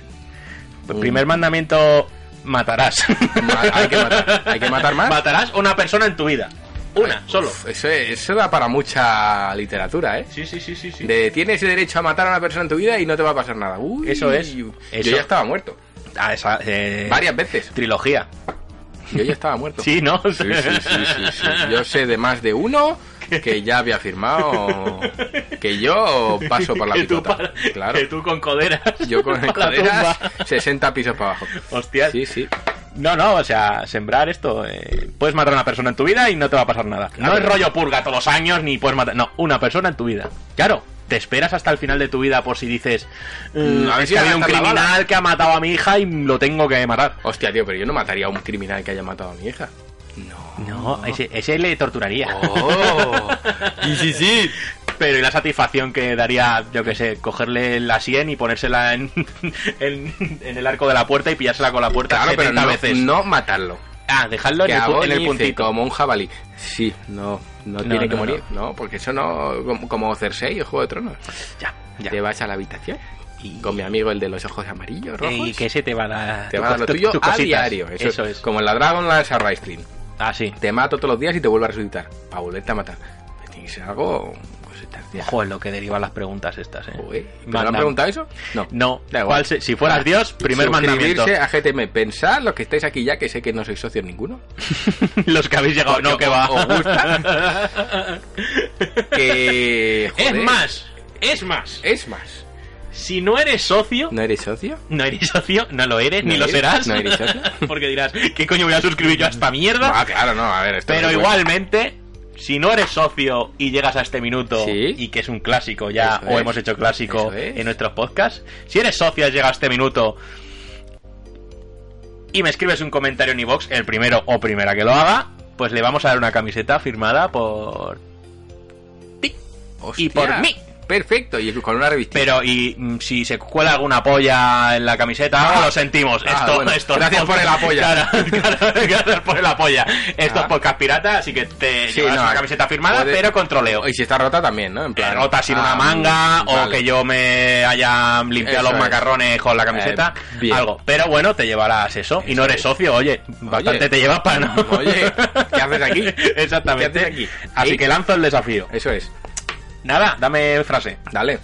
Speaker 3: Primer mandamiento, matarás.
Speaker 4: Mm. Ma- hay que matar. ¿Hay que matar más?
Speaker 3: Matarás una persona en tu vida. Una, solo.
Speaker 4: Uf, Eso, eso da para mucha literatura, ¿eh?
Speaker 3: Sí, sí, sí, sí, sí.
Speaker 4: De tienes derecho a matar a una persona en tu vida y no te va a pasar nada. Uy,
Speaker 3: Eso es.
Speaker 4: Yo
Speaker 3: Eso.
Speaker 4: ya estaba muerto.
Speaker 3: Ah, esa, eh,
Speaker 4: Varias veces.
Speaker 3: Trilogía.
Speaker 4: Yo ya estaba muerto.
Speaker 3: Sí, ¿no?
Speaker 4: Sí, sí, sí, sí, sí. Yo sé de más de uno que ya había firmado que yo paso por la
Speaker 3: que tú,
Speaker 4: pitota.
Speaker 3: para-
Speaker 4: Claro.
Speaker 3: que tú con coderas.
Speaker 4: Yo con
Speaker 3: para la
Speaker 4: caderas
Speaker 3: tumba.
Speaker 4: 60 pisos para abajo.
Speaker 3: Hostias.
Speaker 4: Sí, sí.
Speaker 3: No, no, o sea, sembrar esto. eh, puedes matar a una persona en tu vida y no te va a pasar nada. No es rollo purga todos los años ni puedes matar. No, una persona en tu vida. Claro, te esperas hasta el final de tu vida por si dices. mm,
Speaker 4: A ver
Speaker 3: es
Speaker 4: si
Speaker 3: que ha
Speaker 4: va a
Speaker 3: habido un
Speaker 4: matar la
Speaker 3: criminal que ha matado a mi hija y lo tengo que matar.
Speaker 4: Hostia, tío, pero yo no mataría a un criminal que haya matado a mi hija.
Speaker 3: No, ese, ese le torturaría.
Speaker 4: Oh. Sí, sí, sí.
Speaker 3: Pero y la satisfacción que daría, yo que sé, cogerle la sien y ponérsela en, en, en el arco de la puerta y pillársela con la puerta
Speaker 4: Claro, pero
Speaker 3: 70
Speaker 4: no,
Speaker 3: veces.
Speaker 4: no matarlo.
Speaker 3: Ah, dejarlo en
Speaker 4: que
Speaker 3: el, pu- en el
Speaker 4: agonice
Speaker 3: puntito.
Speaker 4: como un jabalí. Sí, no, no,
Speaker 3: No,
Speaker 4: tiene que
Speaker 3: no,
Speaker 4: morir, no. porque eso no, como, como Cersei o Juego de Tronos.
Speaker 3: Ya, ya.
Speaker 4: Te vas a la habitación
Speaker 3: Y-
Speaker 4: con mi amigo el de los ojos amarillos, rojos.
Speaker 3: Y que se te va a dar
Speaker 4: te vas a lo tuyo a diario. Eso, es. Como en la Dragonlance a Rice Clean.
Speaker 3: Ah, sí.
Speaker 4: Te mato todos los días y te vuelvo a resucitar. Para volverte a matar. Pero Tiene que ser algo. Cositas, tía.
Speaker 3: Joder, lo que derivan las preguntas estas, ¿eh?
Speaker 4: Joder, ¿Pero ¿Me
Speaker 3: Mandan-
Speaker 4: han preguntado eso? No.
Speaker 3: No,
Speaker 4: Da igual.
Speaker 3: ¿Cuál se- si fueras Dios, primer mandamiento.
Speaker 4: Suscribirse a GTM. Pensad, los que estáis aquí ya, que sé que no sois socios ninguno.
Speaker 3: Los que habéis llegado, no,
Speaker 4: Porque
Speaker 3: que
Speaker 4: o-
Speaker 3: va.
Speaker 4: os gusta. que. joder,
Speaker 3: Es más, es más.
Speaker 4: Es más.
Speaker 3: Si no eres socio,
Speaker 4: ¿No eres socio?
Speaker 3: no eres socio, no lo eres,
Speaker 4: No
Speaker 3: ni lo
Speaker 4: eres-
Speaker 3: serás.
Speaker 4: no eres socio.
Speaker 3: Porque dirás, ¿qué coño voy a suscribir yo a esta mierda?
Speaker 4: Ah, claro, no, a ver. esto
Speaker 3: Pero
Speaker 4: no se
Speaker 3: igualmente, si no eres socio y llegas a este minuto,
Speaker 4: Sí.
Speaker 3: y que es un clásico ya,
Speaker 4: Eso
Speaker 3: o
Speaker 4: es.
Speaker 3: hemos hecho clásico
Speaker 4: Eso es.
Speaker 3: en nuestros podcasts, si eres socio y llegas a este minuto y me escribes un comentario en iVox, el primero o primera que lo haga, pues le vamos a dar una camiseta firmada por...
Speaker 4: puede.
Speaker 3: y por mí.
Speaker 4: Perfecto, y con una revista.
Speaker 3: Pero, y mm, si se cuela alguna polla en la camiseta, lo sentimos.
Speaker 4: Ah,
Speaker 3: esto,
Speaker 4: bueno.
Speaker 3: esto-
Speaker 4: Gracias por el apoyo.
Speaker 3: Claro, claro, gracias por el apoyo. Esto
Speaker 4: Ah.
Speaker 3: es podcast pirata, así que te
Speaker 4: Sí,
Speaker 3: llevarás
Speaker 4: no,
Speaker 3: una camiseta firmada,
Speaker 4: puede-
Speaker 3: pero con troleo.
Speaker 4: Y si está rota también, ¿no? En plan.
Speaker 3: rota sin
Speaker 4: ah,
Speaker 3: una manga o
Speaker 4: vale.
Speaker 3: que yo me haya limpiado
Speaker 4: Eso
Speaker 3: los
Speaker 4: es.
Speaker 3: macarrones con la camiseta,
Speaker 4: Eh, bien.
Speaker 3: algo. Pero bueno, te llevarás eso y
Speaker 4: Eso
Speaker 3: no eres
Speaker 4: es.
Speaker 3: socio, oye, bastante te llevas para no.
Speaker 4: Oye, ¿qué haces aquí?
Speaker 3: Exactamente.
Speaker 4: ¿Qué haces aquí?
Speaker 3: Así
Speaker 4: ¿Sí?
Speaker 3: que lanzo el desafío.
Speaker 4: Eso es.
Speaker 3: Nada, dame frase.
Speaker 4: Dale.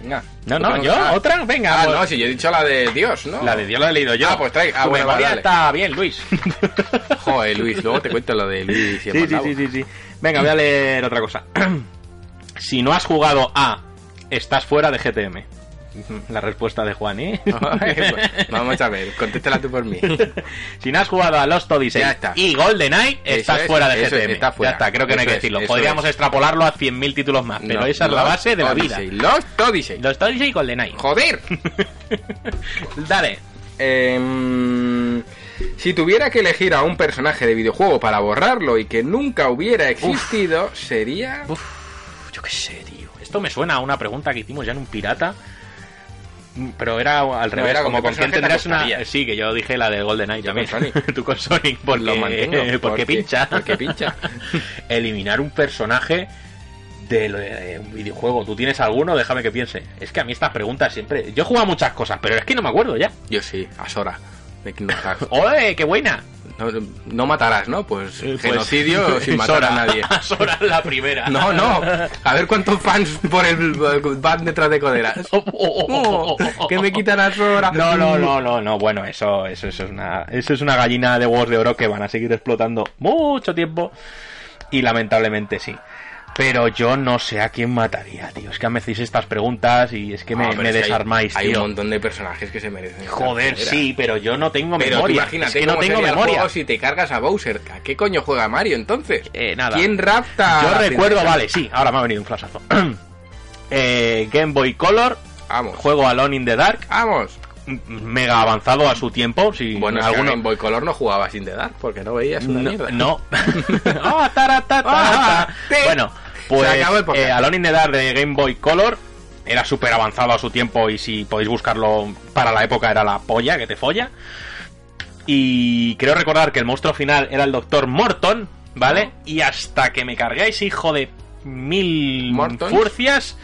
Speaker 4: Venga.
Speaker 3: No, no,
Speaker 4: Otra-
Speaker 3: yo,
Speaker 4: ah,
Speaker 3: otra, venga.
Speaker 4: Ah,
Speaker 3: pues.
Speaker 4: no, si yo he dicho la de Dios, ¿no?
Speaker 3: La de Dios la he leído yo.
Speaker 4: Ah, pues trae- ah,
Speaker 3: Tu
Speaker 4: bueno,
Speaker 3: memoria
Speaker 4: vale,
Speaker 3: está bien, Luis.
Speaker 4: Joder, Luis, luego te cuento lo de Luis. y
Speaker 3: sí,
Speaker 4: el
Speaker 3: sí,
Speaker 4: Mandavo.
Speaker 3: sí, sí, sí. Venga, voy a leer otra cosa. si no has jugado a Estás fuera de GTM. La respuesta de Juan, ¿eh?
Speaker 4: Vamos a ver, contéstala tú por mí.
Speaker 3: si no has jugado a Lost Odyssey
Speaker 4: Ya está.
Speaker 3: y Golden Knight,
Speaker 4: Eso
Speaker 3: estás
Speaker 4: es,
Speaker 3: fuera de
Speaker 4: eso
Speaker 3: GTM.
Speaker 4: es, está
Speaker 3: Ya
Speaker 4: fuera.
Speaker 3: está, creo que no hay
Speaker 4: Eso
Speaker 3: que
Speaker 4: es,
Speaker 3: decirlo.
Speaker 4: eso
Speaker 3: Podríamos
Speaker 4: es.
Speaker 3: extrapolarlo a 100.000 títulos más, pero
Speaker 4: No,
Speaker 3: esa es la
Speaker 4: Lost
Speaker 3: base de la vida.
Speaker 4: Odyssey, Lost Odyssey.
Speaker 3: Lost Odyssey y Golden Knight.
Speaker 4: Joder.
Speaker 3: Dale.
Speaker 4: Em, si tuviera que elegir a un personaje de videojuego para borrarlo y que nunca hubiera existido, sería...
Speaker 3: Uf, yo qué sé, tío. Esto me suena a una pregunta que hicimos ya en un pirata. Mm, Pero era al revés,
Speaker 4: era
Speaker 3: como con
Speaker 4: con qué
Speaker 3: quién
Speaker 4: personaje te
Speaker 3: tendrás una. Eh,
Speaker 4: acostarías.
Speaker 3: Sí, que yo dije la de GoldenEye
Speaker 4: Yo
Speaker 3: también.
Speaker 4: con Sonic.
Speaker 3: Tú con Sonic, porque,
Speaker 4: Lo mantengo,
Speaker 3: porque,
Speaker 4: porque-
Speaker 3: pincha.
Speaker 4: porque pincha.
Speaker 3: Eliminar un personaje de, lo- de un videojuego. ¿Tú tienes alguno? Déjame que piense. Es que a mí estas preguntas siempre. Yo he jugado a muchas cosas, pero es que no me acuerdo ya.
Speaker 4: Yo sí, a Sora. De Kingdom Hearts.
Speaker 3: ¡Ole, qué buena!
Speaker 4: No, no matarás, ¿no? Pues
Speaker 3: Eh, pues,
Speaker 4: genocidio sin matar
Speaker 3: Sora.
Speaker 4: a nadie.
Speaker 3: Sora es la primera.
Speaker 4: No, no. A ver cuántos fans por el van detrás de coderas.
Speaker 3: Oh, oh, oh, oh, oh, oh.
Speaker 4: Oh, que me quitan Ah, a Sora.
Speaker 3: No, no, no, no, no. Bueno, eso, eso, eso es una, eso es una gallina de huevos de oro que van a seguir explotando mucho tiempo y lamentablemente sí. Pero yo no sé a quién mataría, tío. Es que me hacéis estas preguntas y es que me,
Speaker 4: Ah, pero
Speaker 3: me
Speaker 4: es que hay-
Speaker 3: desarmáis,
Speaker 4: hay,
Speaker 3: tío.
Speaker 4: un montón de personajes que se merecen. esta
Speaker 3: Joder,
Speaker 4: codera.
Speaker 3: sí, pero yo no tengo
Speaker 4: Pero tú
Speaker 3: memoria.
Speaker 4: imagínate
Speaker 3: Es que no
Speaker 4: cómo
Speaker 3: tengo
Speaker 4: sería el
Speaker 3: memoria.
Speaker 4: juego si te cargas a Bowser. ¿A qué coño juega Mario entonces?
Speaker 3: Eh, nada.
Speaker 4: ¿Quién rapta? a
Speaker 3: Yo
Speaker 4: la
Speaker 3: recuerdo,
Speaker 4: princesa?
Speaker 3: vale, sí, ahora me ha venido un flashazo. Eh, Game Boy Color,
Speaker 4: Vamos.
Speaker 3: juego Alone in the Dark,
Speaker 4: Vamos.
Speaker 3: m- mega avanzado a su tiempo. Si
Speaker 4: Bueno, es que
Speaker 3: alguno,
Speaker 4: en Boy Color no jugabas sin dedar porque no veías una mierda.
Speaker 3: No. Ah, tara, ta, ta,
Speaker 4: Ah,
Speaker 3: ta.
Speaker 4: sí.
Speaker 3: Bueno, pues
Speaker 4: Se acabó el podcast.
Speaker 3: eh, Alone in the Dark de Game Boy Color era súper avanzado a su tiempo y si podéis buscarlo para la época era la polla que te folla. Y creo recordar que el monstruo final era el Doctor Morton, ¿vale? Y hasta que me cargáis, hijo de mil
Speaker 4: Mortons.
Speaker 3: furcias.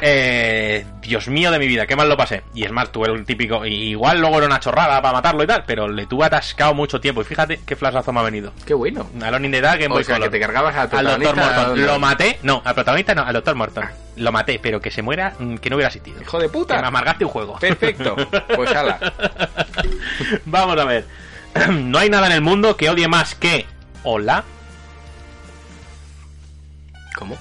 Speaker 3: eh, Dios mío de mi vida, qué mal lo pasé. Y es más, tuve el típico. y Igual luego era una chorrada para matarlo y tal, pero le tuve atascado mucho tiempo. Y fíjate qué flashazo me ha venido.
Speaker 4: Qué bueno.
Speaker 3: Alone in the Dark, Game
Speaker 4: O
Speaker 3: Boy
Speaker 4: sea,
Speaker 3: Color.
Speaker 4: que te cargabas al
Speaker 3: Al Doctor
Speaker 4: protagonista.
Speaker 3: Morton.
Speaker 4: ¿no?
Speaker 3: Lo maté. No, al protagonista no, al Doctor Morton. Lo maté, pero que se muera, mm, que no hubiera asistido.
Speaker 4: Hijo de puta.
Speaker 3: Que me amargaste un juego.
Speaker 4: Perfecto. Pues ala.
Speaker 3: Vamos a ver. No hay nada en el mundo que odie más que. Hola.
Speaker 4: ¿Cómo?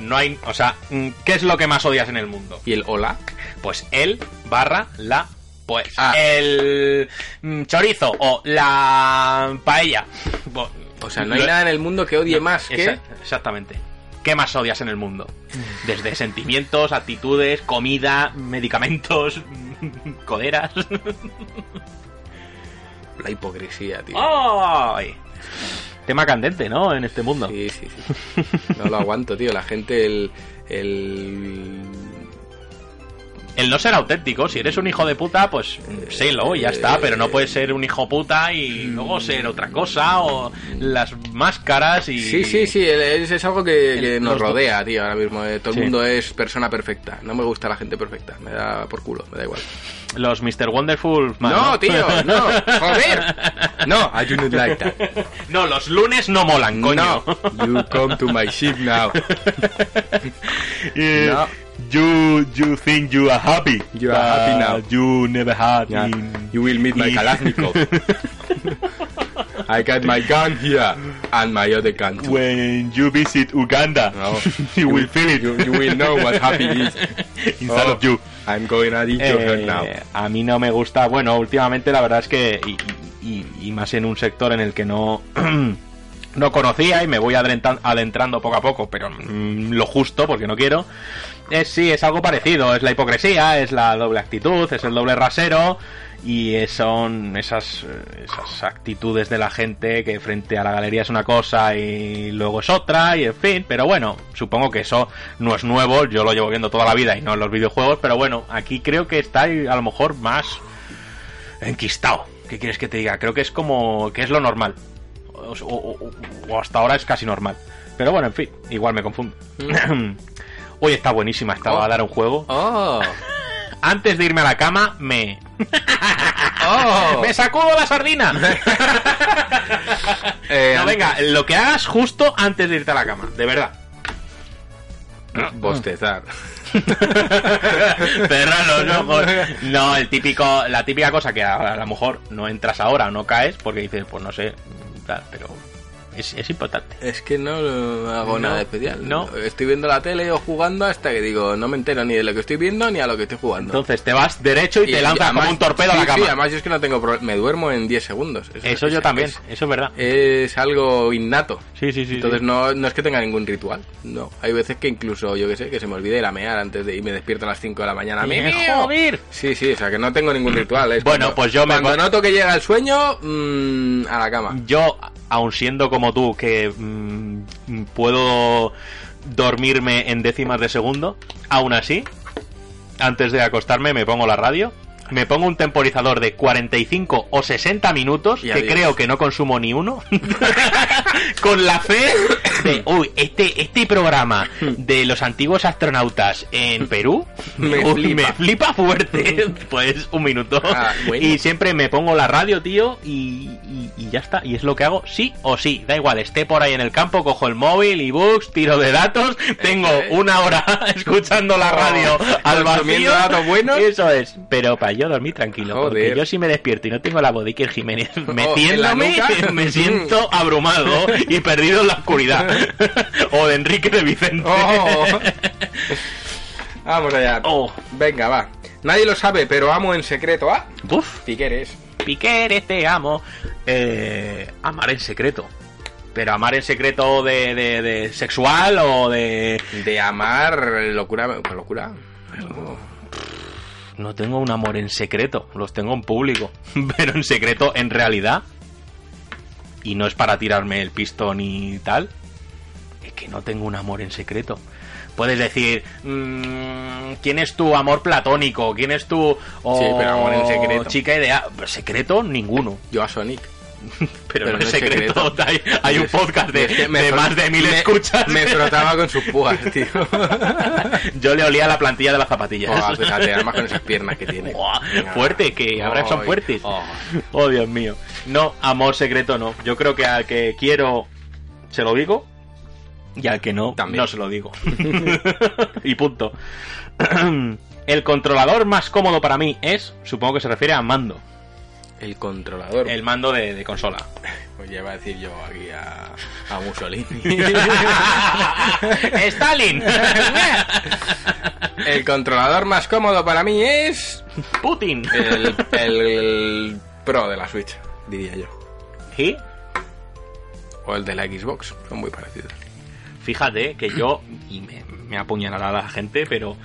Speaker 3: No hay. O sea, mm, ¿qué es lo que más odias en el mundo?
Speaker 4: ¿Y el hola?
Speaker 3: Pues el barra la. Pues
Speaker 4: Ah.
Speaker 3: el mm, chorizo o la paella. Bo-
Speaker 4: O sea, no hay
Speaker 3: lo-
Speaker 4: nada en el mundo que odie
Speaker 3: No,
Speaker 4: más que...
Speaker 3: exact- exactamente. ¿Qué más odias en el mundo? Desde sentimientos, actitudes, comida, medicamentos, coderas.
Speaker 4: La hipocresía, tío.
Speaker 3: ¡Ah! ¡Ay! Tema candente, ¿no? En este mundo.
Speaker 4: Sí, sí, sí. No lo aguanto, tío. La gente, el, el
Speaker 3: El no ser auténtico, si eres un hijo de puta, pues sélo y ya está, pero no puedes ser un hijo puta y luego ser otra cosa o las máscaras y...
Speaker 4: Sí, sí, sí, el- es, es algo que, que
Speaker 3: El-
Speaker 4: nos
Speaker 3: los-
Speaker 4: rodea, tío, ahora mismo. eh, Todo el
Speaker 3: Sí.
Speaker 4: mundo es persona perfecta. No me gusta la gente perfecta. Me da por culo, me da igual.
Speaker 3: Los Mr. Wonderful... man,
Speaker 4: No, tío, no, joder. No, I do not like that.
Speaker 3: No, los lunes no molan, coño.
Speaker 4: No, you come to my ship now.
Speaker 3: Eh,
Speaker 4: No.
Speaker 3: You, you think you are happy.
Speaker 4: You are happy
Speaker 3: but
Speaker 4: now.
Speaker 3: Uh, You never had
Speaker 4: Yeah.
Speaker 3: in-
Speaker 4: You will meet my
Speaker 3: in-
Speaker 4: Kalashnikov. I got my gun here and my other gun too.
Speaker 3: When you visit Uganda,
Speaker 4: No.
Speaker 3: you will feel it.
Speaker 4: You, you will know what happy is.
Speaker 3: Inside
Speaker 4: Oh,
Speaker 3: of you.
Speaker 4: I'm going to eat your head now.
Speaker 3: Eh, a mí no me gusta. Bueno, últimamente la verdad es que. Y, y- y más en un sector en el que no. no conocía y me voy adrentan- adentrando poco a poco, pero mm, lo justo porque no quiero. Es, Eh, sí, es algo parecido. Es la hipocresía, es la doble actitud, es el doble rasero. Y es- son esas, eh, esas actitudes de la gente que frente a la galería es una cosa y luego es otra, y en fin. Pero bueno, supongo que eso no es nuevo. Yo lo llevo viendo toda la vida y no en los videojuegos. Pero bueno, aquí creo que está a lo mejor más enquistado. ¿Qué quieres que te diga? Creo que es como que es lo normal. O, o- o- o hasta ahora es casi normal. Pero bueno, en fin, igual me confundo. Hoy está buenísima, esta va a dar un juego.
Speaker 4: Oh,
Speaker 3: Antes de irme a la cama, me.
Speaker 4: oh.
Speaker 3: ¡Me sacudo la sardina!
Speaker 4: Eh,
Speaker 3: no, venga, lo que hagas justo antes de irte a la cama, de verdad.
Speaker 4: Bostezar.
Speaker 3: Cerrar los ojos. No, el típico, la típica cosa que a, a lo mejor no entras ahora o no caes porque dices, pues no sé, tal, pero es, es importante.
Speaker 4: Es que no eh, hago
Speaker 3: No,
Speaker 4: nada especial.
Speaker 3: no.
Speaker 4: Estoy viendo la tele o jugando hasta que digo, no me entero ni de lo que estoy viendo ni a lo que estoy jugando.
Speaker 3: Entonces te vas derecho y, te lanzas
Speaker 4: además-
Speaker 3: como un torpedo
Speaker 4: sí,
Speaker 3: a la
Speaker 4: sí,
Speaker 3: cama.
Speaker 4: además yo es que no tengo problema. Me duermo en 10 segundos.
Speaker 3: eso yo
Speaker 4: es-
Speaker 3: también,
Speaker 4: Es,
Speaker 3: eso es verdad.
Speaker 4: es algo innato.
Speaker 3: Sí, sí, sí.
Speaker 4: Entonces
Speaker 3: sí.
Speaker 4: No, no es que tenga ningún ritual. No. Hay veces que incluso, yo que sé, que se me olvida ir a mear antes de... Y me despierto a las 5 de la mañana.
Speaker 3: Y
Speaker 4: ¡Me
Speaker 3: me
Speaker 4: meo!
Speaker 3: Eh, joder.
Speaker 4: Sí, sí, o sea que no tengo ningún ritual. ¿eh? es
Speaker 3: Bueno,
Speaker 4: cuando-
Speaker 3: pues yo me
Speaker 4: Cuando
Speaker 3: voy-
Speaker 4: noto que llega el sueño, mm, a la cama.
Speaker 3: Yo, aun siendo como tú, que mm, puedo dormirme en décimas de segundo, aún así, antes de acostarme me pongo la radio, me pongo un temporizador de 45 o 60 minutos,
Speaker 4: Y
Speaker 3: que
Speaker 4: adiós.
Speaker 3: creo que no consumo ni uno, con la fe de, uy, este, este programa de los antiguos astronautas en Perú
Speaker 4: Me
Speaker 3: uy,
Speaker 4: flipa.
Speaker 3: me flipa fuerte, pues un minuto.
Speaker 4: Ah, bueno.
Speaker 3: Y siempre me pongo la radio, tío, y, y- y ya está. Y es lo que hago, sí o sí. Da igual, esté por ahí en el campo, cojo el móvil, ebooks, tiro de datos. Tengo
Speaker 4: es.
Speaker 3: una hora escuchando la radio al
Speaker 4: consumiendo
Speaker 3: vacío.
Speaker 4: datos buenos.
Speaker 3: Eso es. Pero para yo dormir tranquilo,
Speaker 4: Joder. Oh,
Speaker 3: porque yo si me despierto y no tengo la Bodiker Jiménez
Speaker 4: en la
Speaker 3: metiéndome,
Speaker 4: nuca. Mm.
Speaker 3: me siento abrumado y perdido en la oscuridad. o de Enrique de Vicente.
Speaker 4: Oh. Vamos allá.
Speaker 3: Oh.
Speaker 4: Venga, va. Nadie lo sabe, pero amo en secreto a
Speaker 3: Uf.
Speaker 4: Piqueres.
Speaker 3: Piqueres, te amo. Eh, amar en secreto. Pero amar en secreto de, de- de sexual o de...
Speaker 4: De amar locura. pues locura.
Speaker 3: No tengo un amor en secreto, los tengo en público. Pero en secreto, en realidad. Y no es para tirarme el pistón y tal. Es que no tengo un amor en secreto. Puedes decir, mm, ¿quién es tu amor platónico? ¿Quién es tu... o
Speaker 4: Sí, pero amor en secreto.
Speaker 3: Chica ideal. Secreto, ninguno.
Speaker 4: Yo a Sonic.
Speaker 3: Pero, no, es secreto. Hay, hay un
Speaker 4: Es-
Speaker 3: podcast de,
Speaker 4: es que
Speaker 3: de
Speaker 4: fro-
Speaker 3: más de mil
Speaker 4: me-
Speaker 3: escuchas.
Speaker 4: Me frotaba con sus púas, tío. Oh,
Speaker 3: Yo le olía la plantilla de las zapatillas.
Speaker 4: Buah, fíjate, además con esas piernas que tiene.
Speaker 3: Buah,
Speaker 4: Venga.
Speaker 3: fuerte, que ahora son
Speaker 4: Ay,
Speaker 3: fuertes.
Speaker 4: oh.
Speaker 3: Oh, Dios mío. No, amor secreto no. Yo creo que al que quiero se lo digo y al que no,
Speaker 4: También.
Speaker 3: no se lo digo. y punto. El controlador más cómodo para mí es, supongo que se refiere a mando.
Speaker 4: El controlador.
Speaker 3: El mando de- de consola.
Speaker 4: Pues ya iba a decir yo aquí a, a Mussolini.
Speaker 3: Stalin.
Speaker 4: el controlador más cómodo para mí es.
Speaker 3: Putin.
Speaker 4: El, el Pro de la Switch, diría yo.
Speaker 3: Y
Speaker 4: O el de la Xbox, son muy parecidos.
Speaker 3: fíjate que yo y me, me apuñalará la gente, pero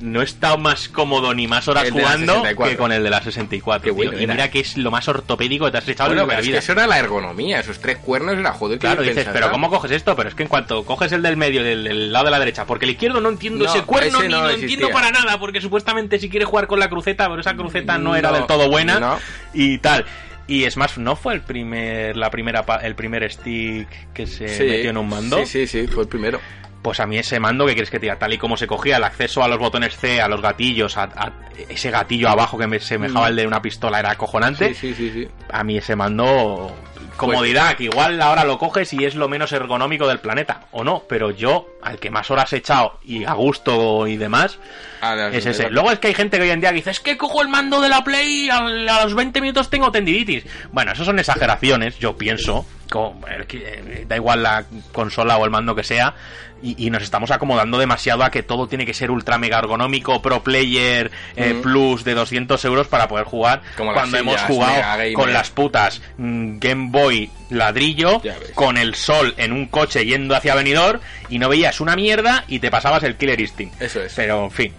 Speaker 3: no he estado más cómodo ni más horas
Speaker 4: El de la
Speaker 3: jugando
Speaker 4: 64.
Speaker 3: que con el de la 64.
Speaker 4: Qué bueno
Speaker 3: tío. Y
Speaker 4: era.
Speaker 3: mira que es lo más ortopédico que te has echado
Speaker 4: Bueno,
Speaker 3: en la
Speaker 4: pero es que
Speaker 3: vida.
Speaker 4: eso era la ergonomía, esos tres cuernos era joder.
Speaker 3: Claro,
Speaker 4: que
Speaker 3: dices,
Speaker 4: pensar,
Speaker 3: pero
Speaker 4: ¿no?
Speaker 3: ¿cómo coges esto? Pero es que en cuanto coges el del medio, del, del lado de la derecha, porque el izquierdo no entiendo
Speaker 4: No,
Speaker 3: ese cuerno
Speaker 4: ese
Speaker 3: ni
Speaker 4: no
Speaker 3: lo
Speaker 4: existía.
Speaker 3: entiendo para nada, porque supuestamente si quieres jugar con la cruceta, pero esa cruceta no, era
Speaker 4: No,
Speaker 3: del todo buena
Speaker 4: no.
Speaker 3: y tal. Y es más, ¿no fue el primer, la primera, pa- el primer stick que se
Speaker 4: Sí,
Speaker 3: metió en un mando?
Speaker 4: Sí, sí, sí, fue el primero.
Speaker 3: Pues a mí ese mando que quieres que te diga, tal y como se cogía el acceso a los botones C, a los gatillos, a, a ese gatillo abajo que me semejaba
Speaker 4: Mm.
Speaker 3: el de una pistola, era acojonante
Speaker 4: Sí, sí, sí, sí.
Speaker 3: a mí ese mando comodidad, que igual ahora lo coges y es lo menos ergonómico del planeta, o no, pero yo, al que más horas he echado y a gusto y demás,
Speaker 4: Ah, no,
Speaker 3: es
Speaker 4: sí,
Speaker 3: ese.
Speaker 4: verdad.
Speaker 3: Luego es que hay gente que hoy en día que dice, es que cojo el mando de la Play y al- a, los 20 minutos tengo tendiditis. Bueno, eso son exageraciones, yo pienso. como, eh, que, eh, Da igual la consola o el mando que sea, y, y nos estamos acomodando demasiado a que todo tiene que ser ultra mega ergonómico, pro player, eh,
Speaker 4: Mm.
Speaker 3: plus de 200 euros para poder jugar.
Speaker 4: Como las
Speaker 3: cuando hemos
Speaker 4: sillas, Mega
Speaker 3: jugado
Speaker 4: Gamer.
Speaker 3: con las putas mm, Game Boy ladrillo,
Speaker 4: Ya ves.
Speaker 3: con el sol en un coche yendo hacia Benidorm, y no veías una mierda y te pasabas el Killer Instinct.
Speaker 4: Eso es.
Speaker 3: Pero, en fin,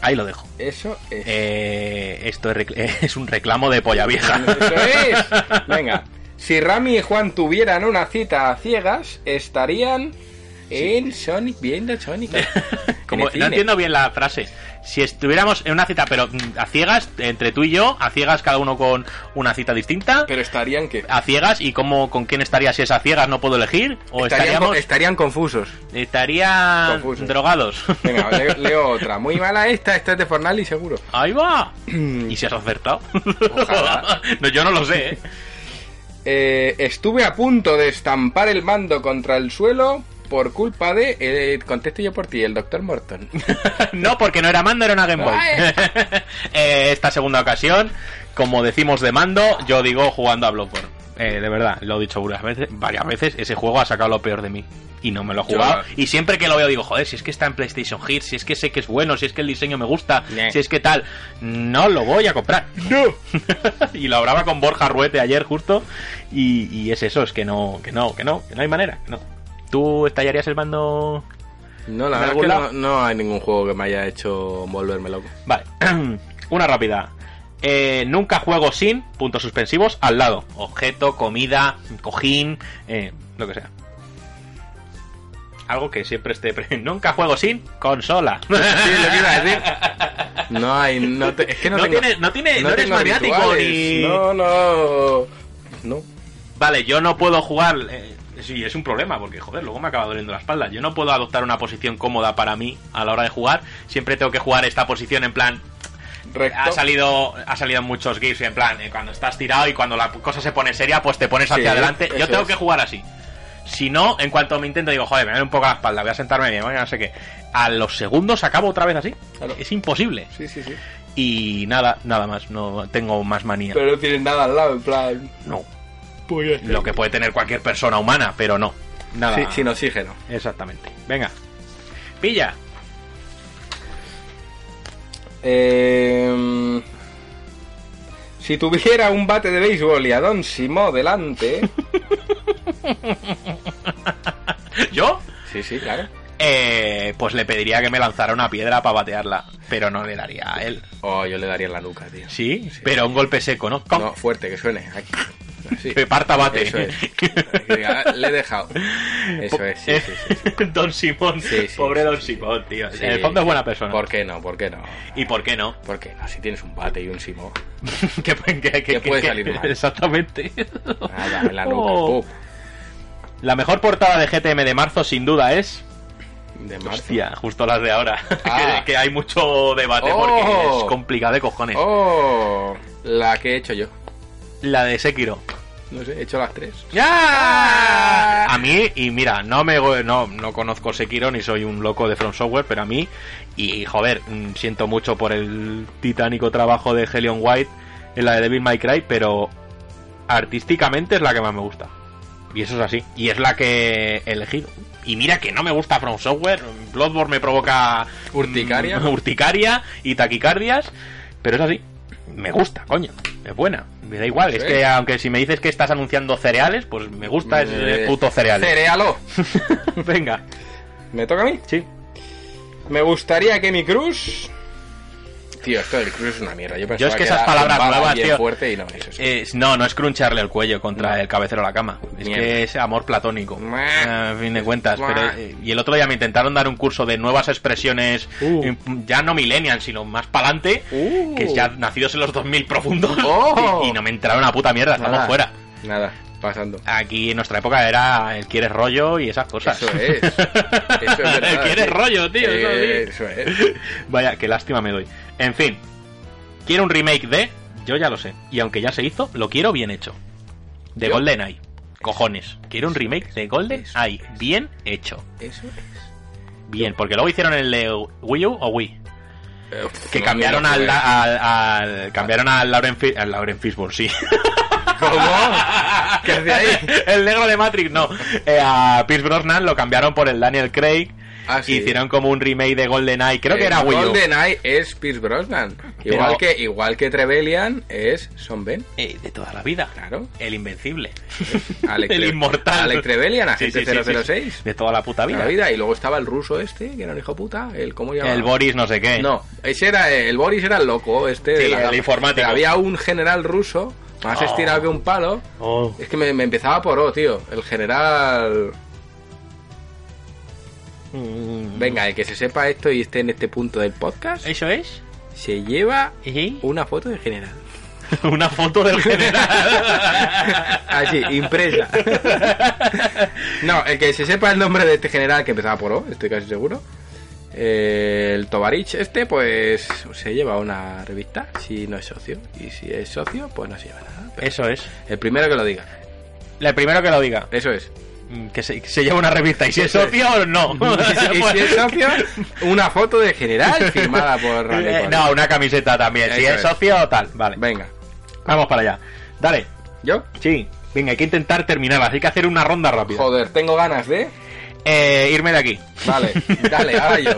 Speaker 3: ahí lo dejo.
Speaker 4: Eso es.
Speaker 3: Eh, esto es, recl- es un reclamo de polla vieja.
Speaker 4: Eso es. Venga. Si Rami y Juan tuvieran una cita a ciegas, estarían en Sonic viendo Sonic. En
Speaker 3: Como,
Speaker 4: el cine.
Speaker 3: no entiendo bien la frase. Si estuviéramos en una cita, pero mm, a ciegas, entre tú y yo, a ciegas cada uno con una cita distinta,
Speaker 4: Pero estarían que.
Speaker 3: a ciegas, ¿y cómo, con quién estaría si es a ciegas? ¿No puedo elegir? ¿O
Speaker 4: Estarían, co-
Speaker 3: pues estaríamos
Speaker 4: estarían confusos.
Speaker 3: estarían
Speaker 4: Confusos.
Speaker 3: drogados?
Speaker 4: Venga, leo, leo otra. Muy mala esta, esta es de Fornali seguro.
Speaker 3: Ahí va. ¿Y si has acertado?
Speaker 4: Ojalá.
Speaker 3: No, yo no lo sé. ¿eh?
Speaker 4: Eh, estuve a punto de estampar el mando contra el suelo por culpa de. eh, contesto yo por ti, el doctor Morton.
Speaker 3: No, porque no era mando, era una Game Boy. Eh, esta segunda ocasión, como decimos de mando, yo digo jugando a Bloodborne. Eh, de verdad, lo he dicho varias veces, varias veces, ese juego ha sacado lo peor de mí. Y no me lo he jugado.
Speaker 4: Yo-
Speaker 3: Y siempre que lo veo digo, joder, si es que está en PlayStation Hit, si es que sé que es bueno, si es que el diseño me gusta,
Speaker 4: Nah.
Speaker 3: si es que tal, no lo voy a comprar.
Speaker 4: ¡No!
Speaker 3: y lo hablaba con Borja Ruete ayer justo. Y, y es eso, es que no, que no, que no, que no hay manera. que No. ¿Tú estallarías el mando
Speaker 4: No, la
Speaker 3: ¿En
Speaker 4: verdad es
Speaker 3: algún
Speaker 4: que no,
Speaker 3: lado?
Speaker 4: no hay ningún juego que me haya hecho volverme loco.
Speaker 3: Vale, una rápida. Eh, nunca juego sin puntos suspensivos al lado. Objeto, comida, cojín, eh, lo que sea. Algo que siempre esté... pre- Nunca juego sin consola.
Speaker 4: Sí, lo que iba a decir. No hay, no te- es que no,
Speaker 3: No
Speaker 4: tengo-
Speaker 3: tienes- no tienes- no eres
Speaker 4: tengo
Speaker 3: maniático
Speaker 4: rituales.
Speaker 3: ni-
Speaker 4: No, no, no.
Speaker 3: Vale, yo no puedo jugar... eh, sí, es un problema porque, joder, luego me acaba doliendo la espalda. Yo no puedo adoptar una posición cómoda para mí a la hora de jugar. Siempre tengo que jugar esta posición en plan... Ah,
Speaker 4: Recto.
Speaker 3: Ha salido, ha salido en muchos gifs en plan, eh, cuando estás tirado y cuando la cosa se pone seria, pues te pones hacia
Speaker 4: Sí,
Speaker 3: adelante.
Speaker 4: eso
Speaker 3: Yo tengo
Speaker 4: es.
Speaker 3: que jugar así. Si no, en cuanto me intento, digo, joder, me duele un poco la espalda, voy a sentarme bien, voy a no sé qué. A los segundos acabo otra vez así.
Speaker 4: Claro.
Speaker 3: Es imposible.
Speaker 4: Sí, sí, sí.
Speaker 3: Y nada, nada más. No tengo más manía.
Speaker 4: Pero no tienes nada al lado, en plan.
Speaker 3: No.
Speaker 4: Pues
Speaker 3: Lo que puede tener cualquier persona humana, pero no. Nada.
Speaker 4: sí, sin oxígeno.
Speaker 3: Exactamente. Venga. Pilla.
Speaker 4: Eh, si tuviera un bate de béisbol y a Don Simo delante.
Speaker 3: ¿Yo?
Speaker 4: sí, sí, claro.
Speaker 3: Eh, pues le pediría que me lanzara una piedra para batearla, pero no le daría a él.
Speaker 4: Oh, yo le daría en la nuca, tío.
Speaker 3: Sí, pero un golpe seco, ¿no?
Speaker 4: No, fuerte, que suene. Aquí. Así.
Speaker 3: Que parta bate.
Speaker 4: Eso es. Que diga, "Ah, Le he dejado. Eso es, sí, sí, sí.
Speaker 3: Don Simón,
Speaker 4: Sí, sí,
Speaker 3: pobre
Speaker 4: sí,
Speaker 3: Don
Speaker 4: sí.
Speaker 3: Simón, tío.
Speaker 4: Sí.
Speaker 3: en el fondo es buena persona.
Speaker 4: ¿Por qué no? ¿Por qué no?
Speaker 3: ¿Y por qué no?
Speaker 4: ¿Por qué no? Si tienes un bate y un simo.
Speaker 3: que, que- que-
Speaker 4: Que puede
Speaker 3: que-
Speaker 4: salir mal.
Speaker 3: Exactamente.
Speaker 4: Nada, en la nuca.
Speaker 3: Oh. La mejor portada de GTM de marzo, sin duda, es.
Speaker 4: pum, De marzo.
Speaker 3: Hostia, justo las de ahora.
Speaker 4: Ah.
Speaker 3: que, que hay mucho debate porque
Speaker 4: Oh.
Speaker 3: es complicado de cojones.
Speaker 4: Oh, la que he hecho yo.
Speaker 3: La de Sekiro.
Speaker 4: No sé, he hecho las tres.
Speaker 3: ¡Ya! A mí, y mira, no me go- no, no conozco Sekiro ni soy un loco de From Software, pero a mí, y joder, mm, siento mucho por el titánico trabajo de Helion White en la de Devil May Cry, pero artísticamente es la que más me gusta. Y eso es así. Y es la que he elegido. Y mira que no me gusta From Software. Bloodborne me provoca.
Speaker 4: Urticaria.
Speaker 3: mm, urticaria y taquicardias. Pero es así. Me gusta, coño. Es buena. Me da igual. Es
Speaker 4: Sí.
Speaker 3: que aunque si me dices que estás anunciando cereales, pues me gusta ese
Speaker 4: Eh,
Speaker 3: puto cereal.
Speaker 4: Cerealo.
Speaker 3: Venga.
Speaker 4: ¿Me toca a mí?
Speaker 3: Sí.
Speaker 4: Me gustaría que mi cruz. Tío, esto del cruz es una mierda. Yo, pensaba
Speaker 3: Yo es que esas
Speaker 4: era
Speaker 3: palabras
Speaker 4: bombada
Speaker 3: nuevas,
Speaker 4: bien
Speaker 3: tío.
Speaker 4: fuerte y no, eso es-
Speaker 3: Eh, no, no es cruncharle el cuello contra el cabecero a la cama. Es
Speaker 4: Mierda.
Speaker 3: que es amor platónico.
Speaker 4: Mua.
Speaker 3: A fin de cuentas.
Speaker 4: Mua.
Speaker 3: pero, eh, y el otro día me intentaron dar un curso de nuevas expresiones,
Speaker 4: Uh.
Speaker 3: eh, ya no millennials, sino más pa'lante,
Speaker 4: Uh.
Speaker 3: que es ya nacidos en los 2000 profundos.
Speaker 4: Oh.
Speaker 3: Y, y no me entraron una puta mierda, estamos
Speaker 4: Nada.
Speaker 3: fuera.
Speaker 4: Nada, pasando.
Speaker 3: Aquí en nuestra época era el quieres rollo y esas cosas.
Speaker 4: Eso es. Eso es verdad,
Speaker 3: el quieres
Speaker 4: sí.
Speaker 3: rollo, tío. eso
Speaker 4: Eh,
Speaker 3: sí.
Speaker 4: eso es.
Speaker 3: Vaya, qué lástima me doy. En fin, quiero un remake de. Yo ya lo sé. Y aunque ya se hizo, lo quiero bien hecho. De
Speaker 4: Yo-
Speaker 3: GoldenEye. Cojones. Quiero un remake de GoldenEye. Bien hecho.
Speaker 4: Eso es.
Speaker 3: Bien, porque luego hicieron el de Wii U o Wii.
Speaker 4: Eh, uf,
Speaker 3: Que
Speaker 4: no,
Speaker 3: cambiaron
Speaker 4: no, no,
Speaker 3: al,
Speaker 4: no,
Speaker 3: al, al- Cambiaron a Lauren, Fi- a Lauren Fishburne, sí.
Speaker 4: ¿Cómo? ¿Qué hace ahí?
Speaker 3: el negro de Matrix, no. Eh, a Pierce Brosnan lo cambiaron por el Daniel Craig.
Speaker 4: Ah, sí.
Speaker 3: Hicieron como un remake de GoldenEye. Creo que
Speaker 4: Eh,
Speaker 3: era Wii U.
Speaker 4: GoldenEye es Pierce Brosnan.
Speaker 3: Pero-
Speaker 4: Igual, que, igual que Trevelyan es Son Ben.
Speaker 3: Eh, de toda la vida.
Speaker 4: Claro.
Speaker 3: El invencible.
Speaker 4: Alex
Speaker 3: el
Speaker 4: Tre-
Speaker 3: inmortal.
Speaker 4: Alex Trevelyan,
Speaker 3: Sí,
Speaker 4: agente
Speaker 3: sí, sí, sí.
Speaker 4: 006.
Speaker 3: De toda la puta
Speaker 4: La
Speaker 3: vida.
Speaker 4: vida. Y luego estaba el ruso este, que era un hijo puta. El, ¿Cómo llamaba?
Speaker 3: El Boris no sé qué.
Speaker 4: No, ese era el Boris era el loco, este
Speaker 3: Sí,
Speaker 4: de la-
Speaker 3: el informático.
Speaker 4: Había un general ruso más
Speaker 3: Oh.
Speaker 4: estirado que un palo.
Speaker 3: Oh.
Speaker 4: Es que me, me empezaba por O, tío. El general. Venga, el que se sepa esto y esté en este punto del podcast,
Speaker 3: Mm. ¿Eso es?
Speaker 4: se lleva
Speaker 3: ¿Y?
Speaker 4: una foto del general.
Speaker 3: Una foto del general.
Speaker 4: Así, Ah, impresa. no, el que se sepa el nombre de este general que empezaba por O, estoy casi seguro. eh, el Tovarich este, pues se lleva una revista si no es socio. Y si es socio, pues no se lleva nada. Pero
Speaker 3: Eso es.
Speaker 4: el primero que lo diga.
Speaker 3: El primero que lo diga.
Speaker 4: Eso es.
Speaker 3: Mm, Que se, que se lleva una revista. ¿Y si es socio o no? Pues,
Speaker 4: Y si, y si es socio, una foto del general firmada por Randy
Speaker 3: Eh,
Speaker 4: Corby.
Speaker 3: no, una camiseta también. Si
Speaker 4: Eso
Speaker 3: es
Speaker 4: es.
Speaker 3: socio, tal. Vale.
Speaker 4: Venga,
Speaker 3: Vamos para allá. Dale.
Speaker 4: ¿yo?
Speaker 3: Sí. Venga, hay que intentar terminar. Así que hacer una ronda rápida.
Speaker 4: Joder, tengo ganas de.
Speaker 3: Eh, irme de aquí.
Speaker 4: Vale, dale, ahora yo.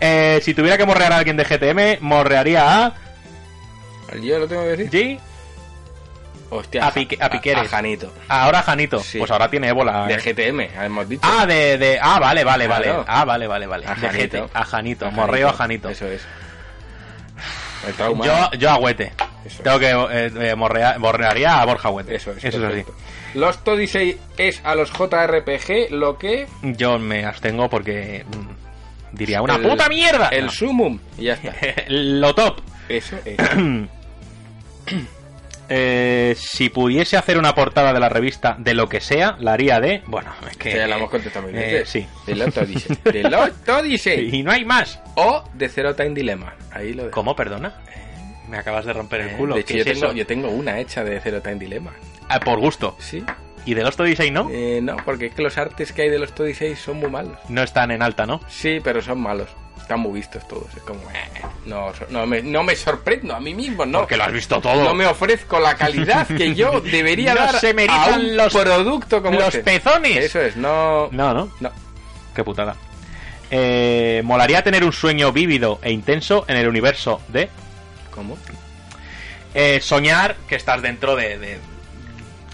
Speaker 3: Eh, si tuviera que morrear a alguien de GTM, morrearía a
Speaker 4: Yo lo tengo que decir.
Speaker 3: G.
Speaker 4: Hostia,
Speaker 3: A Pique- a Piqueres.
Speaker 4: A Janito.
Speaker 3: Ahora Janito.
Speaker 4: Sí.
Speaker 3: Pues ahora tiene ébola.
Speaker 4: De
Speaker 3: eh.
Speaker 4: GTM, hemos dicho.
Speaker 3: Ah, de, de. Ah, vale, vale, vale.
Speaker 4: Claro.
Speaker 3: Ah, vale, vale, vale.
Speaker 4: A
Speaker 3: de
Speaker 4: Janito.
Speaker 3: GT, A Janito. Morreo a Janito.
Speaker 4: Eso es. El trauma.
Speaker 3: Yo, yo a Huete.
Speaker 4: Eso
Speaker 3: Tengo que eh, eh, morrea- morrearía a Borja Huete.
Speaker 4: Eso es.
Speaker 3: Eso es
Speaker 4: perfecto. Los Todisei es a los JRPG lo que.
Speaker 3: así. Yo me abstengo porque. mm, diría una
Speaker 4: el-
Speaker 3: puta mierda.
Speaker 4: El
Speaker 3: No.
Speaker 4: Sumum. Y ya está.
Speaker 3: Lo top.
Speaker 4: Eso es.
Speaker 3: Eh, si pudiese hacer una portada de la revista de lo que sea, la haría de. Bueno, es que.
Speaker 4: Que ya lo hemos contestado mil
Speaker 3: eh,
Speaker 4: veces.
Speaker 3: sí.
Speaker 4: De los Todisei. De los Todisei.
Speaker 3: Y no hay más.
Speaker 4: O de Zero Time Dilemma. Ahí lo dejo.
Speaker 3: ¿Cómo, perdona? Me acabas de romper el
Speaker 4: Eh,
Speaker 3: culo.
Speaker 4: De hecho,
Speaker 3: ¿Qué
Speaker 4: yo,
Speaker 3: es
Speaker 4: tengo,
Speaker 3: eso?
Speaker 4: yo tengo una hecha de Zero Time Dilemma.
Speaker 3: Ah, por gusto.
Speaker 4: Sí.
Speaker 3: ¿Y de los Odyssey no?
Speaker 4: Eh, no, porque es que los artes que hay de los Todisei son muy malos.
Speaker 3: No están en alta, ¿no?
Speaker 4: Sí, pero son malos. Están muy vistos todos. Es como. eh, no, no, me, no me sorprendo a mí mismo, no.
Speaker 3: Porque lo has visto todo.
Speaker 4: No me ofrezco la calidad que yo debería
Speaker 3: No
Speaker 4: dar
Speaker 3: se meritan
Speaker 4: a un
Speaker 3: los-
Speaker 4: producto como
Speaker 3: los
Speaker 4: este.
Speaker 3: pezones.
Speaker 4: Eso es, no.
Speaker 3: No, no.
Speaker 4: no.
Speaker 3: Qué putada. Eh, molaría tener un sueño vívido e intenso en el universo de
Speaker 4: ¿Cómo?
Speaker 3: eh, soñar que estás dentro de, de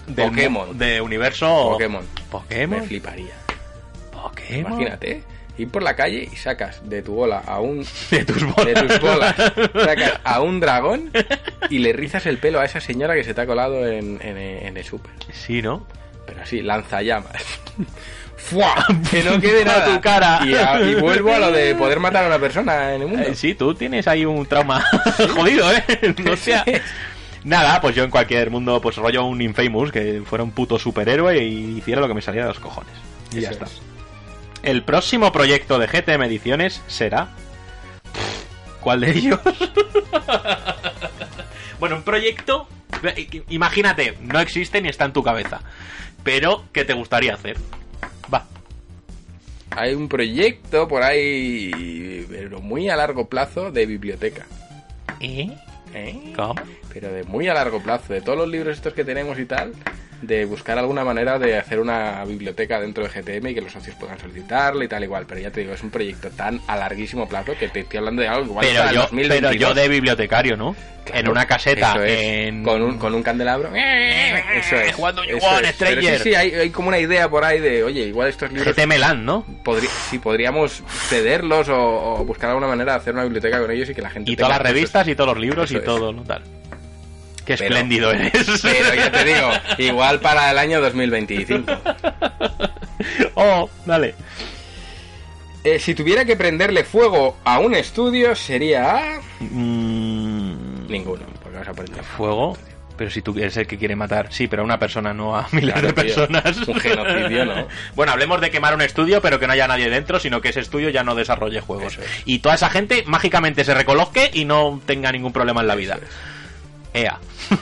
Speaker 3: del
Speaker 4: Pokémon.
Speaker 3: mu- de universo
Speaker 4: Pokémon. Me
Speaker 3: Pokémon.
Speaker 4: fliparía.
Speaker 3: Pokémon.
Speaker 4: Imagínate, ¿eh? ir por la calle y sacas de tu bola a un.
Speaker 3: De tus bolas.
Speaker 4: De tus bolas. Sacas a un dragón y le rizas el pelo a esa señora que se te ha colado en, en- en el súper.
Speaker 3: Sí, ¿no?
Speaker 4: Pero así, lanzallamas. ¡Fua! Que no quede nada.
Speaker 3: tu cara.
Speaker 4: Y, a- y vuelvo a lo de poder matar a una persona en el mundo.
Speaker 3: Eh, sí, tú tienes ahí un trauma jodido, ¿eh? No sea...
Speaker 4: Sí.
Speaker 3: Nada, pues yo en cualquier mundo, pues rollo un Infamous, que fuera un puto superhéroe y hiciera lo que me saliera de los cojones. Y ya
Speaker 4: Eso
Speaker 3: está.
Speaker 4: es.
Speaker 3: El próximo proyecto de GTM Ediciones será... ¿Cuál de ellos? bueno, un proyecto... Imagínate, no existe ni está en tu cabeza. Pero, ¿qué te gustaría hacer? Va.
Speaker 4: Hay un proyecto por ahí, pero muy a largo plazo, de biblioteca.
Speaker 3: ¿Eh?
Speaker 4: ¿Eh?
Speaker 3: ¿Cómo?
Speaker 4: Pero de muy a largo plazo, de todos los libros estos que tenemos y tal, de buscar alguna manera de hacer una biblioteca dentro de GTM y que los socios puedan solicitarla y tal igual. Pero ya te digo, es un proyecto tan a larguísimo plazo que te estoy hablando de algo igual
Speaker 3: Pero
Speaker 4: hasta el
Speaker 3: yo,
Speaker 4: 2022.
Speaker 3: pero yo de bibliotecario, ¿no? en una caseta,
Speaker 4: Eso es,
Speaker 3: en... Eh,
Speaker 4: con, un, con un candelabro. Eso es.
Speaker 3: Jugando un
Speaker 4: eso
Speaker 3: One
Speaker 4: es. Pero
Speaker 3: Stranger.
Speaker 4: Sí, sí, hay, hay como una idea por ahí de, oye, igual estos libros
Speaker 3: GTM Land, ¿no?
Speaker 4: podri- sí, podríamos cederlos o, o buscar alguna manera de hacer una biblioteca con ellos y que la gente
Speaker 3: Y todas las
Speaker 4: tenga acceso.
Speaker 3: revistas y todos los libros
Speaker 4: Eso
Speaker 3: y
Speaker 4: es.
Speaker 3: todo, ¿no? Tal. Qué
Speaker 4: Pero-
Speaker 3: espléndido eres.
Speaker 4: Pero ya te digo, igual para el año 2025.
Speaker 3: oh, dale.
Speaker 4: Eh, si tuviera que prenderle fuego a un estudio, sería a...
Speaker 3: Mm,
Speaker 4: Ninguno, porque vas a prender
Speaker 3: Fuego. Pero si tú eres el que quiere matar, sí, pero a una persona, no a miles
Speaker 4: Claro,
Speaker 3: de
Speaker 4: tío.
Speaker 3: personas.
Speaker 4: Un genocidio, ¿no?
Speaker 3: Bueno, hablemos de quemar un estudio, pero que no haya nadie dentro, sino que ese estudio ya no desarrolle juegos. Y toda esa gente mágicamente se recoloque y no tenga ningún problema en la vida. Ea.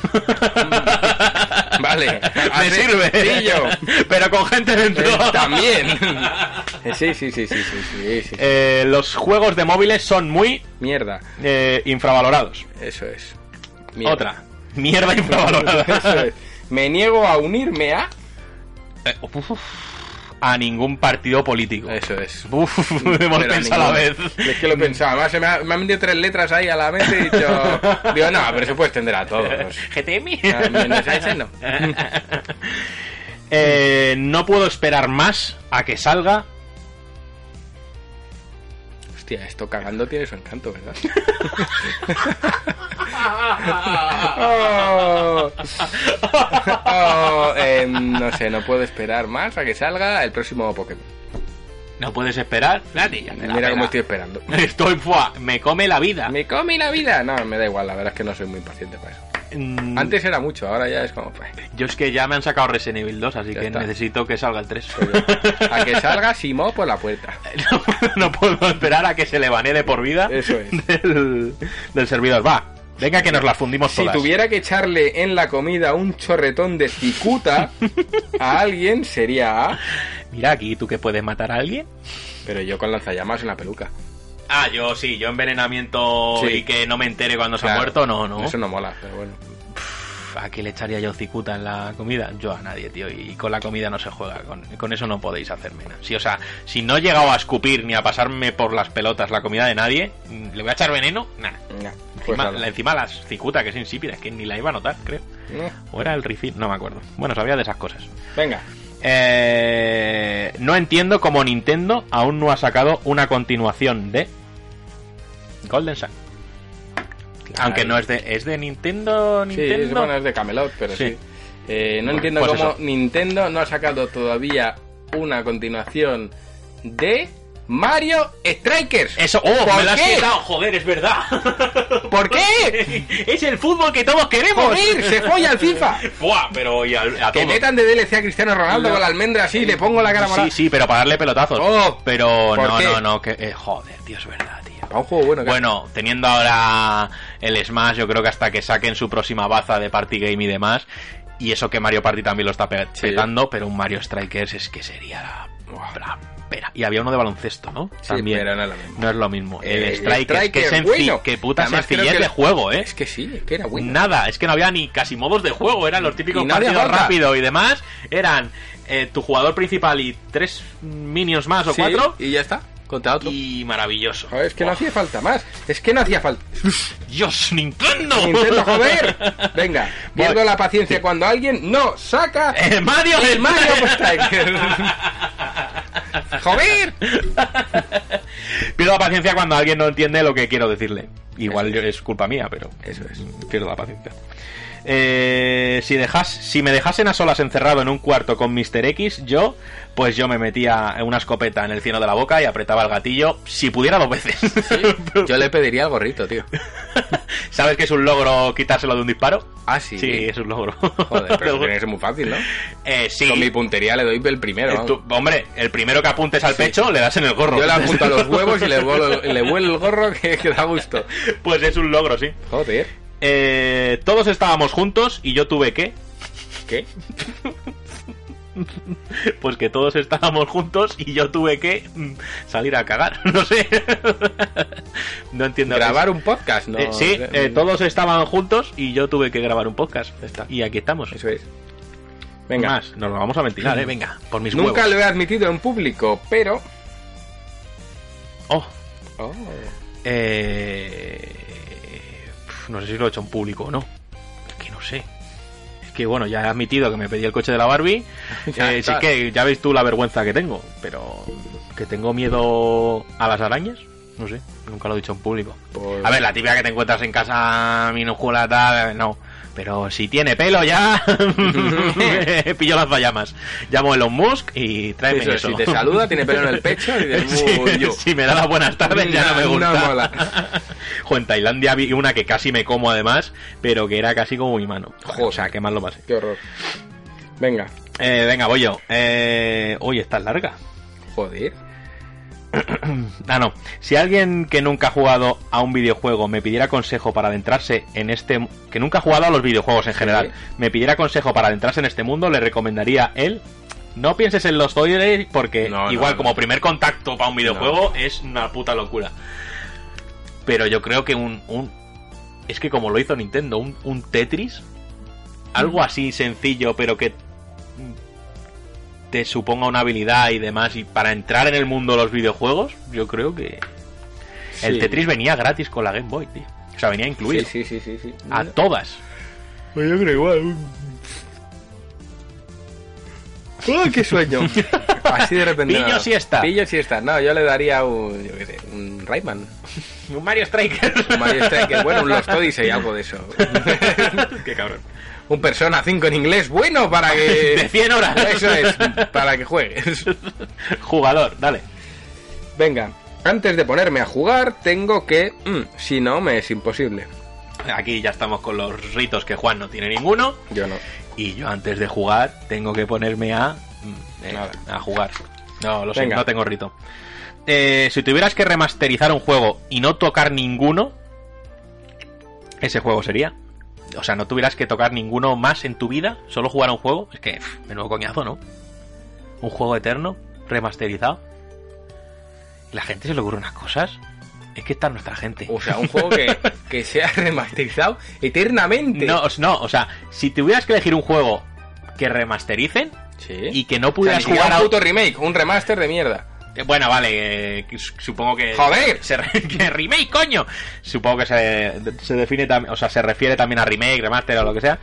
Speaker 4: Vale,
Speaker 3: Me
Speaker 4: así,
Speaker 3: sirve.
Speaker 4: pillo.
Speaker 3: Pero con gente dentro.
Speaker 4: Eh, También. Eh, Sí, sí, sí, sí, sí, sí, sí.
Speaker 3: Eh, los juegos de móviles son muy
Speaker 4: Mierda,
Speaker 3: eh, infravalorados.
Speaker 4: eso es. Mierda.
Speaker 3: Otra. Mierda
Speaker 4: Eso
Speaker 3: infravalorada.
Speaker 4: es. Me niego a unirme a...
Speaker 3: Eh, uf, uf. a ningún partido político.
Speaker 4: Eso es.
Speaker 3: Uf, hemos
Speaker 4: Eh, Pero
Speaker 3: pensado a la vez.
Speaker 4: ninguno. Es que lo pensaba. Además, se me, ha, me han metido tres letras ahí a la mente y he dicho... Digo, no, pero se puede extender a todos. Ah, menos a ese no.
Speaker 3: Eh, no puedo esperar más a que salga.
Speaker 4: Hostia, esto cagando tiene su encanto, ¿verdad? Oh. Oh, em, no sé, no puedo esperar más a que salga el próximo Pokémon.
Speaker 3: No puedes esperar. Nati, ya me la
Speaker 4: Mira
Speaker 3: pela.
Speaker 4: cómo estoy esperando.
Speaker 3: Estoy, fuá, me come la vida.
Speaker 4: ¿Me come la vida? No, me da igual, la verdad es que no soy muy paciente para eso.
Speaker 3: Mm,
Speaker 4: Antes era mucho, ahora ya es como... pues,
Speaker 3: Yo es que ya me han sacado Resident Evil 2, así
Speaker 4: Ya
Speaker 3: que
Speaker 4: está.
Speaker 3: necesito que salga el 3.
Speaker 4: A que salga Simo por la puerta.
Speaker 3: no, no puedo esperar a que se le banee de por vida
Speaker 4: Eso es.
Speaker 3: del, del servidor. Va, venga que nos las fundimos
Speaker 4: Si
Speaker 3: todas.
Speaker 4: tuviera que echarle en la comida un chorretón de cicuta a alguien sería a...
Speaker 3: Mira aquí, ¿tú que puedes matar a alguien?
Speaker 4: Pero yo con lanzallamas en la peluca.
Speaker 3: Ah, yo sí, yo envenenamiento
Speaker 4: Sí.
Speaker 3: y que no me entere cuando se ha
Speaker 4: Claro.
Speaker 3: muerto, no, no.
Speaker 4: Eso no mola, pero bueno.
Speaker 3: Pff, ¿A qué le echaría yo cicuta en la comida? Yo a nadie, tío, y con la comida no se juega, con, con eso no podéis hacerme nada. Sí, o sea, si no he llegado a escupir ni a pasarme por las pelotas la comida de nadie, mm, ¿le voy a echar veneno? Nada.
Speaker 4: Ya, pues
Speaker 3: Encima,
Speaker 4: nada.
Speaker 3: la, encima las cicuta, que es insípida, es que ni la iba a notar, creo.
Speaker 4: Eh,
Speaker 3: O era el rifil, no me acuerdo. Bueno, sabía de esas cosas.
Speaker 4: Venga.
Speaker 3: Eh, no entiendo cómo Nintendo aún no ha sacado una continuación de Golden Sun. Aunque no es de. ¿Es de Nintendo?
Speaker 4: Sí, es,
Speaker 3: Nintendo?
Speaker 4: bueno, es de Camelot, pero sí.
Speaker 3: Sí.
Speaker 4: Eh, no
Speaker 3: Bueno,
Speaker 4: entiendo
Speaker 3: pues
Speaker 4: cómo
Speaker 3: eso.
Speaker 4: Nintendo no ha sacado todavía una continuación de Mario Strikers.
Speaker 3: Eso, oh,
Speaker 4: ¿Por
Speaker 3: me la has
Speaker 4: qué?
Speaker 3: quitado, joder, es verdad.
Speaker 4: ¿Por qué?
Speaker 3: es el fútbol que todos queremos.
Speaker 4: ¡Joder! ¡Se folla al FIFA!
Speaker 3: Buah, pero y al- a
Speaker 4: Que
Speaker 3: todo.
Speaker 4: metan de DLC a Cristiano Ronaldo con la almendra así y le pongo la cara morada.
Speaker 3: Sí, sí, pero para darle pelotazos.
Speaker 4: Oh,
Speaker 3: pero
Speaker 4: ¿por
Speaker 3: no,
Speaker 4: qué?
Speaker 3: no, no, que eh, joder, tío, es verdad, tío.
Speaker 4: Para un juego bueno, que-
Speaker 3: Bueno, teniendo ahora el Smash, yo creo que hasta que saquen su próxima baza de Party Game y demás, y eso que Mario Party también lo está pe-
Speaker 4: Sí.
Speaker 3: petando, pero un Mario Strikers es que sería la, la pera. Y había uno de baloncesto, ¿no?
Speaker 4: Sí,
Speaker 3: también.
Speaker 4: pero no es lo mismo.
Speaker 3: No es lo mismo. El
Speaker 4: Eh, el
Speaker 3: Strikers, que
Speaker 4: Strikers,
Speaker 3: senci-
Speaker 4: bueno.
Speaker 3: que puta
Speaker 4: Además, creo
Speaker 3: sencillez
Speaker 4: que
Speaker 3: de
Speaker 4: el-
Speaker 3: juego, ¿eh?
Speaker 4: Es que sí, es que era bueno.
Speaker 3: Nada, es que no había ni casi modos de juego, eran los típicos
Speaker 4: Y no había
Speaker 3: partidos
Speaker 4: falta.
Speaker 3: rápido y demás. Eran eh, tu jugador principal y tres minions más o
Speaker 4: Sí,
Speaker 3: cuatro.
Speaker 4: Y ya está. Contra otro.
Speaker 3: Y maravilloso.
Speaker 4: Joder, es que no hacía falta más. Es que no hacía falta.
Speaker 3: Dios, Nintendo.
Speaker 4: Nintendo, joder. Venga,
Speaker 3: Voy.
Speaker 4: pierdo la paciencia cuando alguien no saca
Speaker 3: Eh, Mario, pues,
Speaker 4: el Mario pues Strikers. joder.
Speaker 3: Pierdo la paciencia cuando alguien no entiende lo que quiero decirle. Igual yo- es culpa mía, pero
Speaker 4: Eso es.
Speaker 3: pierdo la paciencia. Eh, si, dejas, si me dejasen a solas encerrado en un cuarto con Mr. X, yo, pues yo me metía una escopeta en el cielo de la boca y apretaba el gatillo, si pudiera dos veces.
Speaker 4: Yo le pediría el gorrito, tío.
Speaker 3: ¿Sabes que es un logro quitárselo de un disparo?
Speaker 4: Ah, sí.
Speaker 3: Sí, es un logro.
Speaker 4: Joder, pero tiene que ser muy fácil, ¿no?
Speaker 3: Eh, sí.
Speaker 4: Con mi puntería le doy el primero.
Speaker 3: Eh,
Speaker 4: vamos.
Speaker 3: tú- hombre, el primero que apuntes al pecho le das en el gorro.
Speaker 4: Yo le apunto a los huevos y le vuelo, le vuelo el gorro que, que da gusto.
Speaker 3: Pues es un logro, sí.
Speaker 4: Joder.
Speaker 3: Eh, todos estábamos juntos y yo tuve que.
Speaker 4: ¿Qué?
Speaker 3: Pues que todos estábamos juntos y yo tuve que mm, salir a cagar. No sé. no entiendo.
Speaker 4: ¿Grabar un podcast? No.
Speaker 3: Eh, sí, eh, todos estaban juntos y yo tuve que grabar un podcast.
Speaker 4: Ya está.
Speaker 3: Y aquí estamos.
Speaker 4: Eso es.
Speaker 3: Venga.
Speaker 4: Venga.
Speaker 3: Más, nos lo vamos a ventilar, eh. Venga, por mis
Speaker 4: Nunca
Speaker 3: huevos.
Speaker 4: lo he admitido en público, pero.
Speaker 3: Oh,
Speaker 4: Oh.
Speaker 3: eh, pf, No sé si lo he hecho en público o no. Es que no sé. Es que bueno, ya he admitido que me pedí el coche de la Barbie.
Speaker 4: Ya
Speaker 3: Eh, sí
Speaker 4: está.
Speaker 3: que ya veis tú la vergüenza que tengo. Pero que tengo miedo a las arañas. No sé, nunca lo he dicho en público.
Speaker 4: Pues-
Speaker 3: A ver, la tibia que te encuentras en casa minúscula, tal, no. Pero si tiene pelo ya, pillo las vallamas. Llamo a Elon Musk y tráeme
Speaker 4: Eso,
Speaker 3: eso.
Speaker 4: Si te saluda, tiene pelo en el pecho y dices, "Uy,
Speaker 3: Sí,
Speaker 4: yo".
Speaker 3: si me da las buenas tardes, ya no me
Speaker 4: No,
Speaker 3: gusta.
Speaker 4: no mola.
Speaker 3: Jo, en Tailandia vi una que casi me como además, pero que era casi como mi mano.
Speaker 4: Joder.
Speaker 3: O sea, que mal lo pasé.
Speaker 4: Qué horror. Venga,
Speaker 3: Eh, venga, voy yo. Eh, uy, esta es larga.
Speaker 4: joder.
Speaker 3: Ah, no. Si alguien que nunca ha jugado a un videojuego me pidiera consejo para adentrarse en este... Que nunca ha jugado a los videojuegos en general, me pidiera consejo para adentrarse en este mundo, le recomendaría él... No pienses en los spoilers porque
Speaker 4: No, no,
Speaker 3: igual
Speaker 4: no.
Speaker 3: como primer contacto para un videojuego es una puta locura. Pero yo creo que un... un- es que como lo hizo Nintendo, un, un Tetris, algo así sencillo pero que te suponga una habilidad y demás y para entrar en el mundo de los videojuegos, yo creo que el
Speaker 4: Sí.
Speaker 3: Tetris venía gratis con la Game Boy, tío. O sea, venía incluido
Speaker 4: Sí, sí, sí, sí. sí.
Speaker 3: a todas.
Speaker 4: yo creo igual. ¡Ay, qué sueño! Así de repente.
Speaker 3: Pillo
Speaker 4: no.
Speaker 3: siesta.
Speaker 4: Pillo siesta. No, yo le daría un. Yo qué sé, un Rayman.
Speaker 3: Un Mario Striker.
Speaker 4: Un Mario Striker. Bueno, un Lost Odyssey, algo de eso.
Speaker 3: Qué cabrón.
Speaker 4: Un Persona 5 en inglés, bueno, para que.
Speaker 3: De 100 horas.
Speaker 4: Eso es, para que juegues.
Speaker 3: Jugador, dale.
Speaker 4: Venga, antes de ponerme a jugar, tengo que. mm, si no, me es imposible.
Speaker 3: Aquí ya estamos con los ritos que Juan no tiene ninguno.
Speaker 4: Yo no.
Speaker 3: Y yo antes de jugar tengo que ponerme a... mm, eh,
Speaker 4: Nada.
Speaker 3: a jugar. No, lo sé,
Speaker 4: Venga.
Speaker 3: no tengo rito. Eh, si tuvieras que remasterizar un juego y no tocar ninguno, ese juego sería. O sea, no tuvieras que tocar ninguno más en tu vida, solo jugar a un juego. Es que, pff, menudo coñazo, ¿no? Un juego eterno, remasterizado. La gente se le ocurre unas cosas. Es que está nuestra gente.
Speaker 4: O sea, un juego que, que sea remasterizado eternamente.
Speaker 3: No, os- no, o sea, si tuvieras que elegir un juego que remastericen
Speaker 4: Sí.
Speaker 3: y que no
Speaker 4: O sea,
Speaker 3: pudieras
Speaker 4: ni siquiera
Speaker 3: jugar a
Speaker 4: un puto remake, un remaster de mierda.
Speaker 3: Eh, Bueno, vale, eh, que su- supongo que...
Speaker 4: ¡Joder!
Speaker 3: Se re- que remake, coño! Supongo que se, se define también, o sea, se refiere también a remake, remaster o lo que sea.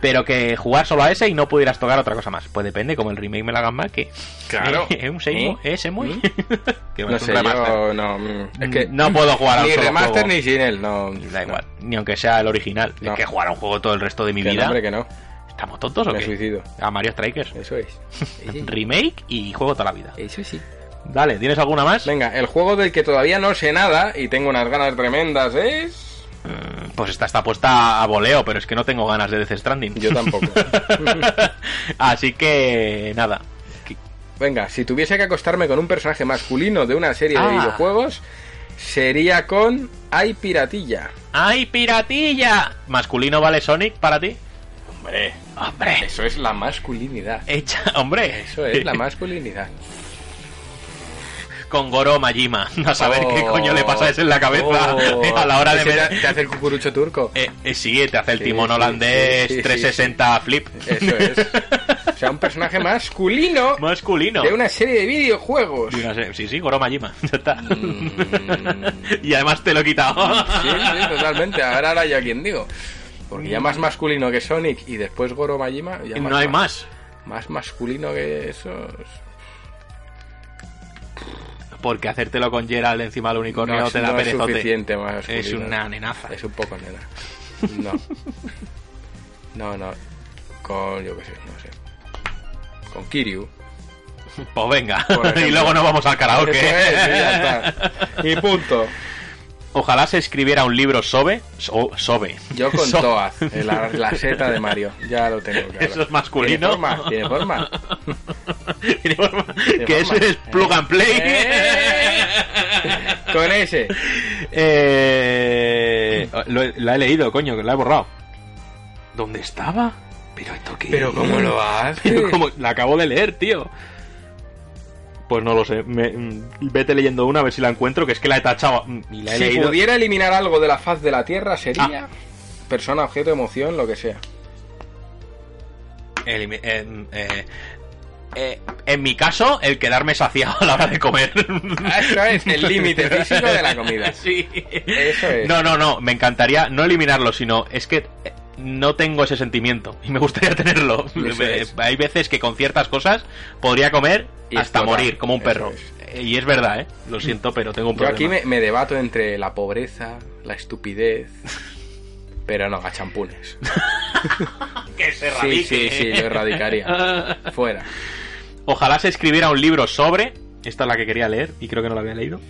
Speaker 3: Pero que jugar solo a ese y no pudieras tocar otra cosa más. Pues depende, como el remake me la hagan mal, que...
Speaker 4: Claro.
Speaker 3: Es un Seymour,
Speaker 4: ¿Eh?
Speaker 3: ese muy... que
Speaker 4: No
Speaker 3: es un
Speaker 4: sé,
Speaker 3: remaster.
Speaker 4: yo no. mm, Es que
Speaker 3: No puedo jugar a un
Speaker 4: ni
Speaker 3: solo
Speaker 4: remaster
Speaker 3: juego.
Speaker 4: ni sin él, no.
Speaker 3: Da igual, ni aunque sea el original.
Speaker 4: No.
Speaker 3: Es que jugar a un juego todo el resto de mi
Speaker 4: Que no,
Speaker 3: vida...
Speaker 4: hombre, que no.
Speaker 3: ¿Estamos tontos o
Speaker 4: Me
Speaker 3: qué?
Speaker 4: suicido.
Speaker 3: A Mario Strikers.
Speaker 4: Eso es.
Speaker 3: Remake y juego toda la vida.
Speaker 4: Eso sí.
Speaker 3: Dale, ¿tienes alguna más?
Speaker 4: Venga, el juego del que todavía no sé nada y tengo unas ganas tremendas es.
Speaker 3: Pues esta está puesta a voleo, pero es que no tengo ganas de Death Stranding.
Speaker 4: Yo tampoco.
Speaker 3: Así que nada.
Speaker 4: Venga, si tuviese que acostarme con un personaje masculino de una serie
Speaker 3: Ah.
Speaker 4: de videojuegos, sería con Ay Piratilla.
Speaker 3: ¡Ay, piratilla! ¿Masculino vale Sonic para ti?
Speaker 4: Hombre,
Speaker 3: ¡Hombre!
Speaker 4: eso es la masculinidad.
Speaker 3: Hecha, hombre.
Speaker 4: Eso es la masculinidad.
Speaker 3: Con Goro Majima. A saber
Speaker 4: Oh.
Speaker 3: qué coño le pasa a ese en la cabeza
Speaker 4: Oh.
Speaker 3: a la hora de
Speaker 4: Ese
Speaker 3: ver.
Speaker 4: Te, te hace el cucurucho turco.
Speaker 3: Eh, eh, sí, te hace el
Speaker 4: Sí,
Speaker 3: timón
Speaker 4: sí,
Speaker 3: holandés
Speaker 4: sí, sí, sí.
Speaker 3: 360 flip.
Speaker 4: Eso es. O sea, un personaje masculino
Speaker 3: Masculino.
Speaker 4: de una serie de videojuegos.
Speaker 3: Y una se- Sí, sí, Goro Majima. Ya está.
Speaker 4: Mm.
Speaker 3: y además te lo he quitado.
Speaker 4: Sí, sí, totalmente. Ahora, ahora ya quien digo. Porque ya más masculino que Sonic y después Goro Majima. ya
Speaker 3: no hay más.
Speaker 4: Más masculino que esos.
Speaker 3: Porque hacértelo con Gerald encima del unicornio
Speaker 4: No,
Speaker 3: te da
Speaker 4: no es
Speaker 3: perezote.
Speaker 4: suficiente más
Speaker 3: Es
Speaker 4: masculino.
Speaker 3: una nenaza.
Speaker 4: Es un poco nena. No. No, no. Con, yo qué sé, no sé. Con Kiryu.
Speaker 3: Pues venga.
Speaker 4: Por ejemplo.
Speaker 3: y luego nos vamos al karaoke.
Speaker 4: Eso es, y ya está. Y punto.
Speaker 3: Ojalá se escribiera un libro sobre. so- sobre.
Speaker 4: Yo con
Speaker 3: So-
Speaker 4: Toad, la, la seta de Mario. Ya lo tengo claro.
Speaker 3: Eso es masculino.
Speaker 4: Tiene forma, tiene forma.
Speaker 3: Tiene forma-
Speaker 4: Tiene
Speaker 3: que
Speaker 4: forma.
Speaker 3: eso es plug and play.
Speaker 4: Eh. Con ese.
Speaker 3: Eh, lo he- la he leído, coño, que la he borrado. ¿Dónde estaba? Pero esto qué.
Speaker 4: Pero ¿cómo lo haces?
Speaker 3: Pero como la acabo de leer, tío. Pues no lo sé. me- mm, vete leyendo una a ver si la encuentro, que es que la he tachado. mm, Y la he
Speaker 4: Si
Speaker 3: leído. Ah.
Speaker 4: pudiera eliminar algo de la faz de la Tierra sería persona, objeto, emoción, lo que sea.
Speaker 3: Elimi- en, eh, eh, en mi caso, el quedarme saciado a la hora de comer. Ah,
Speaker 4: Eso es, el límite físico de la comida.
Speaker 3: Sí.
Speaker 4: Eso es.
Speaker 3: No, no, no. Me encantaría no eliminarlo, sino es que eh, no tengo ese sentimiento y me gustaría tenerlo.
Speaker 4: Eso es.
Speaker 3: Hay veces que con ciertas cosas podría comer
Speaker 4: Y
Speaker 3: hasta
Speaker 4: explotar.
Speaker 3: morir, como un
Speaker 4: Eso
Speaker 3: perro. Eh, Y es verdad, ¿eh? Lo siento, pero tengo un
Speaker 4: Yo
Speaker 3: problema.
Speaker 4: aquí me, me debato entre la pobreza, la estupidez, pero no, a champunes.
Speaker 3: Que se
Speaker 4: Sí,
Speaker 3: radique.
Speaker 4: sí, sí, lo erradicaría. Fuera.
Speaker 3: Ojalá se escribiera un libro sobre. Esta es la que quería leer y creo que no la había leído.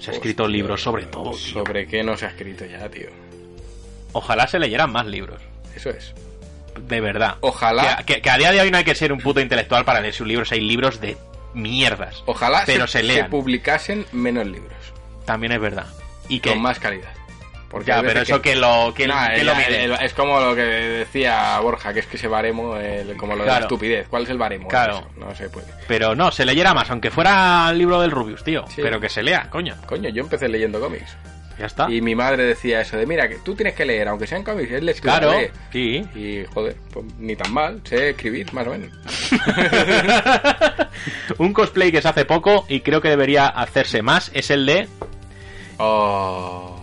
Speaker 3: Se ha escrito
Speaker 4: Hostia.
Speaker 3: libros sobre todo. tío.
Speaker 4: ¿Sobre qué no se ha escrito ya, tío?
Speaker 3: Ojalá se leyeran más libros.
Speaker 4: Eso es.
Speaker 3: De verdad.
Speaker 4: Ojalá.
Speaker 3: Que, que- que a día de hoy no hay que ser un puto intelectual para leer sus libros. Hay libros de mierdas.
Speaker 4: Ojalá
Speaker 3: Pero se, lean.
Speaker 4: publicasen menos libros,
Speaker 3: También es verdad. Y que.
Speaker 4: con más calidad. Porque
Speaker 3: Ya,
Speaker 4: hay veces
Speaker 3: pero eso que, lo, que,
Speaker 4: Nah,
Speaker 3: que
Speaker 4: el-
Speaker 3: lo
Speaker 4: el-
Speaker 3: mide.
Speaker 4: el- es como lo que decía Borja, que es que ese baremo, el- como lo de la
Speaker 3: Claro.
Speaker 4: estupidez. ¿Cuál es el baremo? de
Speaker 3: Claro.
Speaker 4: eso? No pues, se puede.
Speaker 3: Pero no, se leyera más, aunque fuera el libro del Rubius, tío.
Speaker 4: Sí.
Speaker 3: Pero que se lea, coño.
Speaker 4: Coño, yo empecé leyendo cómics.
Speaker 3: Ya está.
Speaker 4: Y mi madre decía eso de, mira, que tú tienes que leer, aunque sean cómics, es lectura.
Speaker 3: claro.
Speaker 4: lee".
Speaker 3: Sí.
Speaker 4: Y joder, pues, ni tan mal, sé escribir, más o menos.
Speaker 3: un cosplay que se hace poco y creo que debería hacerse más es el de.
Speaker 4: Oh,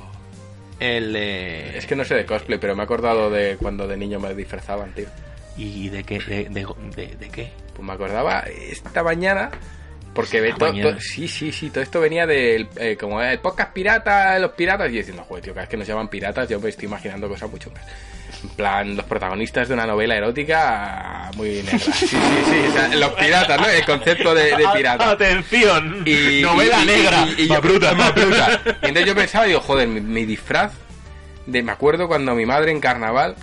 Speaker 3: El de-
Speaker 4: es que no sé de cosplay, pero me he acordado de cuando de niño me disfrazaban, tío.
Speaker 3: ¿Y de qué? ¿De, de, de- de qué?
Speaker 4: Pues me acordaba esta mañana. Porque ve
Speaker 3: Esta
Speaker 4: to-
Speaker 3: mañana.
Speaker 4: to- sí, sí, sí, todo esto venía del eh, como el podcast pirata, los piratas, y yo diciendo, joder, tío, cada vez que nos llaman piratas, yo me estoy imaginando cosas muy chungas. En plan, los protagonistas de una novela erótica ah, muy negra. Sí, sí, sí, o sea, los piratas, ¿no? El concepto de,
Speaker 3: Ah,
Speaker 4: de pirata.
Speaker 3: ¡Atención!
Speaker 4: Y,
Speaker 3: Novela
Speaker 4: y- y-
Speaker 3: negra.
Speaker 4: Y, y- y yo,
Speaker 3: Bruta.
Speaker 4: más bruta. Y entonces yo pensaba, digo, joder, mi, mi disfraz. De, me acuerdo cuando mi madre en carnaval.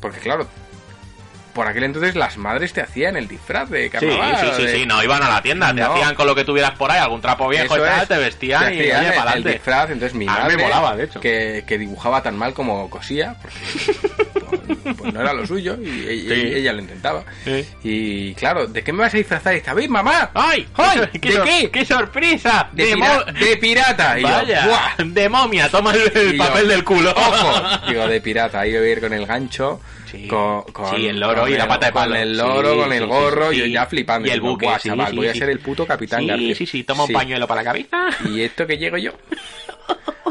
Speaker 4: Porque claro, por aquel entonces las madres te hacían el disfraz de
Speaker 3: Sí,
Speaker 4: carnaval.
Speaker 3: sí,
Speaker 4: o
Speaker 3: sí,
Speaker 4: de-
Speaker 3: sí, no, iban a la tienda, te
Speaker 4: No.
Speaker 3: hacían con lo que tuvieras por ahí, algún trapo viejo y
Speaker 4: Eso
Speaker 3: tal,
Speaker 4: es,
Speaker 3: te vestían y
Speaker 4: hacían
Speaker 3: oye,
Speaker 4: el-
Speaker 3: para
Speaker 4: el
Speaker 3: adelante.
Speaker 4: disfraz, entonces mi
Speaker 3: A mí me
Speaker 4: madre,
Speaker 3: molaba, de hecho.
Speaker 4: Que, que dibujaba tan mal como cosía, porque pues, pues no era lo suyo, y, y-
Speaker 3: Sí.
Speaker 4: y ella lo intentaba.
Speaker 3: Sí.
Speaker 4: Y claro, ¿de qué me vas a disfrazar esta vez, mamá?
Speaker 3: ¡Ay!
Speaker 4: ¡Ay!
Speaker 3: ¡Ay!
Speaker 4: ¿De
Speaker 3: sor-
Speaker 4: qué?
Speaker 3: ¡Qué sorpresa!
Speaker 4: De,
Speaker 3: mo-
Speaker 4: pira- de pirata. Y yo,
Speaker 3: Vaya,
Speaker 4: ¡buah!
Speaker 3: de momia, toma el, el
Speaker 4: Y yo,
Speaker 3: papel del culo.
Speaker 4: ¡Ojo! Digo, de pirata. Ahí voy a ir con el gancho,
Speaker 3: Sí.
Speaker 4: con, con-
Speaker 3: Sí, el loro
Speaker 4: con
Speaker 3: y la
Speaker 4: el-
Speaker 3: pata de palo.
Speaker 4: Con el loro,
Speaker 3: Sí,
Speaker 4: con
Speaker 3: sí,
Speaker 4: el
Speaker 3: sí,
Speaker 4: gorro,
Speaker 3: sí,
Speaker 4: y yo
Speaker 3: sí.
Speaker 4: ya flipando.
Speaker 3: Y el
Speaker 4: Digo,
Speaker 3: buque,
Speaker 4: "Buah,
Speaker 3: sí,
Speaker 4: chaval,
Speaker 3: sí,
Speaker 4: voy a
Speaker 3: sí.
Speaker 4: ser el puto Capitán
Speaker 3: Sí,
Speaker 4: Garfio".
Speaker 3: sí, sí, toma un
Speaker 4: Sí.
Speaker 3: pañuelo para la cabeza.
Speaker 4: Y esto que llego yo.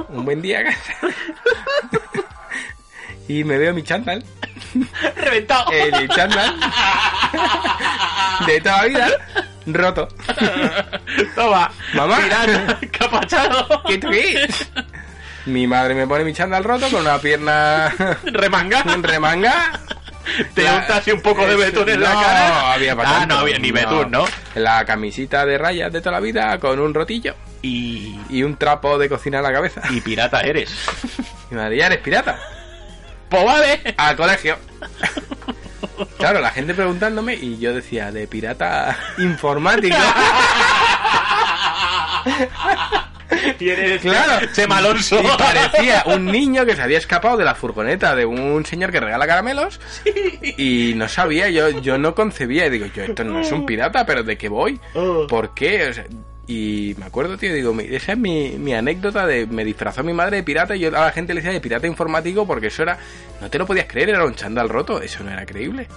Speaker 4: Un buen día a casa. Y me veo mi chándal.
Speaker 3: ¡Reventado!
Speaker 4: eh, mi chándal. De toda la vida. Roto.
Speaker 3: Toma.
Speaker 4: Mamá.
Speaker 3: Pirata, capachado.
Speaker 4: ¿Qué tú qué es? Mi madre me pone mi chándal roto con una pierna
Speaker 3: Remanga.
Speaker 4: un remanga.
Speaker 3: Te
Speaker 4: La-
Speaker 3: untas así un poco de
Speaker 4: Eso,
Speaker 3: betún en la
Speaker 4: no,
Speaker 3: cara.
Speaker 4: había para
Speaker 3: Ah,
Speaker 4: tanto,
Speaker 3: no había ni betún, ¿no?
Speaker 4: La camisita de rayas de toda la vida con un rotillo
Speaker 3: Y,
Speaker 4: y un trapo de cocina en la cabeza.
Speaker 3: y pirata eres.
Speaker 4: Y madre, ya eres pirata.
Speaker 3: Pues vale.
Speaker 4: Al colegio. Claro, la gente preguntándome y yo decía, de pirata informático.
Speaker 3: Y eres
Speaker 4: Claro.
Speaker 3: Sem Alonso.
Speaker 4: Y parecía un niño que se había escapado de la furgoneta de un señor que regala caramelos. Y no sabía, yo, yo no concebía. Y digo, yo, esto no es un pirata, pero ¿de qué voy? ¿Por qué? O sea, y me acuerdo, tío, digo, mi- esa es mi, mi anécdota de me disfrazó mi madre de pirata y yo a la gente le decía de pirata informático porque eso era, no te lo podías creer, era un chándal roto, eso no era creíble.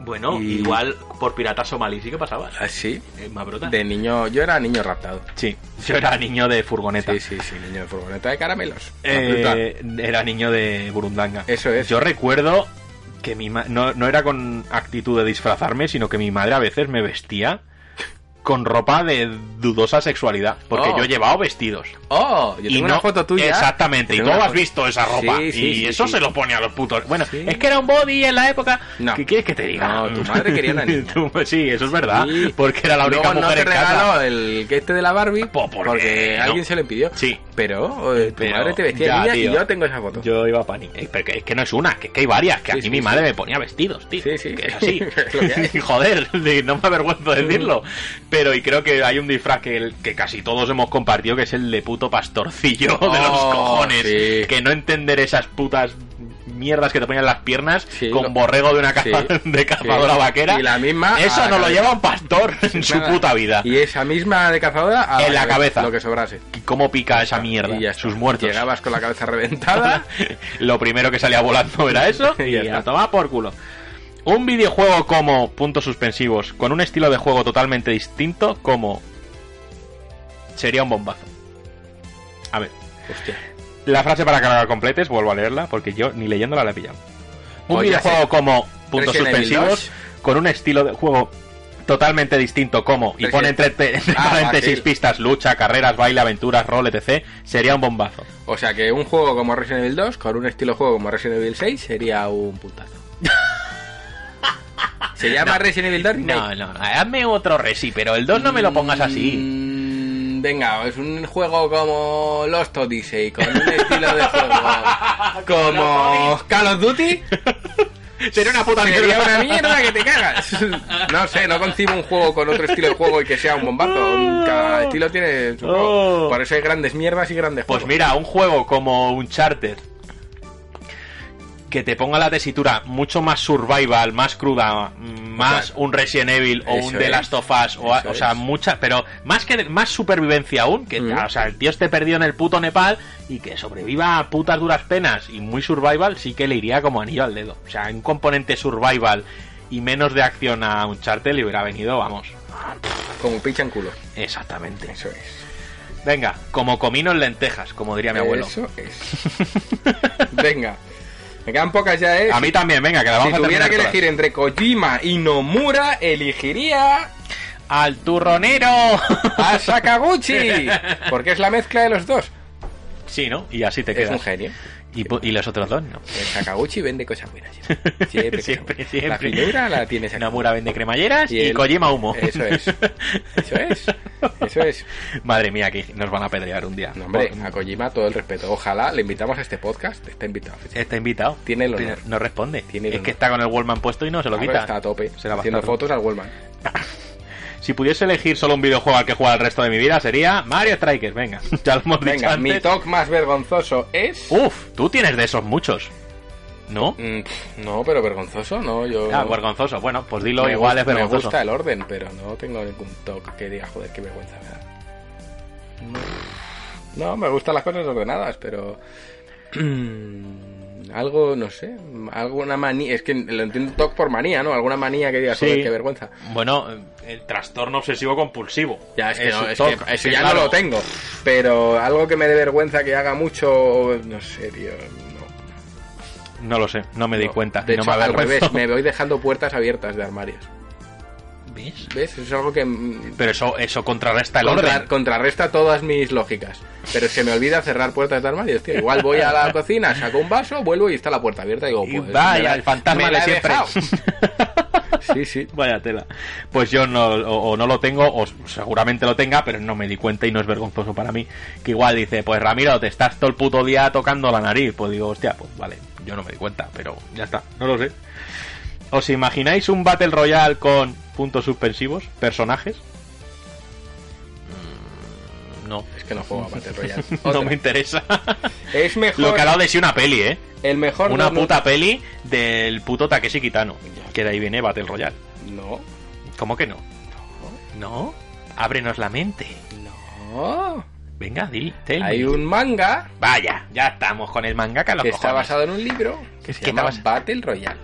Speaker 3: Bueno,
Speaker 4: Y-
Speaker 3: igual por pirata somalí sí que pasaba.
Speaker 4: Así,
Speaker 3: Eh, más bruta.
Speaker 4: de niño, yo era niño raptado.
Speaker 3: Sí, yo era niño de furgoneta.
Speaker 4: Sí, sí, sí, niño de furgoneta de caramelos.
Speaker 3: Eh, era niño de Burundanga.
Speaker 4: Eso es.
Speaker 3: Yo recuerdo que mi ma- no, no era con actitud de disfrazarme, sino que mi madre a veces me vestía con ropa de dudosa sexualidad. Porque
Speaker 4: Oh.
Speaker 3: yo llevaba vestidos.
Speaker 4: Oh, yo tengo una foto tuya.
Speaker 3: Exactamente.
Speaker 4: Yo
Speaker 3: Y
Speaker 4: tengo
Speaker 3: tú
Speaker 4: una
Speaker 3: has
Speaker 4: foto-
Speaker 3: visto esa ropa.
Speaker 4: Sí, sí,
Speaker 3: y
Speaker 4: sí,
Speaker 3: eso
Speaker 4: sí.
Speaker 3: se lo pone a los putos. Bueno,
Speaker 4: Sí.
Speaker 3: es que era un body en la época.
Speaker 4: No.
Speaker 3: ¿Qué quieres que te diga?
Speaker 4: No, tu madre quería una niña.
Speaker 3: Tú- sí, eso es verdad.
Speaker 4: Sí.
Speaker 3: Porque era la única
Speaker 4: Luego
Speaker 3: mujer
Speaker 4: no
Speaker 3: en
Speaker 4: te
Speaker 3: casa.
Speaker 4: regaló el que este de la Barbie
Speaker 3: Po, porque no.
Speaker 4: alguien se lo impidió.
Speaker 3: Sí.
Speaker 4: Pero eh, tu
Speaker 3: Pero,
Speaker 4: madre te vestía de
Speaker 3: ya,
Speaker 4: niña
Speaker 3: tío.
Speaker 4: y yo tengo esa foto.
Speaker 3: Yo iba para anime. Eh, Pero que, es que no es una, que es que hay varias. Que
Speaker 4: Sí,
Speaker 3: a mí
Speaker 4: sí,
Speaker 3: mi
Speaker 4: sí.
Speaker 3: madre me ponía vestidos, tío.
Speaker 4: Sí, sí.
Speaker 3: Que es así.
Speaker 4: Es lo que hay.
Speaker 3: Joder, de- no me avergüenzo de decirlo. Pero y creo que hay un disfraz que, el- que casi todos hemos compartido, que es el de puto pastorcillo de los
Speaker 4: Oh,
Speaker 3: cojones.
Speaker 4: sí.
Speaker 3: Que no entender esas putas mierdas que te ponían en las piernas
Speaker 4: Sí,
Speaker 3: con
Speaker 4: lo-
Speaker 3: borrego de una capa
Speaker 4: sí,
Speaker 3: de cazadora
Speaker 4: sí.
Speaker 3: vaquera.
Speaker 4: Y la misma a
Speaker 3: Eso
Speaker 4: la
Speaker 3: no lo
Speaker 4: cabeza.
Speaker 3: lleva un pastor en su
Speaker 4: Nada.
Speaker 3: puta vida.
Speaker 4: Y esa misma de cazadora a
Speaker 3: En la cabeza.
Speaker 4: Lo que sobrase.
Speaker 3: ¿Cómo pica esa mierda?
Speaker 4: Y ya está.
Speaker 3: Sus muertos.
Speaker 4: Llegabas con la cabeza reventada.
Speaker 3: lo primero que salía volando era eso
Speaker 4: Y
Speaker 3: y
Speaker 4: ya
Speaker 3: ya
Speaker 4: está.
Speaker 3: tomaba por culo. Un videojuego como puntos suspensivos, con un estilo de juego totalmente distinto, como sería un bombazo. A ver,
Speaker 4: Hostia.
Speaker 3: la frase para cargar completes, vuelvo a leerla, porque yo ni leyéndola la he pillado. Un
Speaker 4: Oye,
Speaker 3: videojuego
Speaker 4: hace-
Speaker 3: como puntos
Speaker 4: Pues Resident Evil
Speaker 3: suspensivos, con un estilo de juego totalmente distinto como, y
Speaker 4: Resident-
Speaker 3: pone entre, entre
Speaker 4: Ah,
Speaker 3: paréntesis
Speaker 4: aquel.
Speaker 3: pistas, lucha, carreras, baile, aventuras, rol, etc., sería un bombazo.
Speaker 4: O sea que un juego como Resident Evil 2, con un estilo de juego como Resident Evil 6, sería un puntazo. ¿Se llama Resident Evil 2?
Speaker 3: No, no, no, hazme otro resi, pero el 2 no me lo pongas así.
Speaker 4: Mm, Venga, es un juego como Lost Odyssey, con un estilo de juego como Call of Duty.
Speaker 3: Sería una puta
Speaker 4: Sería
Speaker 3: mierda.
Speaker 4: una mierda que te cagas. No sé, no concibo un juego con otro estilo de juego y que sea un bombazo. Cada estilo tiene su juego.
Speaker 3: Oh.
Speaker 4: Por eso hay grandes mierdas y grandes
Speaker 3: Pues
Speaker 4: juegos.
Speaker 3: mira, un juego como un charter que te ponga la tesitura mucho más survival, más cruda, mm, más
Speaker 4: Total.
Speaker 3: un Resident Evil o
Speaker 4: Eso
Speaker 3: un The
Speaker 4: es.
Speaker 3: Last of Us, o, a-
Speaker 4: Eso
Speaker 3: o sea,
Speaker 4: es.
Speaker 3: muchas, pero más que más supervivencia aún, que
Speaker 4: Mm.
Speaker 3: o sea, el tío esté perdido en el puto Nepal y que sobreviva a putas duras penas y muy survival, sí que le iría como anillo al dedo. O sea, un componente survival y menos de acción a un charter le hubiera venido, vamos.
Speaker 4: Como picha en culo.
Speaker 3: Exactamente.
Speaker 4: Eso es.
Speaker 3: Venga, como comino en lentejas, como diría mi abuelo.
Speaker 4: Eso es. Venga. Me quedan pocas ya, ¿eh?
Speaker 3: A mí también, venga, que la
Speaker 4: si
Speaker 3: vamos a
Speaker 4: tuviera
Speaker 3: terminar
Speaker 4: que
Speaker 3: todas.
Speaker 4: elegir entre Kojima y Nomura, elegiría
Speaker 3: ¡Al turronero!
Speaker 4: a Sakaguchi. Porque es la mezcla de los dos.
Speaker 3: sí, ¿no? Y así te
Speaker 4: Es
Speaker 3: quedas.
Speaker 4: un genio.
Speaker 3: Y, pu- y los otros dos, ¿no?
Speaker 4: El Sakaguchi vende cosas buenas. Siempre,
Speaker 3: Siempre,
Speaker 4: siempre.
Speaker 3: siempre.
Speaker 4: La figura la tiene Sakaguchi.
Speaker 3: Namura vende cremalleras y,
Speaker 4: Y el-
Speaker 3: Kojima humo.
Speaker 4: Eso es. Eso es. Eso es.
Speaker 3: Madre mía, que nos van a pedrear un día.
Speaker 4: No, hombre, a Kojima todo el respeto. Ojalá le invitamos a este podcast. Está invitado.
Speaker 3: Está invitado.
Speaker 4: Tiene el honor.
Speaker 3: No responde.
Speaker 4: Tiene el
Speaker 3: es que
Speaker 4: honor.
Speaker 3: está con el Wallman puesto y no se lo
Speaker 4: Ahora
Speaker 3: quita.
Speaker 4: Está a tope.
Speaker 3: Será
Speaker 4: haciendo
Speaker 3: bastardo.
Speaker 4: fotos al Wallman.
Speaker 3: Si pudiese elegir solo un videojuego al que jugar el resto de mi vida, sería Mario Strikers. Venga, ya lo hemos dicho
Speaker 4: Venga,
Speaker 3: antes. Uh.
Speaker 4: mi talk más vergonzoso es.
Speaker 3: Uf, tú tienes de esos muchos. ¿No?
Speaker 4: Mm, pff, No, pero vergonzoso, no. Yo.
Speaker 3: Ah, vergonzoso. Bueno, pues dilo,
Speaker 4: Me
Speaker 3: igual
Speaker 4: gu-
Speaker 3: es vergonzoso.
Speaker 4: Me gusta el orden, pero no tengo ningún toque que diga, joder, qué vergüenza me da. No, no, me gustan las cosas ordenadas, pero. mm, Algo, no sé, alguna manía. Es que lo entiendo toque por manía, ¿no? Alguna manía que diga,
Speaker 3: Sí.
Speaker 4: joder, qué vergüenza.
Speaker 3: Bueno, el trastorno obsesivo compulsivo.
Speaker 4: Ya, es que, no,
Speaker 3: un
Speaker 4: es
Speaker 3: TOC,
Speaker 4: que eso
Speaker 3: que
Speaker 4: ya
Speaker 3: claro,
Speaker 4: no lo tengo. Pero algo que me dé vergüenza que haga mucho, o- no sé, tío. No,
Speaker 3: No lo sé, no me di
Speaker 4: no.
Speaker 3: cuenta.
Speaker 4: De
Speaker 3: no
Speaker 4: hecho,
Speaker 3: me
Speaker 4: al
Speaker 3: avergüenzo.
Speaker 4: revés, me voy dejando puertas abiertas de armarios. ¿Ves? Eso es algo que mm,
Speaker 3: Pero eso, eso contrarresta el
Speaker 4: Contra-
Speaker 3: orden.
Speaker 4: contrarresta todas mis lógicas. Pero se me olvida cerrar puertas de armarios, tío. Igual voy a la cocina, saco un vaso, vuelvo y está la puerta abierta. Digo,
Speaker 3: Y
Speaker 4: pues, me
Speaker 3: vaya,
Speaker 4: la-
Speaker 3: el fantasma
Speaker 4: me la
Speaker 3: de
Speaker 4: he
Speaker 3: siempre.
Speaker 4: dejado. Sí, sí.
Speaker 3: Vaya tela. Pues yo no, o, o no lo tengo, o seguramente lo tenga, pero no me di cuenta y no es vergonzoso para mí. Que igual dice, pues Ramiro, te estás todo el puto día tocando la nariz. Pues digo, hostia, pues vale, yo no me di cuenta, pero ya está, no lo sé. ¿Os imagináis un Battle Royale con puntos suspensivos, personajes? Mm, No,
Speaker 4: Es que no juego a Battle Royale.
Speaker 3: no
Speaker 4: Otra.
Speaker 3: me interesa.
Speaker 4: Es mejor.
Speaker 3: Lo que ha dado de sí una peli, ¿eh?
Speaker 4: El mejor.
Speaker 3: Una
Speaker 4: no-
Speaker 3: puta peli del puto Takeshi Kitano. Que de ahí viene Battle Royale.
Speaker 4: No.
Speaker 3: ¿Cómo que no? No. Ábrenos la mente.
Speaker 4: No.
Speaker 3: Venga, di, tell me.
Speaker 4: Hay un manga
Speaker 3: Vaya, ya estamos con el mangaka a los
Speaker 4: que está
Speaker 3: cojones.
Speaker 4: basado en un libro que se
Speaker 3: ¿Qué está
Speaker 4: llama
Speaker 3: basa-
Speaker 4: Battle Royale.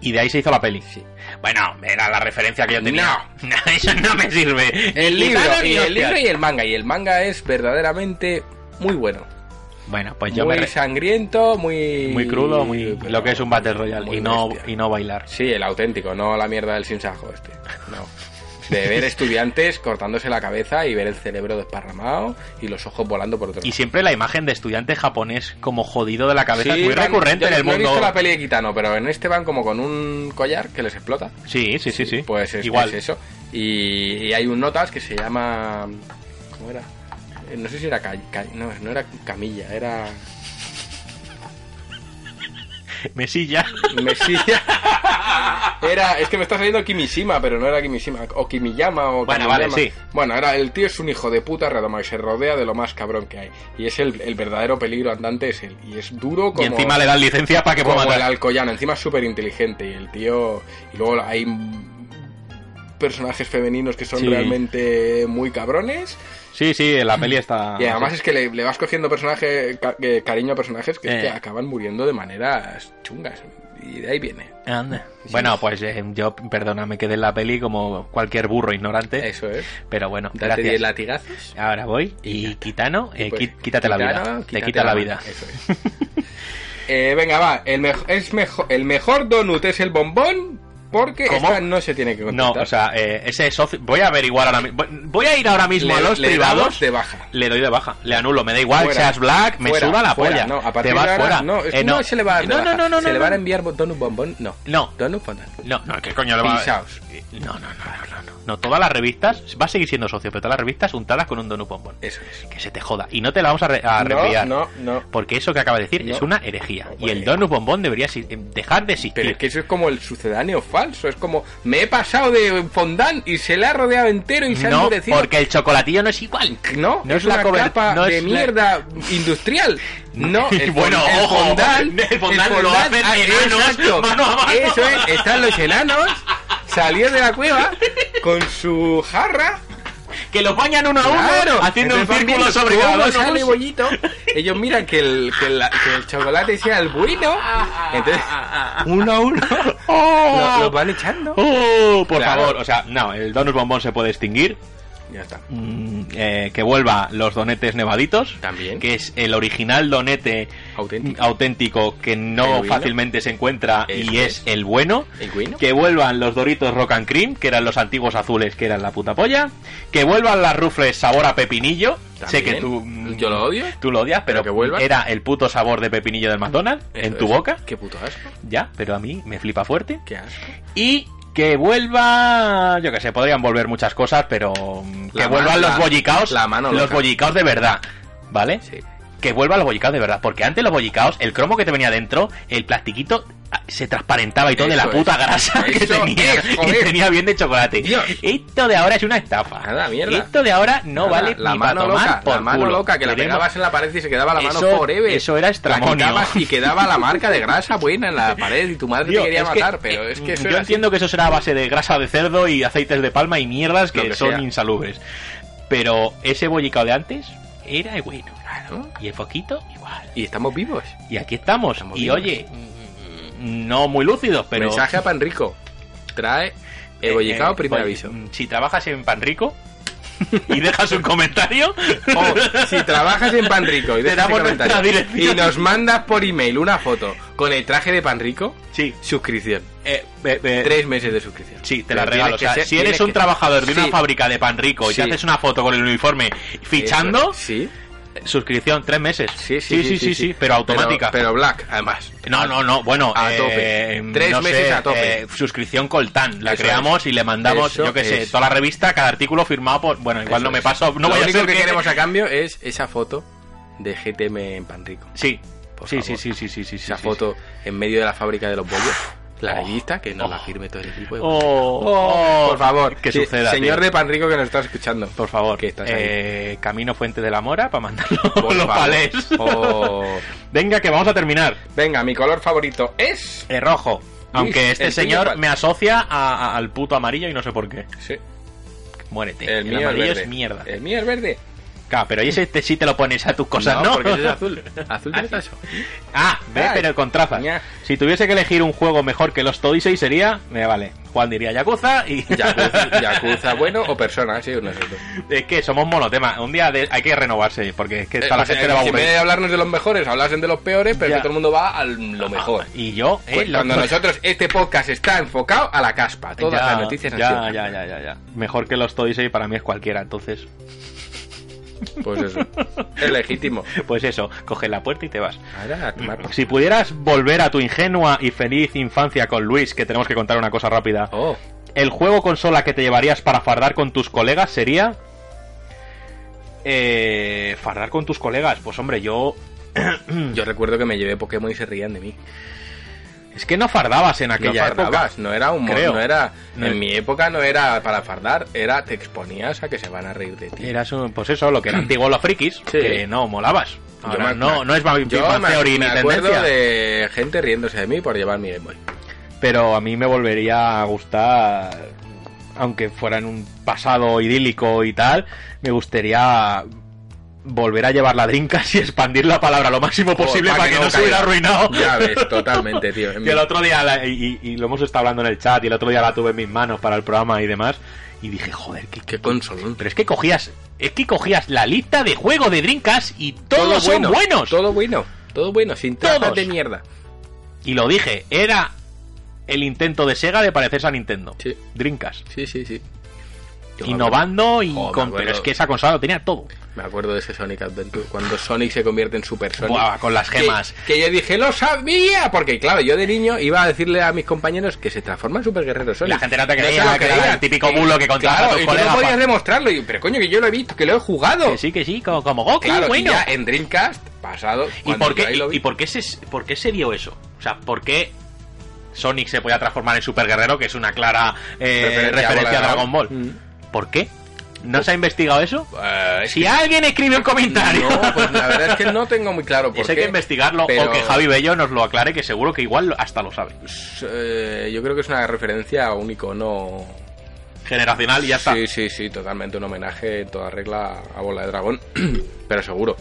Speaker 3: Y de ahí se hizo la peli.
Speaker 4: Sí.
Speaker 3: Bueno, era la referencia que yo tenía. No, eso no me sirve.
Speaker 4: El libro,
Speaker 3: Quizá no
Speaker 4: y
Speaker 3: ni
Speaker 4: el
Speaker 3: hostias.
Speaker 4: libro y el manga. Y el manga es verdaderamente muy bueno.
Speaker 3: Bueno, pues yo
Speaker 4: muy
Speaker 3: me... re-
Speaker 4: sangriento, muy.
Speaker 3: Muy crudo, muy...
Speaker 4: pero
Speaker 3: Lo que es un Battle Royale.
Speaker 4: muy
Speaker 3: Y no,
Speaker 4: bestia.
Speaker 3: y no bailar.
Speaker 4: Sí, el auténtico, no la mierda del sinsajo este. No. De ver estudiantes cortándose la cabeza y ver el cerebro desparramado y los ojos volando por otro
Speaker 3: Y
Speaker 4: lado.
Speaker 3: siempre la imagen de estudiante japonés como jodido de la cabeza
Speaker 4: Sí,
Speaker 3: es muy
Speaker 4: van-
Speaker 3: recurrente
Speaker 4: yo
Speaker 3: en el
Speaker 4: no
Speaker 3: mundo.
Speaker 4: he visto la peli de Kitano, pero en este van como con un collar que les explota.
Speaker 3: Sí, sí, sí, sí.
Speaker 4: Pues es,
Speaker 3: Igual.
Speaker 4: es eso. Y, y hay un notas que se llama... ¿Cómo era? Eh, No sé si era... Ca- Ca- no, no era Camilla, era...
Speaker 3: Mesilla.
Speaker 4: Mesilla. Era, es que me está saliendo Kimishima, pero no era Kimishima. O Kimiyama o
Speaker 3: Bueno,
Speaker 4: Kamiyama.
Speaker 3: vale, sí.
Speaker 4: Bueno, era, el tío es un hijo de puta redomado y se rodea de lo más cabrón que hay. Y es el, el verdadero peligro andante, es él. Y es duro como,
Speaker 3: Y encima le dan licencia para que
Speaker 4: como
Speaker 3: pueda
Speaker 4: el
Speaker 3: matar.
Speaker 4: alcoyano. Encima es súper inteligente. Y el tío. Y luego hay personajes femeninos que son
Speaker 3: Sí.
Speaker 4: realmente muy cabrones.
Speaker 3: Sí, sí, la peli está.
Speaker 4: Y además es que le, le vas cogiendo personaje, ca- eh, cariño a personajes que, es
Speaker 3: Eh.
Speaker 4: que acaban muriendo de maneras chungas. y de ahí viene.
Speaker 3: Anda. Bueno, pues eh, yo, perdona, me quedé en la peli como cualquier burro ignorante.
Speaker 4: Eso es.
Speaker 3: Pero bueno,
Speaker 4: Date 10
Speaker 3: Eh. gracias.
Speaker 4: latigazos.
Speaker 3: Ahora voy. Y Kitano, eh,
Speaker 4: Y pues,
Speaker 3: qui- quítate la
Speaker 4: quitano,
Speaker 3: vida. Te
Speaker 4: quítate
Speaker 3: quita la vida.
Speaker 4: Eso es. Eh, venga, va. El, mejo- es mejo- el mejor donut es el bombón porque
Speaker 3: ¿Cómo?
Speaker 4: esta no se tiene que
Speaker 3: No,
Speaker 4: contestar.
Speaker 3: o sea, eh, ese socio. Voy a averiguar ahora mismo. Voy a ir ahora mismo
Speaker 4: Le-
Speaker 3: a los
Speaker 4: le
Speaker 3: privados.
Speaker 4: damos de baja.
Speaker 3: Le doy de baja. Le anulo. Me da igual.
Speaker 4: Fuera.
Speaker 3: seas black, me
Speaker 4: Fuera,
Speaker 3: suda la
Speaker 4: fuera,
Speaker 3: polla.
Speaker 4: No, a
Speaker 3: te
Speaker 4: partir
Speaker 3: vas
Speaker 4: de ahora,
Speaker 3: fuera.
Speaker 4: No, es-
Speaker 3: Eh,
Speaker 4: no se le va a dar de
Speaker 3: No, no,
Speaker 4: baja.
Speaker 3: no, no.
Speaker 4: Se le
Speaker 3: no,
Speaker 4: van a
Speaker 3: no.
Speaker 4: enviar bo- donut bombón. No.
Speaker 3: No.
Speaker 4: Donut bombón.
Speaker 3: No, no, ¿qué coño le va a
Speaker 4: Pinchaos.
Speaker 3: Eh, No, no, no, no, no. No, todas las revistas. Va a seguir siendo socio, pero todas las revistas untadas con un donut bombón.
Speaker 4: Eso es.
Speaker 3: Que se te joda. Y no te la vamos a, re a
Speaker 4: No,
Speaker 3: reenviar.
Speaker 4: no, no.
Speaker 3: Porque eso que acaba de decir
Speaker 4: No.
Speaker 3: es una herejía.
Speaker 4: No,
Speaker 3: y el
Speaker 4: bueno.
Speaker 3: donut bombón debería si- eh, dejar de existir.
Speaker 4: Pero es que eso es como el sucedáneo falso. Es como, me he pasado de fondant y se le ha rodeado entero y se ha
Speaker 3: no,
Speaker 4: endurecido.
Speaker 3: porque el chocolatillo no es igual.
Speaker 4: No,
Speaker 3: no
Speaker 4: es,
Speaker 3: es la
Speaker 4: una
Speaker 3: cover-
Speaker 4: capa
Speaker 3: no
Speaker 4: de
Speaker 3: es la-
Speaker 4: mierda industrial. No, el fon-
Speaker 3: Bueno,
Speaker 4: el
Speaker 3: ojo,
Speaker 4: fondant,
Speaker 3: el fondant lo hacen
Speaker 4: ah,
Speaker 3: enanos,
Speaker 4: exacto.
Speaker 3: mano a mano.
Speaker 4: Eso es, están los enanos, salieron de la cueva con su jarra.
Speaker 3: Que los bañan uno a uno
Speaker 4: claro,
Speaker 3: haciendo un
Speaker 4: entonces van
Speaker 3: círculo
Speaker 4: viendo
Speaker 3: sobre
Speaker 4: cómo
Speaker 3: cada
Speaker 4: sale
Speaker 3: uno.
Speaker 4: bollito. Ellos miran que el, que, la- que el chocolate sea el bueno. Entonces, uno a uno
Speaker 3: ¡Oh!
Speaker 4: lo, los van echando.
Speaker 3: ¡Oh! Por
Speaker 4: Claro.
Speaker 3: favor, o sea, no, el donut bombón se puede extinguir.
Speaker 4: Ya está.
Speaker 3: Mm, eh, que vuelva los donetes nevaditos.
Speaker 4: También.
Speaker 3: Que es el original donete
Speaker 4: Auténtico.
Speaker 3: auténtico que
Speaker 4: El
Speaker 3: no
Speaker 4: bueno.
Speaker 3: fácilmente se encuentra y
Speaker 4: Eso
Speaker 3: es el bueno.
Speaker 4: El bueno.
Speaker 3: Que vuelvan los Doritos Rock and Cream, que eran los antiguos azules, que eran la puta polla. Que vuelvan las Rufles sabor a pepinillo. Sé que
Speaker 4: También.
Speaker 3: tú... mm,
Speaker 4: Yo lo odio.
Speaker 3: Tú lo odias, pero,
Speaker 4: Pero que vuelvan.
Speaker 3: era el puto sabor de pepinillo del McDonald's en
Speaker 4: Eso
Speaker 3: tu
Speaker 4: es.
Speaker 3: boca.
Speaker 4: Qué puto asco.
Speaker 3: Ya, pero a mí me flipa fuerte.
Speaker 4: Qué asco.
Speaker 3: Y que vuelva... Yo que sé, podrían volver muchas cosas, pero... mm, Que
Speaker 4: La
Speaker 3: vuelvan
Speaker 4: mano-
Speaker 3: los
Speaker 4: la-
Speaker 3: bollicaos.
Speaker 4: la mano
Speaker 3: los
Speaker 4: loca.
Speaker 3: bollicaos de verdad. ¿Vale?
Speaker 4: Sí.
Speaker 3: que vuelva a los bollicaos de verdad, porque antes los bollicaos, el cromo que te venía dentro, el plastiquito ah, se transparentaba y todo de
Speaker 4: Eso
Speaker 3: la puta
Speaker 4: es.
Speaker 3: grasa que
Speaker 4: Eso
Speaker 3: tenía
Speaker 4: es,
Speaker 3: y
Speaker 4: joder.
Speaker 3: tenía bien de chocolate.
Speaker 4: Dios.
Speaker 3: Esto de ahora es una estafa.
Speaker 4: Nada, mierda.
Speaker 3: Esto de ahora no
Speaker 4: Nada,
Speaker 3: vale
Speaker 4: la
Speaker 3: ni
Speaker 4: mano
Speaker 3: para tomar
Speaker 4: loca,
Speaker 3: por
Speaker 4: la mano
Speaker 3: culo.
Speaker 4: loca que la
Speaker 3: Queremos-
Speaker 4: pegabas en la pared y se quedaba la mano
Speaker 3: Eso-
Speaker 4: forever.
Speaker 3: eso era estramonio.
Speaker 4: La quitabas y quedaba la marca de grasa buena en la pared y tu madre
Speaker 3: Tío,
Speaker 4: te quería
Speaker 3: es que- eh,
Speaker 4: matar, pero es que eh, eso
Speaker 3: yo
Speaker 4: era así.
Speaker 3: entiendo que eso será a base de grasa de cerdo y aceites de palma y mierdas que,
Speaker 4: Lo que
Speaker 3: son
Speaker 4: sea.
Speaker 3: insalubres. Pero ese bollicao de antes era el bueno.
Speaker 4: Claro.
Speaker 3: Y el foquito igual.
Speaker 4: Y estamos vivos.
Speaker 3: Y aquí estamos.
Speaker 4: Estamos
Speaker 3: y
Speaker 4: vivos.
Speaker 3: oye, no muy lúcidos, pero
Speaker 4: Mensaje a Panrico. Trae el
Speaker 3: Eh,
Speaker 4: bollicao
Speaker 3: eh,
Speaker 4: primer
Speaker 3: oye,
Speaker 4: aviso.
Speaker 3: mm, Si trabajas en Pan Rico y dejas un comentario,
Speaker 4: O si trabajas en Panrico y
Speaker 3: Te
Speaker 4: dejas
Speaker 3: damos
Speaker 4: un comentario
Speaker 3: nuestra dirección.
Speaker 4: y nos mandas por email una foto con el traje de Panrico,
Speaker 3: sí,
Speaker 4: suscripción.
Speaker 3: eh, eh, eh,
Speaker 4: Tres meses de suscripción.
Speaker 3: sí, te
Speaker 4: Pero
Speaker 3: la regalo.
Speaker 4: tienes que
Speaker 3: O sea,
Speaker 4: ser-
Speaker 3: si eres
Speaker 4: tienes
Speaker 3: un
Speaker 4: que-
Speaker 3: trabajador de una
Speaker 4: Sí,
Speaker 3: fábrica de Pan Rico y
Speaker 4: Sí.
Speaker 3: te haces una foto con el uniforme fichando,
Speaker 4: eso, Sí.
Speaker 3: suscripción tres meses.
Speaker 4: Sí, sí, sí,
Speaker 3: sí, pero automática.
Speaker 4: Pero, black, además.
Speaker 3: no, no, no, bueno,
Speaker 4: A
Speaker 3: eh,
Speaker 4: tope.
Speaker 3: no
Speaker 4: Tres meses
Speaker 3: sé,
Speaker 4: a tope.
Speaker 3: eh, suscripción Coltán, la
Speaker 4: Eso
Speaker 3: creamos
Speaker 4: es.
Speaker 3: y le mandamos,
Speaker 4: Eso
Speaker 3: yo que sé,
Speaker 4: es.
Speaker 3: toda la revista, cada artículo firmado por. Bueno, igual
Speaker 4: Eso
Speaker 3: no me
Speaker 4: es.
Speaker 3: paso, no
Speaker 4: Lo
Speaker 3: voy a
Speaker 4: único
Speaker 3: ser
Speaker 4: que, queremos a cambio es esa foto de GTM en Panrico.
Speaker 3: Sí,
Speaker 4: Por
Speaker 3: sí, sí,
Speaker 4: favor.
Speaker 3: sí, sí, sí, sí, sí,
Speaker 4: Esa
Speaker 3: sí, sí.
Speaker 4: foto en medio de la fábrica de los bollos. La revista que nos la
Speaker 3: oh,
Speaker 4: firme todo el equipo.
Speaker 3: Oh, oh,
Speaker 4: por favor,
Speaker 3: que
Speaker 4: sí,
Speaker 3: suceda.
Speaker 4: Señor
Speaker 3: tío.
Speaker 4: de Panrico que nos está escuchando.
Speaker 3: Por favor,
Speaker 4: que estás
Speaker 3: eh, Camino Fuente de la Mora para mandarlo
Speaker 4: Por
Speaker 3: los
Speaker 4: favor.
Speaker 3: palés.
Speaker 4: Oh.
Speaker 3: Venga, que vamos a terminar.
Speaker 4: Venga, mi color favorito es.
Speaker 3: El rojo. Aunque
Speaker 4: Sí,
Speaker 3: este
Speaker 4: Eh, el tuyo,
Speaker 3: señor
Speaker 4: ¿cuál?
Speaker 3: me asocia a- a- al puto amarillo y no sé por qué.
Speaker 4: Sí,
Speaker 3: Muérete.
Speaker 4: el,
Speaker 3: El,
Speaker 4: mío
Speaker 3: amarillo
Speaker 4: es verde.
Speaker 3: es mierda.
Speaker 4: El mío es verde.
Speaker 3: Claro, pero ese este sí te lo pones a tus cosas, ¿no?
Speaker 4: porque ese es azul. Azul de eso.
Speaker 3: Ah, ve,
Speaker 4: Ay.
Speaker 3: pero con trazas.
Speaker 4: Ya.
Speaker 3: Si tuviese que elegir un juego mejor que los Todisei sería... Me vale. Juan diría Yakuza y...
Speaker 4: Yakuza, Yakuza bueno o persona, sí, uno de esos dos.
Speaker 3: es que somos monotema. Un día de- hay que renovarse porque es que
Speaker 4: Eh,
Speaker 3: a la
Speaker 4: pues,
Speaker 3: gente
Speaker 4: eh,
Speaker 3: le va a
Speaker 4: si en vez
Speaker 3: aburrir.
Speaker 4: de hablarnos de los mejores, hablasen de los peores, pero
Speaker 3: Ya.
Speaker 4: que todo el mundo va a lo mejor.
Speaker 3: Y yo... eh,
Speaker 4: Pues,
Speaker 3: lo-
Speaker 4: cuando nosotros, este podcast está enfocado a la caspa. Todas
Speaker 3: Ya,
Speaker 4: las noticias han sido
Speaker 3: ya,
Speaker 4: caspa.
Speaker 3: ya, ya, ya, ya. Mejor que los Toys para mí es cualquiera, entonces.
Speaker 4: Pues eso. Es legítimo.
Speaker 3: Pues eso, coge la puerta y te vas.
Speaker 4: Ahora, a tomar por-
Speaker 3: Si pudieras volver a tu ingenua y feliz infancia con Luis, que tenemos que contar una cosa rápida.
Speaker 4: Oh,
Speaker 3: El juego consola que te llevarías para fardar con tus colegas sería. Eh, fardar con tus colegas. Pues hombre, yo.
Speaker 4: yo recuerdo que me llevé Pokémon y se reían de mí.
Speaker 3: Es que no fardabas en
Speaker 4: No
Speaker 3: aquella época.
Speaker 4: fardabas, no era un mo-
Speaker 3: creo.
Speaker 4: no era
Speaker 3: No
Speaker 4: en
Speaker 3: es-
Speaker 4: mi época no era para fardar, era te exponías a que se van a reír de ti.
Speaker 3: Eras un- pues eso, lo que era antiguo los frikis,
Speaker 4: Sí.
Speaker 3: que no molabas.
Speaker 4: Yo
Speaker 3: Ahora,
Speaker 4: me-
Speaker 3: no, no es Big
Speaker 4: yo
Speaker 3: Bang
Speaker 4: me-
Speaker 3: Theory
Speaker 4: me
Speaker 3: ni
Speaker 4: acuerdo
Speaker 3: tendencia.
Speaker 4: de gente riéndose de mí por llevar mi Game Boy.
Speaker 3: pero a mí me volvería a gustar, aunque fuera en un pasado idílico y tal, me gustaría volver a llevar la Dreamcast y expandir la palabra lo
Speaker 4: Oh,
Speaker 3: máximo posible para, que, no, se hubiera
Speaker 4: caiga.
Speaker 3: arruinado.
Speaker 4: Ya ves, totalmente, tío.
Speaker 3: Oh. Que el otro día, la- y, y- y lo hemos estado hablando en el chat, y el otro día la tuve en mis manos para el programa y demás, y dije, joder, qué,
Speaker 4: Qué consolón.
Speaker 3: Pero es que cogías, es que cogías la lista de juegos de Dreamcast y todos son buenos.
Speaker 4: Todo bueno. Todo bueno, sin
Speaker 3: Todos.
Speaker 4: trampas de mierda.
Speaker 3: Y lo dije, era el intento de Sega de parecerse a Nintendo.
Speaker 4: Sí.
Speaker 3: Dreamcast.
Speaker 4: Sí, sí, sí. Yo me
Speaker 3: Innovando y
Speaker 4: Joder,
Speaker 3: con...
Speaker 4: me
Speaker 3: Pero
Speaker 4: acuerdo.
Speaker 3: es que esa consola lo tenía todo.
Speaker 4: acuerdo- Me acuerdo de ese Sonic Adventure, cuando Sonic se convierte en Super Sonic.
Speaker 3: Buah, con las
Speaker 4: Que-
Speaker 3: gemas.
Speaker 4: Que, yo dije, lo sabía. Porque, claro, yo de niño iba a decirle a mis compañeros que se transforma en Super Guerrero Sonic.
Speaker 3: la gente no te creía,
Speaker 4: se lo
Speaker 3: que era el típico bulo que contaba a
Speaker 4: Claro,
Speaker 3: tus
Speaker 4: y tú no
Speaker 3: colegas,
Speaker 4: podías
Speaker 3: pa-
Speaker 4: demostrarlo. Y, pero coño, que yo lo he visto, que lo he jugado.
Speaker 3: Que sí, que sí, como, como Goku,
Speaker 4: claro,
Speaker 3: bueno.
Speaker 4: y ya en Dreamcast, pasado.
Speaker 3: ¿Y
Speaker 4: cuando
Speaker 3: por,
Speaker 4: yo
Speaker 3: qué,
Speaker 4: ahí lo vi-
Speaker 3: y por qué se, por qué se dio eso? O sea, ¿por qué Sonic se podía transformar en Super Guerrero, que es una clara eh,
Speaker 4: Referencia a
Speaker 3: referencia, a Dragon
Speaker 4: Dragon
Speaker 3: Ball?
Speaker 4: Mm.
Speaker 3: ¿Por qué? ¿No se ha investigado eso?
Speaker 4: Eh, es
Speaker 3: Si alguien escribe un comentario...
Speaker 4: No, pues la verdad es que no tengo muy claro por
Speaker 3: Eso
Speaker 4: qué.
Speaker 3: hay que investigarlo
Speaker 4: pero,
Speaker 3: o que Javi Bello nos lo aclare, que seguro que igual lo- hasta lo sabe.
Speaker 4: eh, yo creo que es una referencia a un icono.
Speaker 3: Generacional y ya está.
Speaker 4: Sí, sí, sí, totalmente un homenaje en toda regla a Bola de Dragón. pero seguro.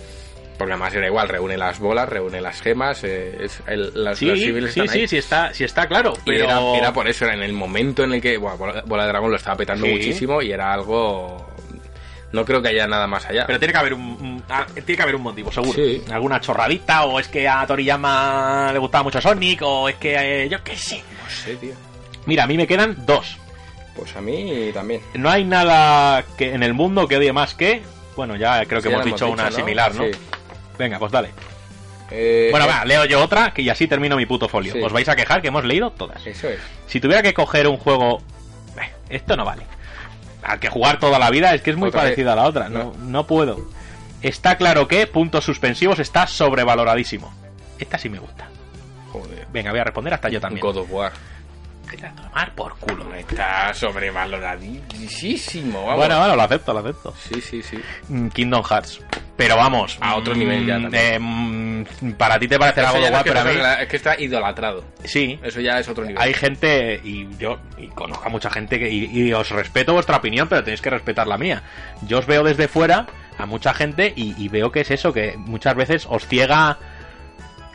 Speaker 4: Porque además era igual, reúne las bolas, reúne las gemas, eh, es el, las, los
Speaker 3: sí,
Speaker 4: civiles
Speaker 3: sí,
Speaker 4: están ahí. pues,
Speaker 3: sí, sí está, sí está claro.
Speaker 4: Y
Speaker 3: Pero...
Speaker 4: era, era por eso, era en el momento en el que buah, Bola, Bola de Dragón lo estaba petando
Speaker 3: Sí.
Speaker 4: muchísimo y era algo. No creo que haya nada más allá.
Speaker 3: Pero tiene que haber un, un- ah, tiene que haber un motivo, seguro.
Speaker 4: Sí.
Speaker 3: Alguna chorradita, o es que a Toriyama le gustaba mucho Sonic, o es que eh, yo qué sé.
Speaker 4: No sé, tío.
Speaker 3: Mira, a mí me quedan dos.
Speaker 4: Pues a mí también.
Speaker 3: No hay nada que en el mundo que odie más que. Bueno, ya creo que
Speaker 4: Sí, ya
Speaker 3: hemos
Speaker 4: lo
Speaker 3: dicho una
Speaker 4: ¿no?
Speaker 3: similar, ¿no?
Speaker 4: Sí.
Speaker 3: Venga, pues dale.
Speaker 4: Eh,
Speaker 3: bueno,
Speaker 4: eh,
Speaker 3: va, leo yo otra que y así termino mi puto folio.
Speaker 4: Sí.
Speaker 3: Os vais a quejar que hemos leído todas.
Speaker 4: Eso es.
Speaker 3: Si tuviera que coger un juego. eh, Esto no vale. Al que jugar toda la vida es que es muy
Speaker 4: Otra vez.
Speaker 3: parecido a la otra. No, no puedo. Está claro que, puntos suspensivos, está sobrevaloradísimo. Esta sí me gusta.
Speaker 4: Joder.
Speaker 3: Venga, voy a responder hasta yo también.
Speaker 4: God of War.
Speaker 3: Vete a tomar por culo.
Speaker 4: Está sobrevaloradísimo, vamos.
Speaker 3: Ah, Bueno, bueno, lo acepto, lo acepto.
Speaker 4: Sí, sí, sí.
Speaker 3: Mm, Kingdom Hearts. Pero vamos.
Speaker 4: A otro nivel ya
Speaker 3: mm,
Speaker 4: también.
Speaker 3: eh, mm, para ti te parecerá
Speaker 4: Eso
Speaker 3: algo
Speaker 4: ya no
Speaker 3: guay,
Speaker 4: es que
Speaker 3: pero a mí.
Speaker 4: sobrevalorar- Es que está idolatrado.
Speaker 3: Sí.
Speaker 4: Eso ya es otro nivel.
Speaker 3: Hay gente, y yo y conozco a mucha gente, que, y, y os respeto vuestra opinión, pero tenéis que respetar la mía. Yo os veo desde fuera a mucha gente y, y veo que es eso, que muchas veces os ciega,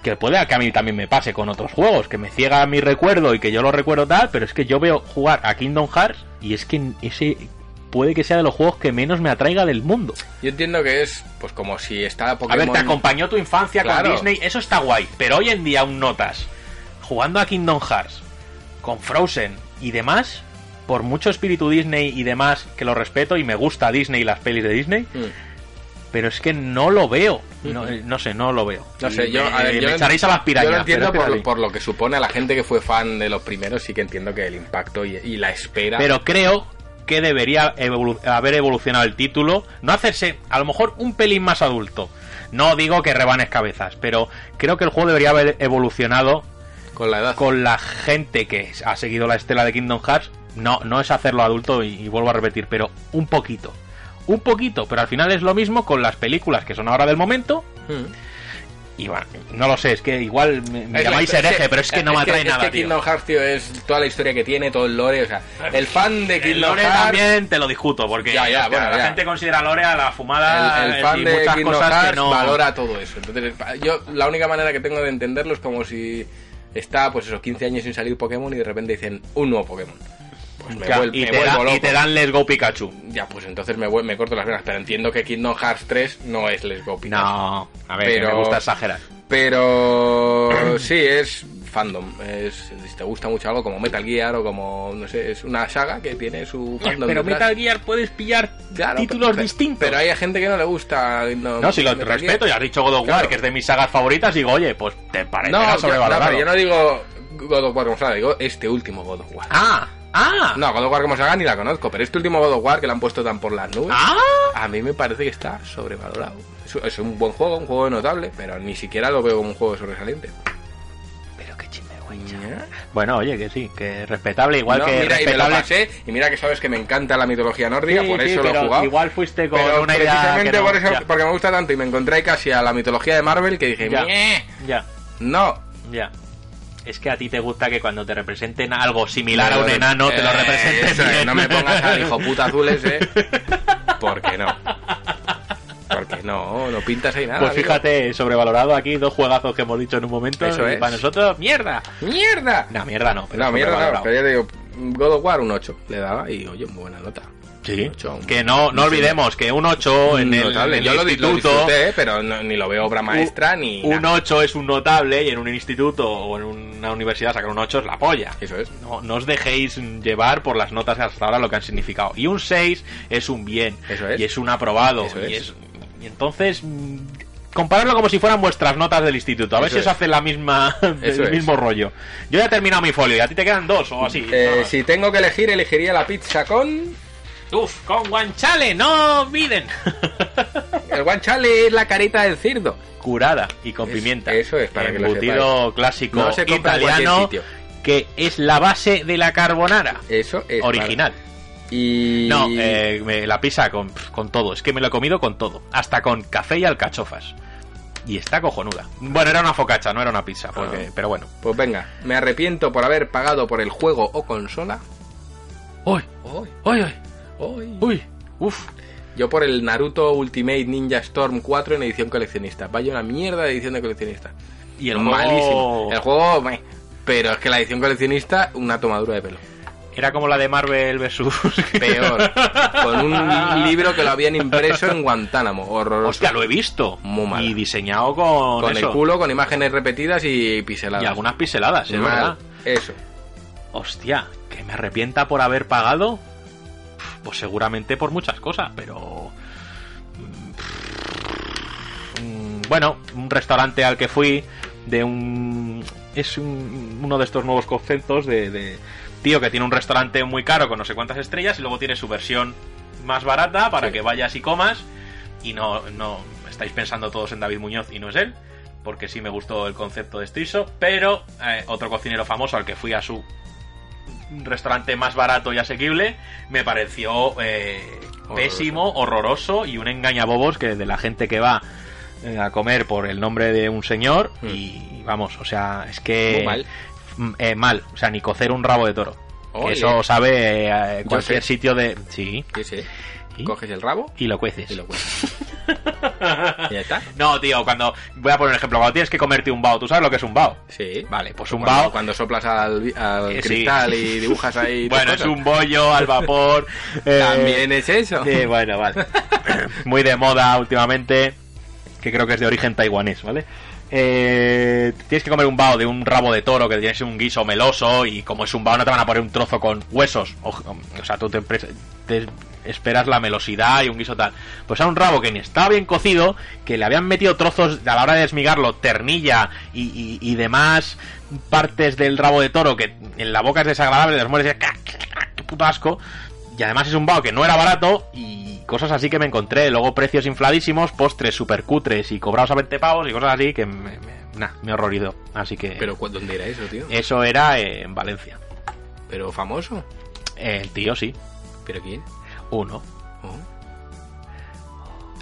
Speaker 3: que puede que a mí también me pase con otros juegos, que me ciega mi recuerdo y que yo lo recuerdo tal, pero es que yo veo jugar a Kingdom Hearts y es que ese puede que sea de los juegos que menos me atraiga del mundo.
Speaker 4: Yo entiendo que es, pues como si está
Speaker 3: A
Speaker 4: Pokémon...
Speaker 3: ver, te acompañó tu infancia
Speaker 4: Claro.
Speaker 3: con Disney, eso está guay, pero hoy en día aún notas, jugando a Kingdom Hearts, con Frozen y demás, por mucho espíritu Disney y demás, que lo respeto y me gusta Disney y las pelis de Disney,
Speaker 4: Mm. Mm-hmm.
Speaker 3: pero es que no lo veo. No, eh, no sé, no lo veo.
Speaker 4: No
Speaker 3: Y
Speaker 4: sé, yo...
Speaker 3: me,
Speaker 4: a ver,
Speaker 3: Eh, me
Speaker 4: yo lo
Speaker 3: echaréis a
Speaker 4: ent-
Speaker 3: las pirañas.
Speaker 4: Yo lo
Speaker 3: pero,
Speaker 4: entiendo
Speaker 3: es que es
Speaker 4: por,
Speaker 3: así.
Speaker 4: lo- por lo que supone a la gente que fue fan de los primeros, sí que entiendo que el impacto y, y la espera...
Speaker 3: Pero creo que debería evolu- haber evolucionado el título, no hacerse a lo mejor un pelín más adulto. No digo que rebanes cabezas, pero creo que el juego debería haber evolucionado
Speaker 4: con la edad...
Speaker 3: con la gente que ha seguido la estela de Kingdom Hearts, no, no es hacerlo adulto y, y vuelvo a repetir, pero un poquito. Un poquito, pero al final es lo mismo con las películas que son ahora del momento.
Speaker 4: Mm.
Speaker 3: Y bueno, no lo sé, es que igual me, me
Speaker 4: Es la
Speaker 3: llamáis
Speaker 4: histo-
Speaker 3: hereje,
Speaker 4: es que-
Speaker 3: pero es que no me atrae
Speaker 4: Es
Speaker 3: nada,
Speaker 4: que
Speaker 3: tío.
Speaker 4: Kingdom Hearts, tío, es toda la historia que tiene, todo el lore, o sea... El fan de
Speaker 3: El
Speaker 4: Kingdom
Speaker 3: lore
Speaker 4: Hearts...
Speaker 3: también te lo discuto, porque
Speaker 4: Ya, ya,
Speaker 3: o sea,
Speaker 4: bueno,
Speaker 3: la
Speaker 4: ya.
Speaker 3: gente considera lore a la fumada
Speaker 4: el, el
Speaker 3: eh,
Speaker 4: fan
Speaker 3: y
Speaker 4: de
Speaker 3: muchas
Speaker 4: Kingdom
Speaker 3: cosas
Speaker 4: Hearts
Speaker 3: que no...
Speaker 4: valora todo eso. Entonces, pa- yo la única manera que tengo de entenderlo es como si está, pues esos 15 años sin salir Pokémon y de repente dicen un nuevo Pokémon. Pues me,
Speaker 3: Ya,
Speaker 4: vuel-
Speaker 3: y,
Speaker 4: me
Speaker 3: te da-
Speaker 4: vuelvo
Speaker 3: y te
Speaker 4: loco.
Speaker 3: dan Let's Go Pikachu.
Speaker 4: Ya, pues entonces me, vuel- me corto las venas. Pero entiendo que Kingdom Hearts 3 no es Let's Go Pikachu.
Speaker 3: No, a ver, que
Speaker 4: Pero-
Speaker 3: me gusta exagerar.
Speaker 4: Pero sí, es fandom. Es, si te gusta mucho algo como Metal Gear o como, no sé, es una saga que tiene su fandom.
Speaker 3: Pues Pero
Speaker 4: detrás.
Speaker 3: Metal Gear puedes pillar
Speaker 4: Claro,
Speaker 3: títulos
Speaker 4: pe- pe-
Speaker 3: distintos.
Speaker 4: Pero hay gente que no le gusta. No,
Speaker 3: No, si lo
Speaker 4: Metal Gear.
Speaker 3: respeto, ya has dicho God of War,
Speaker 4: Claro.
Speaker 3: que es de mis sagas favoritas, digo, oye, pues te
Speaker 4: No,
Speaker 3: parecerá
Speaker 4: yo- no,
Speaker 3: sobrevalorado.
Speaker 4: pero yo no digo God of War como saga, digo este último God of War.
Speaker 3: Ah, ah,
Speaker 4: No, God of War como saga ni la conozco, pero este último God of War que la han puesto tan por las nubes,
Speaker 3: ah.
Speaker 4: a mí me parece que está sobrevalorado. Es, es un buen juego, un juego notable, pero ni siquiera lo veo como un juego sobresaliente.
Speaker 3: Pero qué chingüeña. Bueno, oye, que sí, que respetable, igual
Speaker 4: No,
Speaker 3: que
Speaker 4: mira, y me lo
Speaker 3: respetable.
Speaker 4: pasé, y mira que sabes que me encanta la mitología nórdica,
Speaker 3: Sí,
Speaker 4: por
Speaker 3: sí,
Speaker 4: eso lo he
Speaker 3: pero
Speaker 4: jugado.
Speaker 3: Igual fuiste con
Speaker 4: pero
Speaker 3: una idea.
Speaker 4: precisamente
Speaker 3: que no-
Speaker 4: por eso,
Speaker 3: ya,
Speaker 4: porque me gusta tanto y me encontré casi a la mitología de Marvel que dije,
Speaker 3: Ya.
Speaker 4: "Mie".
Speaker 3: ya,
Speaker 4: no,
Speaker 3: ya. Es que a ti te gusta que cuando te representen algo similar a
Speaker 4: Pero-
Speaker 3: un enano, te lo
Speaker 4: Eh,
Speaker 3: representen.
Speaker 4: eso es,
Speaker 3: bien.
Speaker 4: No me pongas al hijo puta azul ese. Porque no. Porque que no, no pintas ahí nada.
Speaker 3: Pues
Speaker 4: amigo.
Speaker 3: fíjate, sobrevalorado aquí, dos juegazos que hemos dicho en un momento.
Speaker 4: Eso
Speaker 3: y
Speaker 4: es.
Speaker 3: Para nosotros, mierda.
Speaker 4: ¡Mierda!
Speaker 3: No, mierda no. Pero
Speaker 4: no, mierda, no,
Speaker 3: sobrevalorado.
Speaker 4: pero ya te digo, God of War un 8 le daba y oye, muy buena nota.
Speaker 3: Sí.
Speaker 4: Un ocho, un-
Speaker 3: Que no, no olvidemos que un 8 en el,
Speaker 4: Notable.
Speaker 3: en
Speaker 4: yo
Speaker 3: el
Speaker 4: lo, di- lo
Speaker 3: instituto.
Speaker 4: disfruté, eh, pero no- ni lo veo obra maestra
Speaker 3: un-
Speaker 4: ni.
Speaker 3: Un
Speaker 4: nada.
Speaker 3: 8 es un notable y en un instituto o en una universidad sacar un 8 es la polla.
Speaker 4: Eso es.
Speaker 3: No, no os dejéis llevar por las notas hasta ahora lo que han significado. Y un 6 es un bien.
Speaker 4: Eso es.
Speaker 3: Y es un aprobado.
Speaker 4: Eso
Speaker 3: y,
Speaker 4: es.
Speaker 3: es- y entonces, mm, compararlo como si fueran vuestras notas del instituto. A ver
Speaker 4: Eso
Speaker 3: si os
Speaker 4: es.
Speaker 3: hace la misma,
Speaker 4: Eso
Speaker 3: el
Speaker 4: es.
Speaker 3: mismo rollo. Yo ya he terminado mi folio y a ti te quedan dos o así.
Speaker 4: Eh,
Speaker 3: nada más.
Speaker 4: si tengo que elegir, elegiría la pizza con.
Speaker 3: Uf, con guanchale, no olviden.
Speaker 4: El guanchale es la carita del cerdo.
Speaker 3: Curada y con
Speaker 4: Es-
Speaker 3: pimienta.
Speaker 4: eso es, para que lo
Speaker 3: Embutido clásico
Speaker 4: No se compra en
Speaker 3: italiano
Speaker 4: cualquier
Speaker 3: que es la base de la carbonara.
Speaker 4: Eso es.
Speaker 3: original.
Speaker 4: para- Y.
Speaker 3: No, eh, me- la pizza con, con todo. Es que me lo he comido con todo. Hasta con café y alcachofas. Y está cojonuda. Bueno, era una focacha, no era una pizza. Porque,
Speaker 4: Ah.
Speaker 3: Pero bueno.
Speaker 4: Pues venga, me arrepiento por haber pagado por el juego o consola.
Speaker 3: ¡Uy!
Speaker 4: Hoy,
Speaker 3: ¡Uy! ¡Uy!
Speaker 4: hoy.
Speaker 3: ¡Uy! ¡Uf!
Speaker 4: Yo por el Naruto Ultimate Ninja Storm 4 en edición coleccionista. Vaya una mierda de edición de coleccionista.
Speaker 3: Y el
Speaker 4: Malísimo.
Speaker 3: juego
Speaker 4: El juego, meh. pero es que la edición coleccionista, una tomadura de pelo.
Speaker 3: era como la de Marvel versus.
Speaker 4: Peor. Con un libro que lo habían impreso en Guantánamo. Horroroso.
Speaker 3: Hostia, lo he visto.
Speaker 4: Muy mal.
Speaker 3: Y diseñado con,
Speaker 4: con el
Speaker 3: eso.
Speaker 4: culo, con imágenes repetidas y piseladas.
Speaker 3: Y algunas piseladas, es
Speaker 4: Mal.
Speaker 3: verdad.
Speaker 4: Eso.
Speaker 3: Hostia, que me arrepienta por haber pagado. Pues seguramente por muchas cosas, pero. Mm, Bueno, un restaurante al que fui de un. Es un- uno de estos nuevos conceptos de, de- Tío, que tiene un restaurante muy caro con no sé cuántas estrellas y luego tiene su versión más barata para
Speaker 4: Sí.
Speaker 3: que vayas y comas. Y no, no estáis pensando todos en David Muñoz y no es él, porque sí me gustó el concepto de Striso, pero eh, otro cocinero famoso al que fui a su restaurante más barato y asequible, me pareció eh,
Speaker 4: Horroroso.
Speaker 3: pésimo, horroroso y un engañabobos que de la gente que va eh, a comer por el nombre de un señor
Speaker 4: Mm.
Speaker 3: y vamos, o sea, es que
Speaker 4: Muy mal.
Speaker 3: Mm, eh, mal, o sea, ni cocer un rabo de toro. Que
Speaker 4: Ole.
Speaker 3: Eso sabe eh, eh, cualquier
Speaker 4: sé.
Speaker 3: sitio de sí,
Speaker 4: Sí, sí.
Speaker 3: ¿Y?
Speaker 4: Coges el rabo
Speaker 3: y lo cueces.
Speaker 4: y lo cuelgas. Y ya está.
Speaker 3: No, tío, cuando voy a poner un ejemplo, cuando tienes que comerte un bao, ¿tú sabes lo que es un bao?
Speaker 4: Sí.
Speaker 3: Vale, pues un
Speaker 4: Cuando-
Speaker 3: bao
Speaker 4: Cuando soplas al, al
Speaker 3: Eh, sí.
Speaker 4: cristal y dibujas ahí. tus
Speaker 3: Bueno, es
Speaker 4: cosas.
Speaker 3: un Eh, bollo al vapor. eh,
Speaker 4: También es eso.
Speaker 3: Sí, bueno, vale. Muy de moda últimamente, que creo que es de origen taiwanés, ¿vale? Eh, tienes que comer un bao de un rabo de toro que tienes un guiso meloso y como es un bao no te van a poner un trozo con huesos. O, o sea, tú te, pre- te esperas la melosidad y un guiso tal. Pues a un rabo que ni estaba bien cocido, que le habían metido trozos a la hora de desmigarlo, ternilla y, y- y demás partes del rabo de toro que en la boca es desagradable, las mueres y qué puto asco. Y además es un bao que no era barato y cosas así que me encontré. Luego precios infladísimos, postres supercutres y cobrados a 20 pavos y cosas así que me, me, nah, me horrorizó. Así que
Speaker 4: Pero ¿cu- ¿dónde era eso, tío?
Speaker 3: eso era eh, en Valencia.
Speaker 4: Pero famoso.
Speaker 3: El tío sí,
Speaker 4: ¿Pero quién?
Speaker 3: uno.
Speaker 4: Oh.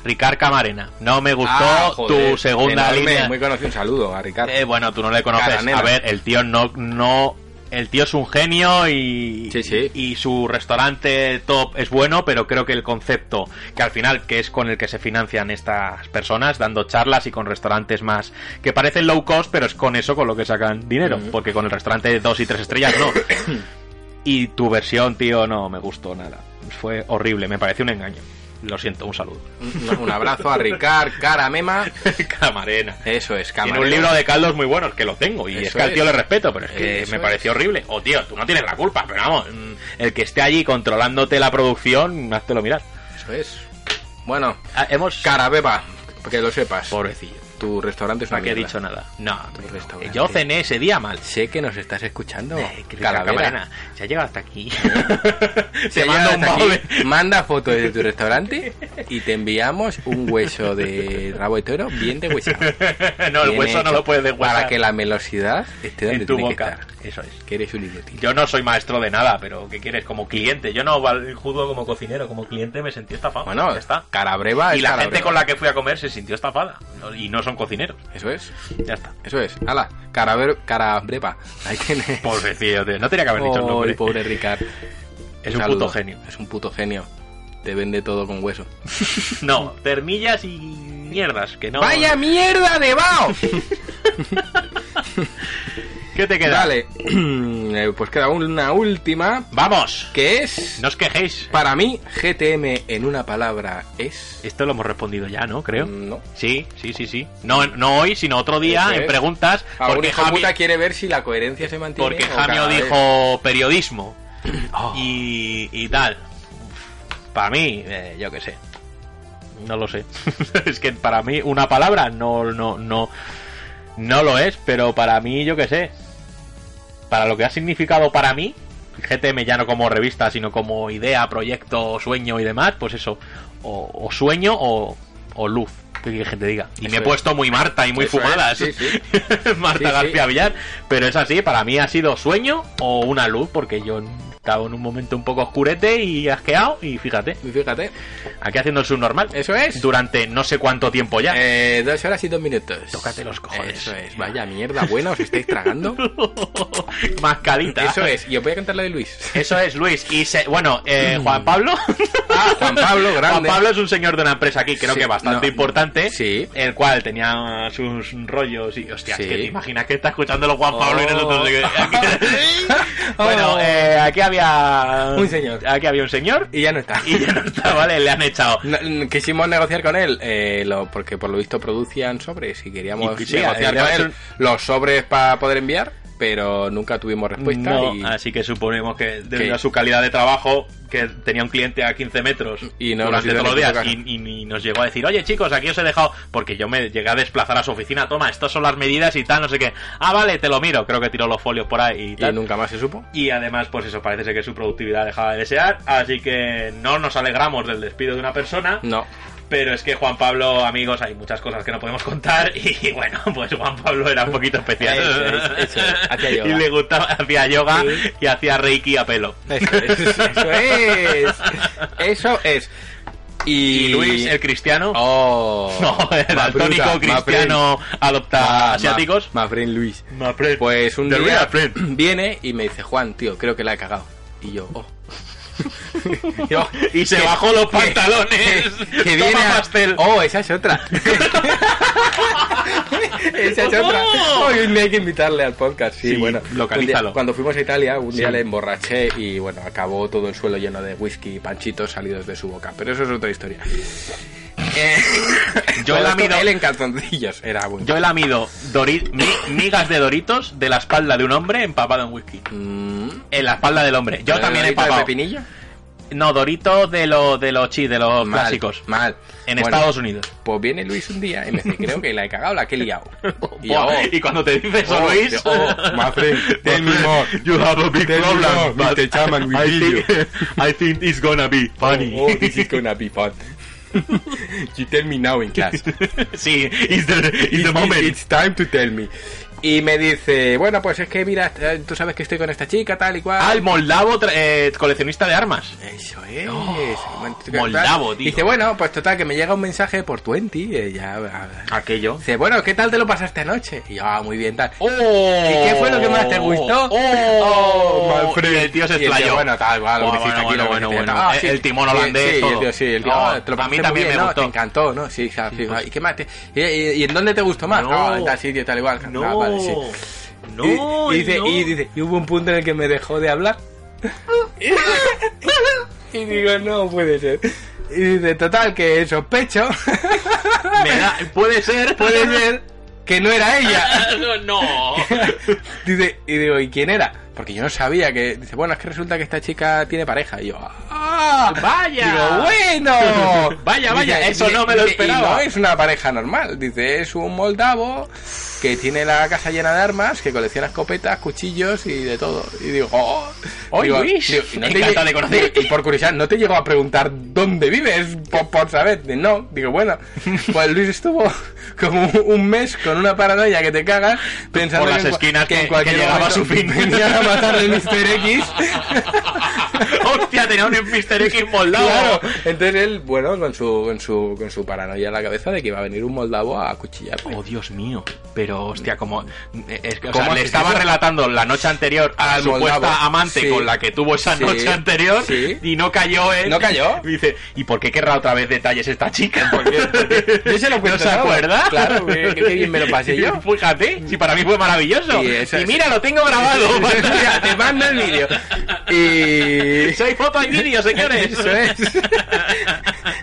Speaker 4: Ricard
Speaker 3: Ricard Camarena. No me gustó
Speaker 4: Ah, joder,
Speaker 3: tu segunda
Speaker 4: enorme,
Speaker 3: línea.
Speaker 4: Muy conocido, un saludo a Ricardo.
Speaker 3: Eh, bueno, tú no le conoces.
Speaker 4: Caranena.
Speaker 3: A ver, el tío no, no. El tío es un genio y,
Speaker 4: Sí, sí.
Speaker 3: y su restaurante top es bueno, pero creo que el concepto, que al final, que es con el que se financian estas personas, dando charlas y con restaurantes más que parecen low cost, pero es con eso con lo que sacan dinero,
Speaker 4: Ujú.
Speaker 3: porque con el restaurante de dos y tres estrellas no. y tu versión, tío, no me gustó nada. Fue horrible, me pareció un engaño. Lo siento, un saludo.
Speaker 4: Un, un abrazo a Ricard, cara mema.
Speaker 3: Camarena.
Speaker 4: Eso es,
Speaker 3: Tiene
Speaker 4: camarero.
Speaker 3: un libro de caldos muy buenos que lo tengo y es
Speaker 4: Eso
Speaker 3: que al tío
Speaker 4: es. Eh,
Speaker 3: le respeto, pero es que
Speaker 4: Eso
Speaker 3: me
Speaker 4: es.
Speaker 3: pareció horrible. O tío, tú no tienes la culpa, pero vamos, mm, el que esté allí controlándote la producción, lo mirar.
Speaker 4: Eso es. Bueno,
Speaker 3: Ah, Hemos
Speaker 4: cara beba, que lo sepas.
Speaker 3: pobrecillo.
Speaker 4: Tu restaurante es una
Speaker 3: ¿Para qué he
Speaker 4: mierda.
Speaker 3: dicho nada? No,
Speaker 4: Tu restaurante.
Speaker 3: yo cené ese día mal.
Speaker 4: Sé que nos estás escuchando.
Speaker 3: Eh, que la
Speaker 4: Calavera.
Speaker 3: camarena se ha llegado hasta aquí.
Speaker 4: Se
Speaker 3: Te mando un
Speaker 4: hasta
Speaker 3: móvil.
Speaker 4: aquí, Manda fotos de tu restaurante y te enviamos un hueso de rabo de toro bien de hueso.
Speaker 3: No, el hueso no lo puedes deshuesar.
Speaker 4: Para que la melosidad esté donde
Speaker 3: en tu
Speaker 4: tiene
Speaker 3: boca.
Speaker 4: que
Speaker 3: Eso es.
Speaker 4: estar. Que eres un inútil.
Speaker 3: Yo no soy maestro de nada, pero ¿qué quieres? Como cliente. Yo no val- juzgo como cocinero, como cliente me sentí estafado.
Speaker 4: Bueno,
Speaker 3: ya está.
Speaker 4: Carabreva
Speaker 3: y
Speaker 4: Ah, es
Speaker 3: la
Speaker 4: cara
Speaker 3: gente
Speaker 4: breva.
Speaker 3: con la que fui a comer se sintió estafada. No- Y no son cocineros.
Speaker 4: Eso es,
Speaker 3: Ya está.
Speaker 4: eso es. Hala, carabre- carabreva. Ahí tienes.
Speaker 3: Pobrecillo, tío. No tenía que haber dicho el
Speaker 4: Oh,
Speaker 3: nombre.
Speaker 4: el pobre Ricard.
Speaker 3: Es un
Speaker 4: Saludo.
Speaker 3: puto genio.
Speaker 4: Es un puto genio. Te vende todo con hueso.
Speaker 3: No, termillas y mierdas, que no.
Speaker 4: ¡Vaya mierda de Bao!
Speaker 3: ¿Qué te queda?
Speaker 4: Dale. Eh, pues queda una última,
Speaker 3: ¡Vamos!
Speaker 4: que es...
Speaker 3: No os quejéis.
Speaker 4: Para mí, GTM en una palabra es...
Speaker 3: Esto lo hemos respondido ya, ¿no? Creo.
Speaker 4: No.
Speaker 3: Sí, sí, sí, sí. No, no hoy, sino otro día
Speaker 4: Mm. Eso
Speaker 3: en
Speaker 4: es.
Speaker 3: preguntas.
Speaker 4: Ahora
Speaker 3: Porque
Speaker 4: hijo
Speaker 3: Jamio,
Speaker 4: puta quiere ver si la coherencia se mantiene.
Speaker 3: porque
Speaker 4: o
Speaker 3: Jamio
Speaker 4: cada vez. Oh.
Speaker 3: dijo periodismo y, y tal. Para mí, eh, yo qué sé. No lo sé. es que para mí una palabra no, no, no, no lo es, pero para mí, yo qué sé. Para lo que ha significado para mí, GTM ya no como revista, sino como idea, proyecto, sueño y demás, pues eso, o, o sueño o, o luz, que quieres que te diga. Y me he
Speaker 4: es.
Speaker 3: puesto muy Marta y muy
Speaker 4: Eso es,
Speaker 3: fumada,
Speaker 4: sí, sí.
Speaker 3: Marta
Speaker 4: Sí, sí.
Speaker 3: García Villar, pero es así, para mí ha sido sueño o una luz, porque yo estaba en un momento un poco oscurete y asqueado, y fíjate,
Speaker 4: Y Fíjate,
Speaker 3: aquí haciendo el subnormal.
Speaker 4: eso es.
Speaker 3: Durante no sé cuánto tiempo ya.
Speaker 4: Eh, dos horas y dos minutos.
Speaker 3: Tócate los cojones.
Speaker 4: Eso es. Vaya mierda buena, os estáis tragando.
Speaker 3: Mascalita.
Speaker 4: Eso es. Y os voy a cantar la de Luis.
Speaker 3: Eso es, Luis. Y se- bueno, eh, Juan Pablo.
Speaker 4: Mm. Ah, Juan Pablo, grande.
Speaker 3: Juan Pablo es un señor de una empresa aquí, creo
Speaker 4: Sí,
Speaker 3: que bastante
Speaker 4: no,
Speaker 3: importante.
Speaker 4: sí.
Speaker 3: El cual tenía sus rollos y. Hostia, es
Speaker 4: Sí.
Speaker 3: que te imaginas que está escuchándolo Juan Pablo y nosotros. de que- bueno,
Speaker 4: Oh.
Speaker 3: eh, aquí había.
Speaker 4: Un señor.
Speaker 3: Aquí había un señor.
Speaker 4: Y ya no está.
Speaker 3: Y ya no está, ¿vale? Le han echado.
Speaker 4: No, mm, quisimos negociar con él, eh, lo- porque por lo visto producían sobres y queríamos
Speaker 3: Y- sí,
Speaker 4: negociar
Speaker 3: además
Speaker 4: con él
Speaker 3: son-
Speaker 4: los sobres para poder enviar, pero nunca tuvimos respuesta.
Speaker 3: No,
Speaker 4: Pues y...
Speaker 3: Así que suponemos que debido
Speaker 4: ¿Qué?
Speaker 3: a su calidad de trabajo, que tenía un cliente a 15 metros
Speaker 4: Y no nos
Speaker 3: durante
Speaker 4: hizo
Speaker 3: todos los
Speaker 4: ni puto
Speaker 3: días y, y- y nos llegó a decir, oye chicos, aquí os he dejado, porque yo me llegué a desplazar a su oficina, toma, estas son las medidas y tal, no sé qué. Ah, vale, te lo miro, creo que tiró los folios por ahí y
Speaker 4: y
Speaker 3: tal.
Speaker 4: nunca más se supo.
Speaker 3: Y además, pues eso, parece ser que su productividad dejaba de desear, así que no nos alegramos del despido de una persona,
Speaker 4: No.
Speaker 3: pero es que Juan Pablo, amigos, hay muchas cosas que no podemos contar y bueno, pues Juan Pablo era un poquito especial.
Speaker 4: Eso es, eso es. Hacía yoga.
Speaker 3: Y le gustaba, hacía yoga
Speaker 4: Sí.
Speaker 3: y hacía reiki a pelo.
Speaker 4: Eso es. Eso es. Eso es. Y,
Speaker 3: Y Luis, el cristiano.
Speaker 4: Oh.
Speaker 3: no, el
Speaker 4: Más bruta,
Speaker 3: altónico
Speaker 4: más
Speaker 3: cristiano
Speaker 4: friend.
Speaker 3: adopta
Speaker 4: Ah,
Speaker 3: asiáticos.
Speaker 4: Más, más friend Luis.
Speaker 3: Mapred.
Speaker 4: Pues un
Speaker 3: The
Speaker 4: día
Speaker 3: real friend.
Speaker 4: viene y me dice, Juan, tío, creo que la he cagado. Y yo, oh. Yo,
Speaker 3: Y se
Speaker 4: que-
Speaker 3: bajó los
Speaker 4: que-
Speaker 3: pantalones.
Speaker 4: Que, que viene
Speaker 3: Toma
Speaker 4: a-
Speaker 3: pastel.
Speaker 4: Oh, esa es otra. esa es otra.
Speaker 3: Oh.
Speaker 4: Hoy hay que invitarle al podcast. Sí,
Speaker 3: Sí,
Speaker 4: bueno.
Speaker 3: localízalo.
Speaker 4: un día- cuando fuimos a Italia, un día
Speaker 3: Sí.
Speaker 4: le emborraché y bueno, acabó todo el suelo lleno de whisky y panchitos salidos de su boca. Pero eso es otra historia. Eh,
Speaker 3: Yo
Speaker 4: todo
Speaker 3: la
Speaker 4: esto,
Speaker 3: miro-
Speaker 4: Él en calzoncillos. Era bueno.
Speaker 3: Yo he lamido dori- mi- migas de doritos de la espalda de un hombre empapado en whisky.
Speaker 4: Mm.
Speaker 3: En la espalda del hombre. Yo
Speaker 4: ¿Pero
Speaker 3: también he
Speaker 4: dorito de
Speaker 3: empapado.
Speaker 4: pepinillo?
Speaker 3: No, doritos de los de los chi, de los
Speaker 4: Mal,
Speaker 3: clásicos.
Speaker 4: Mal.
Speaker 3: En
Speaker 4: Bueno,
Speaker 3: Estados Unidos.
Speaker 4: Pues viene Luis un día y me dice, creo que la he cagado, la que he liado. Y yo,
Speaker 3: Buah,
Speaker 4: oh,
Speaker 3: y cuando te dices eso,
Speaker 4: Oh,
Speaker 3: Luis,
Speaker 4: oh, my friend, tell me more.
Speaker 3: You have a big
Speaker 4: Tell me more,
Speaker 3: problem, but
Speaker 4: Mr. Chairman, we
Speaker 3: I
Speaker 4: need
Speaker 3: think, I think it's gonna be funny.
Speaker 4: Oh, this is gonna be fun. you tell me now in class.
Speaker 3: sí, it's the, it's the
Speaker 4: It-
Speaker 3: moment.
Speaker 4: It's time to tell me. Y me dice, bueno, pues es que mira, eh, tú sabes que estoy con esta chica, tal y cual.
Speaker 3: Ah, el moldavo tra- eh, coleccionista de armas.
Speaker 4: Eso es.
Speaker 3: moldavo, tío.
Speaker 4: Dice, bueno, pues total, que me llega un mensaje por 20. eh, ya, ah,
Speaker 3: Aquello.
Speaker 4: dice, bueno, ¿qué tal te lo pasaste anoche? Y yo, ah, muy bien, tal.
Speaker 3: ¡Oh!
Speaker 4: ¿Y qué fue lo que más te gustó?
Speaker 3: ¡Oh!
Speaker 4: my friend.
Speaker 3: Y el tío se
Speaker 4: Y el tío,
Speaker 3: explayó.
Speaker 4: bueno, tal,
Speaker 3: Buah,
Speaker 4: vale, lo que hiciste aquí,
Speaker 3: bueno,
Speaker 4: lo que
Speaker 3: bueno,
Speaker 4: hiciste
Speaker 3: bueno,
Speaker 4: acá.
Speaker 3: bueno.
Speaker 4: Ah, sí.
Speaker 3: El timón holandés,
Speaker 4: Sí, sí, el
Speaker 3: todo.
Speaker 4: tío, sí, el tío,
Speaker 3: Oh,
Speaker 4: ah, te lo
Speaker 3: a mí
Speaker 4: pasaste muy
Speaker 3: también
Speaker 4: bien,
Speaker 3: me
Speaker 4: ¿no?
Speaker 3: gustó.
Speaker 4: Te encantó, ¿no? Sí, sí, sí,
Speaker 3: pues.
Speaker 4: ¿Y qué más? te- y, y- y en dónde te gustó más?
Speaker 3: No.
Speaker 4: Ah, en tal sitio, tal igual. Ah,
Speaker 3: No.
Speaker 4: vale, sí.
Speaker 3: No,
Speaker 4: y, y dice,
Speaker 3: no.
Speaker 4: y dice, y hubo un punto en el que me dejó de hablar. y digo, no puede ser. Y dice, total, que sospecho,
Speaker 3: Me da- puede ser,
Speaker 4: puede ser que no era ella.
Speaker 3: no.
Speaker 4: Dice, y digo, ¿y quién era? Porque yo no sabía que. Dice, bueno, es que resulta que esta chica tiene pareja. Y yo, ¡ah!
Speaker 3: Vaya.
Speaker 4: Digo, bueno.
Speaker 3: Vaya, vaya,
Speaker 4: Dice,
Speaker 3: eso
Speaker 4: dice,
Speaker 3: no me lo
Speaker 4: dice, y
Speaker 3: esperaba.
Speaker 4: no es una pareja normal. Dice, es un moldavo que tiene la casa llena de armas, que colecciona escopetas, cuchillos y de todo. Y digo, oh.
Speaker 3: Oy,
Speaker 4: Digo,
Speaker 3: Luis,
Speaker 4: digo, y
Speaker 3: me encanta de conocer.
Speaker 4: digo, Y por curiosidad, no te llego a preguntar dónde vives, por, por saber. Dice, No, digo, bueno, pues Luis estuvo como un mes con una paranoia que te cagas, pensando
Speaker 3: Por las
Speaker 4: en cua-
Speaker 3: esquinas que-
Speaker 4: en cualquier
Speaker 3: que llegaba a su fin.
Speaker 4: venía la matarle Mr. X.
Speaker 3: Hostia, tenía un Mr. X moldado.
Speaker 4: Claro. Entonces él, bueno, con su, con su, con su paranoia en la cabeza de que iba a venir un moldavo a acuchillarle.
Speaker 3: Oh, Dios mío. Pero, hostia, como. Es que, o
Speaker 4: ¿Cómo
Speaker 3: sea, le
Speaker 4: haces
Speaker 3: estaba
Speaker 4: eso?
Speaker 3: relatando la noche anterior a la
Speaker 4: Al
Speaker 3: supuesta
Speaker 4: moldavo.
Speaker 3: amante
Speaker 4: Sí.
Speaker 3: con la que tuvo esa
Speaker 4: Sí.
Speaker 3: noche anterior
Speaker 4: Sí.
Speaker 3: y no cayó él.
Speaker 4: ¿No cayó?
Speaker 3: Y dice, ¿y por qué querrá otra vez detalles esta chica?
Speaker 4: Yo se lo
Speaker 3: ¿No
Speaker 4: cuento
Speaker 3: se
Speaker 4: todo.
Speaker 3: acuerda?
Speaker 4: Claro, que- que bien me lo pasé yo.
Speaker 3: Fíjate, si para mí fue maravilloso.
Speaker 4: Sí,
Speaker 3: Y,
Speaker 4: eso es.
Speaker 3: mira, lo tengo grabado.
Speaker 4: Mira, pues, te mando el vídeo. Y.
Speaker 3: Soy foto y vídeo, señores.
Speaker 4: Eso es.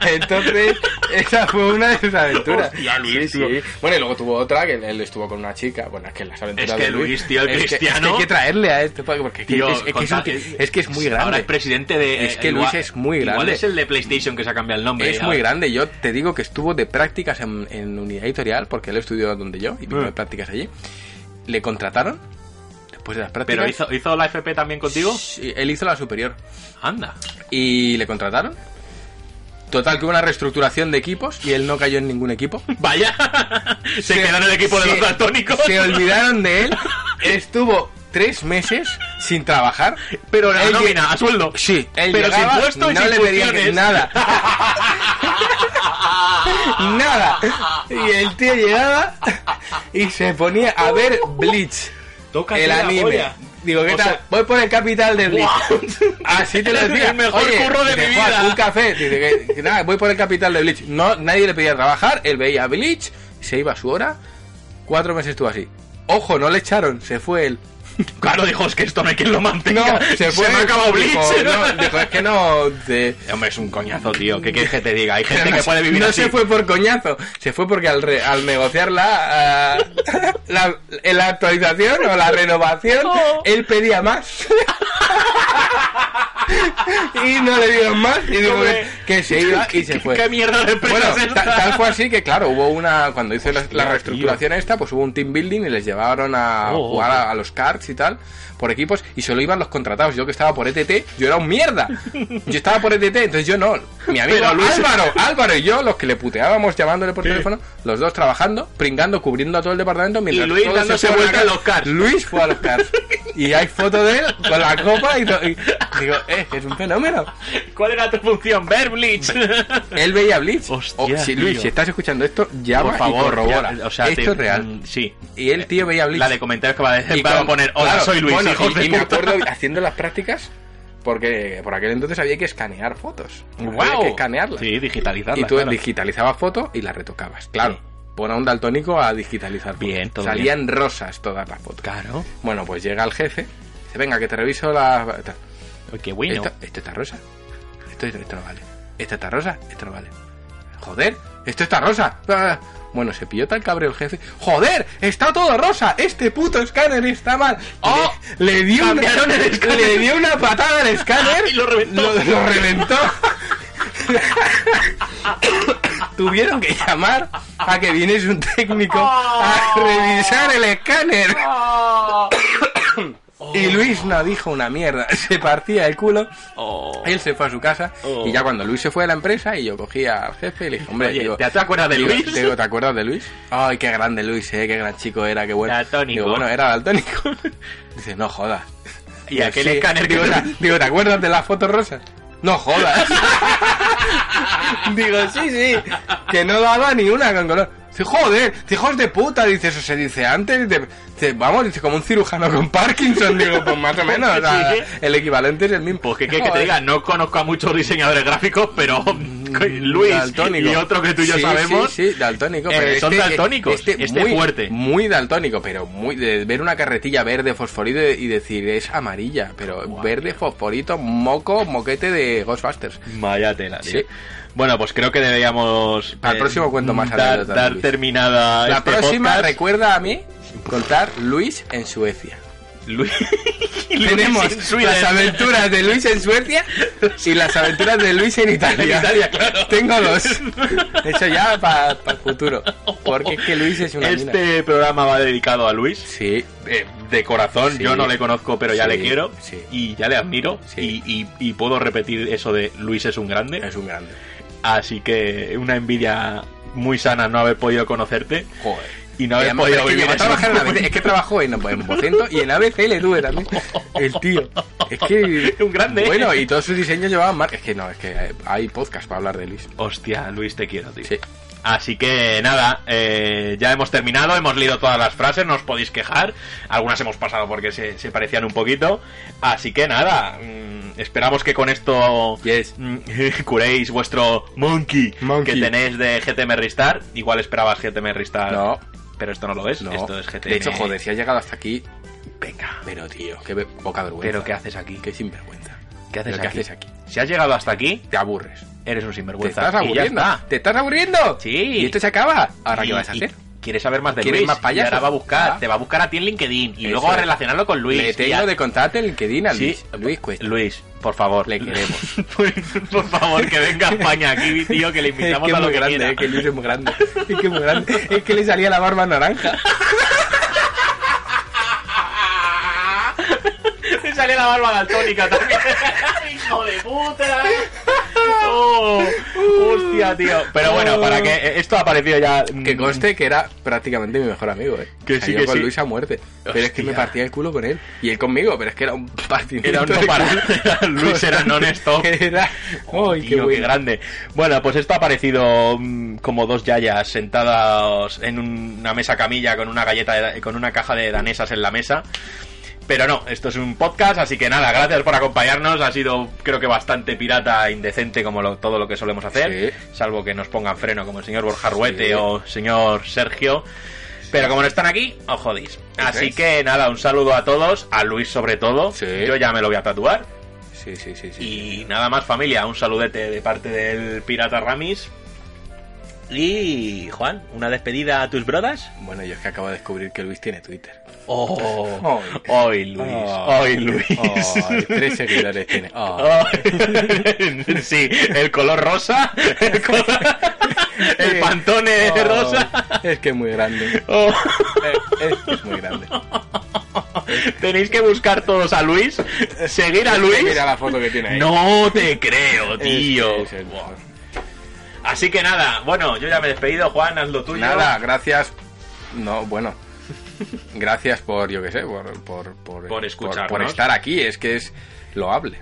Speaker 4: Entonces, esa fue una de sus aventuras.
Speaker 3: Hostia, Luis,
Speaker 4: Sí,
Speaker 3: tío.
Speaker 4: sí. Bueno, y luego tuvo otra que él estuvo con una chica. Bueno, es que las aventuras.
Speaker 3: Es que
Speaker 4: de
Speaker 3: Luis, tío, el
Speaker 4: es que- es que
Speaker 3: cristiano.
Speaker 4: hay que traerle a este. Porque es que-
Speaker 3: Tío,
Speaker 4: es, es que es un
Speaker 3: conta-
Speaker 4: tío- es que es muy grande.
Speaker 3: Ahora es presidente de.
Speaker 4: Es que
Speaker 3: eh,
Speaker 4: Luis
Speaker 3: igual-
Speaker 4: es muy
Speaker 3: Igual
Speaker 4: grande.
Speaker 3: es el de PlayStation que se ha cambiado el nombre.
Speaker 4: Es
Speaker 3: ahora.
Speaker 4: muy grande. Yo te digo que estuvo de prácticas en, en unidad editorial, porque él estudió donde yo y vino
Speaker 3: Mm.
Speaker 4: de prácticas allí. Le contrataron después de las prácticas.
Speaker 3: Pero hizo, hizo la FP también contigo.
Speaker 4: Sí, él hizo la superior.
Speaker 3: Anda.
Speaker 4: Y le contrataron. Total, que hubo una reestructuración de equipos y él no cayó en ningún equipo.
Speaker 3: Vaya. se, quedó en el equipo de
Speaker 4: se-
Speaker 3: los daltónicos.
Speaker 4: Se olvidaron de él. Estuvo tres meses sin trabajar.
Speaker 3: Pero la
Speaker 4: Él lle-
Speaker 3: nómina, a sueldo.
Speaker 4: Sí, él
Speaker 3: pero
Speaker 4: llegaba,
Speaker 3: sin puesto y
Speaker 4: no
Speaker 3: sin
Speaker 4: le pedían que-
Speaker 3: funciones.
Speaker 4: nada. nada. Y el tío llegaba y se ponía a ver Bleach,
Speaker 7: Tócate
Speaker 4: el
Speaker 7: la
Speaker 4: anime.
Speaker 7: polla.
Speaker 4: Digo, ¿qué
Speaker 3: O
Speaker 4: tal?
Speaker 3: sea-
Speaker 4: Voy por el capital de Bleach. Así te lo
Speaker 3: Eres
Speaker 4: decía.
Speaker 3: el mejor
Speaker 4: Oye,
Speaker 3: curro de
Speaker 4: dice,
Speaker 3: mi
Speaker 4: "Juan,
Speaker 3: vida".
Speaker 4: Un café. Dice que- que nada, voy por el capital de Bleach. No, nadie le pedía trabajar. Él veía Bleach, se iba a su hora. Cuatro meses estuvo así. Ojo, no le echaron, se fue él.
Speaker 3: Claro, dijo, es que esto no hay quien lo mantenga.
Speaker 4: No, se fue.
Speaker 3: me ha acabado Blitz.
Speaker 4: Dijo, no, dijo, es que no. de-
Speaker 3: Hombre, es un coñazo, tío. ¿Qué quieres que te diga? Hay gente
Speaker 4: no
Speaker 3: que
Speaker 4: se-
Speaker 3: puede vivir
Speaker 4: no
Speaker 3: así.
Speaker 4: se fue por coñazo, se fue porque al, re- al negociar la, ah, la, la actualización o la renovación, él pedía más. y no le dieron más, y dijo
Speaker 3: Hombre.
Speaker 4: que se iba y se fue.
Speaker 3: ¿Qué mierda de empresa
Speaker 4: Bueno,
Speaker 3: es
Speaker 4: ta-
Speaker 3: esta?
Speaker 4: tal fue así que, claro, hubo una. Cuando hizo la- la,
Speaker 3: tío.
Speaker 4: reestructuración esta, pues hubo un team building y les llevaron a
Speaker 3: Oh,
Speaker 4: jugar
Speaker 3: oh,
Speaker 4: a, a los cards y tal, por equipos, y solo iban los contratados. Yo que estaba por ETT, yo era un mierda. Yo estaba por ETT, entonces yo no. Mi amigo
Speaker 3: Pero, Luis-
Speaker 4: Álvaro, Álvaro y yo, los que le puteábamos llamándole por teléfono, los dos trabajando, pringando, cubriendo a todo el departamento, mientras
Speaker 3: Luis
Speaker 4: todos se
Speaker 3: dándose
Speaker 4: fueron
Speaker 3: vuelta
Speaker 4: a
Speaker 3: en
Speaker 4: casa.
Speaker 3: los cards.
Speaker 4: Luis fue a los cards. Y hay foto de él con la copa y, to- y digo, eh, es un fenómeno.
Speaker 3: ¿Cuál era tu función? Ver Bleach.
Speaker 4: Él veía Blitz.
Speaker 3: Hostia,
Speaker 4: O- si, Luis,
Speaker 3: tío.
Speaker 4: si estás escuchando esto, llama
Speaker 3: Por favor,
Speaker 4: y corrobora.
Speaker 3: ya, o sea,
Speaker 4: esto
Speaker 3: te-
Speaker 4: es real.
Speaker 3: mm, Sí.
Speaker 4: Y el tío veía Blitz.
Speaker 3: La de comentarios que va a,
Speaker 4: Y
Speaker 3: va a
Speaker 4: con-
Speaker 3: poner, hola,
Speaker 4: claro,
Speaker 3: soy Luis,
Speaker 4: bueno,
Speaker 3: hijos
Speaker 4: y,
Speaker 3: de
Speaker 4: y me
Speaker 3: puta.
Speaker 4: acuerdo haciendo las prácticas, porque por aquel entonces había que escanear fotos. Había
Speaker 3: ¡Guau!
Speaker 4: que escanearlas.
Speaker 3: Sí, digitalizarla.
Speaker 4: y tú
Speaker 3: claro.
Speaker 4: digitalizabas fotos y las retocabas. Claro.
Speaker 3: Sí.
Speaker 4: Pon a un daltónico a digitalizar fotos.
Speaker 3: Bien, todo
Speaker 4: Salían rosas todas las fotos.
Speaker 3: Claro.
Speaker 4: Bueno, pues llega el jefe. Dice, venga, que te reviso la... tal.
Speaker 3: Ay, Qué bueno.
Speaker 4: Esto, esto está rosa. Esto, esto, esto no vale. Esto está rosa. Esto no vale. Joder, esto está rosa. Ah. Bueno, se pilló tal cabreo el jefe. ¡Joder! ¡Está todo rosa! ¡Este puto escáner está mal!
Speaker 3: ¡Oh!
Speaker 4: Le, le dio una,
Speaker 3: Cambiaron el escáner.
Speaker 4: le dio una patada al escáner.
Speaker 3: Y lo reventó.
Speaker 4: Lo, lo reventó. Tuvieron que llamar a que viniese un técnico a revisar el escáner. Oh. Y Luis no dijo una mierda, se partía el culo.
Speaker 3: Oh.
Speaker 4: Él se fue a su casa y ya cuando Luis se fue a la empresa y yo cogía al jefe y le dije, hombre,
Speaker 3: Oye,
Speaker 4: digo,
Speaker 3: ¿te te acuerdas de
Speaker 4: digo,
Speaker 3: Luis?
Speaker 4: digo, ¿te acuerdas de Luis? Ay, qué grande Luis, eh, qué gran chico era, qué bueno.
Speaker 3: Daltónico.
Speaker 4: Digo, bueno, era daltónico. Dice, no jodas.
Speaker 3: Y
Speaker 4: Digo,
Speaker 3: aquel
Speaker 4: "Sí".
Speaker 3: escáner que
Speaker 4: digo, "Ta- digo, ¿te acuerdas de las fotos rosas? No jodas. digo, sí, sí. Que no daba ni una con color. Dice, joder, hijos de puta, dice, eso se dice antes. Dice, dice, vamos, dice, como un cirujano con Parkinson. Digo, pues más o menos, o sea,
Speaker 3: Sí.
Speaker 4: el equivalente es el mismo.
Speaker 3: Pues que, que, que te
Speaker 4: Joder. Mm,
Speaker 3: diga, no conozco a muchos diseñadores gráficos, pero Luis
Speaker 4: Daltónico.
Speaker 3: y otro que tú y yo
Speaker 4: Sí,
Speaker 3: sabemos.
Speaker 4: Sí, sí, daltónico.
Speaker 3: eh,
Speaker 4: pero
Speaker 3: son
Speaker 4: este-
Speaker 3: daltónicos, este
Speaker 4: muy,
Speaker 3: fuerte.
Speaker 4: Muy daltónico, pero muy de ver una carretilla verde fosforito y decir es amarilla, pero verde fosforito, moco, moquete de Ghostbusters.
Speaker 3: Vaya tela, tío.
Speaker 4: Sí.
Speaker 3: Bueno, pues creo que deberíamos. eh,
Speaker 4: Al próximo cuento más
Speaker 3: Dar,
Speaker 4: anécdotas,
Speaker 3: dar
Speaker 4: Luis.
Speaker 3: terminada.
Speaker 4: La
Speaker 3: este
Speaker 4: próxima
Speaker 3: podcast.
Speaker 4: recuerda a mí contar Luis en Suecia.
Speaker 3: Luis. Luis
Speaker 4: Tenemos
Speaker 3: en Sweden.
Speaker 4: las aventuras de Luis en Suecia y las aventuras de Luis en Italia.
Speaker 3: En Italia, claro.
Speaker 4: Tengo dos. De hecho, ya para el futuro. Porque es que Luis es una mina.
Speaker 3: Este programa va dedicado a Luis.
Speaker 4: Sí,
Speaker 3: eh, de corazón,
Speaker 4: Sí.
Speaker 3: yo no le conozco, pero ya
Speaker 4: Sí,
Speaker 3: le quiero.
Speaker 4: sí.
Speaker 3: Y ya le admiro.
Speaker 4: Sí.
Speaker 3: Y, y- y puedo repetir eso de Luis es un grande.
Speaker 4: es un grande.
Speaker 3: Así que una envidia muy sana no haber podido conocerte.
Speaker 4: Joder.
Speaker 3: Y no habéis
Speaker 4: además,
Speaker 3: podido
Speaker 4: es que
Speaker 3: vivir
Speaker 4: llegó a
Speaker 3: eso.
Speaker 4: trabajar en la ABC. Es que trabajó en Vocento y en ABC le tuve también. El tío. Es que.
Speaker 3: Un grande.
Speaker 4: Bueno, y todos sus diseños llevaban marca. Es que no, es que eh, hay podcast para hablar de Luis.
Speaker 3: Hostia, Luis, te quiero, tío.
Speaker 4: Sí.
Speaker 3: Así que nada, eh, ya hemos terminado, hemos leído todas las frases, no os podéis quejar. Algunas hemos pasado porque se, se parecían un poquito. Así que nada, mm, esperamos que con esto
Speaker 4: Yes.
Speaker 3: mm, curéis vuestro monkey,
Speaker 4: Monkey.
Speaker 3: que tenéis de GTM Ristar. Igual esperabas GTM Ristar,
Speaker 4: No,
Speaker 3: pero esto no lo es.
Speaker 4: no.
Speaker 3: Esto es GTM.
Speaker 4: De hecho, joder, si ha llegado hasta aquí.
Speaker 3: Venga,
Speaker 4: Pero, tío, qué ve- poca vergüenza.
Speaker 3: pero ¿qué haces aquí?
Speaker 4: Qué sinvergüenza.
Speaker 3: ¿Qué haces
Speaker 4: Pero
Speaker 3: aquí?
Speaker 4: ¿Qué haces aquí?
Speaker 3: Si has llegado hasta aquí,
Speaker 4: Te aburres.
Speaker 3: eres un
Speaker 4: Te
Speaker 3: sinvergüenza. Y
Speaker 4: estás
Speaker 3: ya
Speaker 4: aburriendo.
Speaker 3: está.
Speaker 4: ¿Te estás aburriendo?
Speaker 3: Sí.
Speaker 4: ¿Y esto se acaba? ¿Ahora
Speaker 3: Y-
Speaker 4: qué vas a
Speaker 3: y
Speaker 4: hacer?
Speaker 3: ¿Quieres saber más de
Speaker 4: ¿Quieres
Speaker 3: Luis?
Speaker 4: más payasos?
Speaker 3: Y ahora va a buscar,
Speaker 4: Ah.
Speaker 3: te va a buscar a ti en LinkedIn y
Speaker 4: Eso
Speaker 3: luego a
Speaker 4: es.
Speaker 3: relacionarlo con Luis.
Speaker 4: Le
Speaker 3: y ya-
Speaker 4: tengo de contarte el que Dina
Speaker 3: Sí.
Speaker 4: Luis. Luis Cuesta.
Speaker 3: Luis, por favor.
Speaker 4: Le queremos.
Speaker 3: por favor, que venga a España aquí, tío, que le
Speaker 4: Es
Speaker 3: invitamos
Speaker 4: que es
Speaker 3: a lo
Speaker 4: muy
Speaker 3: que
Speaker 4: grande,
Speaker 3: quiera.
Speaker 4: es que Luis es muy grande. Es que es muy grande. Es que le salía la barba naranja.
Speaker 3: Me sale la barba daltónica también. ¡Hijo de puta! Oh, ¡Hostia, tío! Pero bueno, para que eh, esto ha aparecido ya. mm,
Speaker 4: Que conste que era prácticamente mi mejor amigo, eh.
Speaker 3: Que
Speaker 4: O sea,
Speaker 3: sí,
Speaker 4: yo
Speaker 3: que
Speaker 4: con
Speaker 3: sí.
Speaker 4: Luis a muerte. Pero es que me
Speaker 3: Hostia.
Speaker 4: partía el culo con él. Y él conmigo, pero es que era un partido.
Speaker 3: Era un no parar. Luis era non-stop.
Speaker 4: Era. ¡Ay,
Speaker 3: Tío,
Speaker 4: qué
Speaker 3: qué,
Speaker 4: bueno!
Speaker 3: grande. Bueno, pues esto ha parecido mm, como dos yayas sentadas en un- una mesa camilla con una galleta, de- con una caja de danesas en la mesa. Pero no, esto es un podcast, así que nada, gracias por acompañarnos. Ha sido, creo que bastante pirata, indecente, como lo- todo lo que solemos hacer. Salvo que nos pongan freno, como el señor Borja Ruete
Speaker 4: Sí.
Speaker 3: o señor Sergio. Pero como no están aquí, os jodéis. Así
Speaker 4: es.
Speaker 3: que nada, un saludo a todos, a Luis sobre todo.
Speaker 4: Sí.
Speaker 3: Yo ya me lo voy a tatuar.
Speaker 4: Sí, sí, sí, sí.
Speaker 3: Y nada más, familia, un saludete de parte del Pirata Ramis. Y Juan, una despedida a tus brodas.
Speaker 4: Bueno, yo es que acabo de descubrir que Luis tiene Twitter.
Speaker 3: Oh,
Speaker 4: Ay.
Speaker 3: hoy Luis,
Speaker 4: Oh.
Speaker 3: hoy Luis.
Speaker 4: Ay, tres seguidores tiene. Ay.
Speaker 3: Ay. sí, el color rosa, el, color- el pantone
Speaker 4: Ay,
Speaker 3: rosa.
Speaker 4: Es que es muy grande.
Speaker 3: Oh.
Speaker 4: Es, es- es muy grande.
Speaker 3: Tenéis que buscar todos a Luis, seguir a Luis.
Speaker 4: Mira la foto que tiene ahí.
Speaker 3: No te creo,
Speaker 4: Es-
Speaker 3: tío.
Speaker 4: es el mejor.
Speaker 3: Así que nada, bueno, yo ya me he despedido, Juan, haz lo tuyo.
Speaker 4: Nada, gracias. No, bueno. Gracias por, yo qué sé, por, por, por,
Speaker 3: Por escucharnos.
Speaker 4: por estar aquí. Es que es loable.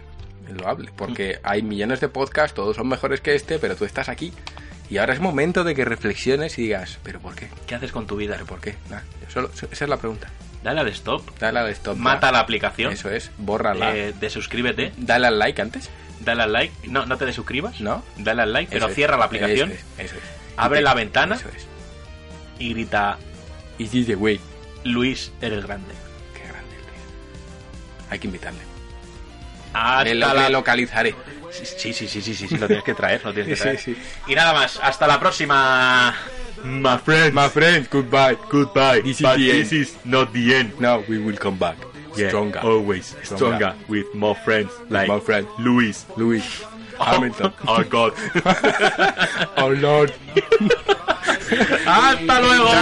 Speaker 4: es Loable. Porque hay millones de podcasts, todos son mejores que este, pero tú estás aquí. Y ahora es momento de que reflexiones y digas, ¿pero por qué?
Speaker 3: ¿Qué haces con tu vida?
Speaker 4: ¿Pero por qué? Nah, yo solo, esa es la pregunta.
Speaker 3: Dale al stop.
Speaker 4: Dale al stop.
Speaker 3: Mata
Speaker 4: ya.
Speaker 3: la aplicación.
Speaker 4: Eso es, bórrala.
Speaker 3: Eh, desuscríbete.
Speaker 4: Dale al like antes,
Speaker 3: Dale al like. No, no te desuscribas.
Speaker 4: ¿no?
Speaker 3: Dale al like, pero
Speaker 4: Eso es,
Speaker 3: cierra la aplicación
Speaker 4: Eso es, eso es.
Speaker 3: Abre
Speaker 4: Y te-
Speaker 3: la ventana.
Speaker 4: Eso es.
Speaker 3: y grita:
Speaker 4: Y dice, güey,
Speaker 3: Luis, eres grande.
Speaker 4: qué grande Luis. Hay que invitarle.
Speaker 3: Hasta
Speaker 4: Le, lo-
Speaker 3: la...
Speaker 4: le localizaré.
Speaker 3: Sí, sí, sí, sí, sí, sí, lo tienes que traer. Lo tienes que
Speaker 4: Sí,
Speaker 3: traer.
Speaker 4: sí.
Speaker 3: Y nada más, hasta la próxima. My friend.
Speaker 4: My friend, goodbye.
Speaker 3: Goodbye.
Speaker 4: This is But the this end.
Speaker 3: is not the end.
Speaker 4: Now we will come back. Stronger.
Speaker 3: Always
Speaker 4: stronger
Speaker 3: with more friends
Speaker 4: like more friends.
Speaker 3: Luis.
Speaker 4: Luis Hamilton.
Speaker 3: Our God.
Speaker 4: Oh, Lord.
Speaker 3: ¡Hasta luego!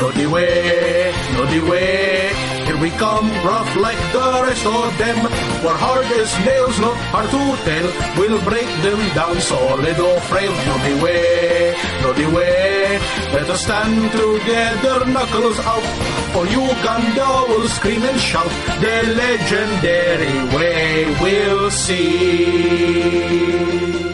Speaker 6: No the way, no the way. Here we come, rough like the rest of them. We're hard as nails, not hard to tell. We'll break them down solid or frail. No the way, no the way. Let us stand together, knuckles out. For Uganda will scream and shout. The legendary way we'll see.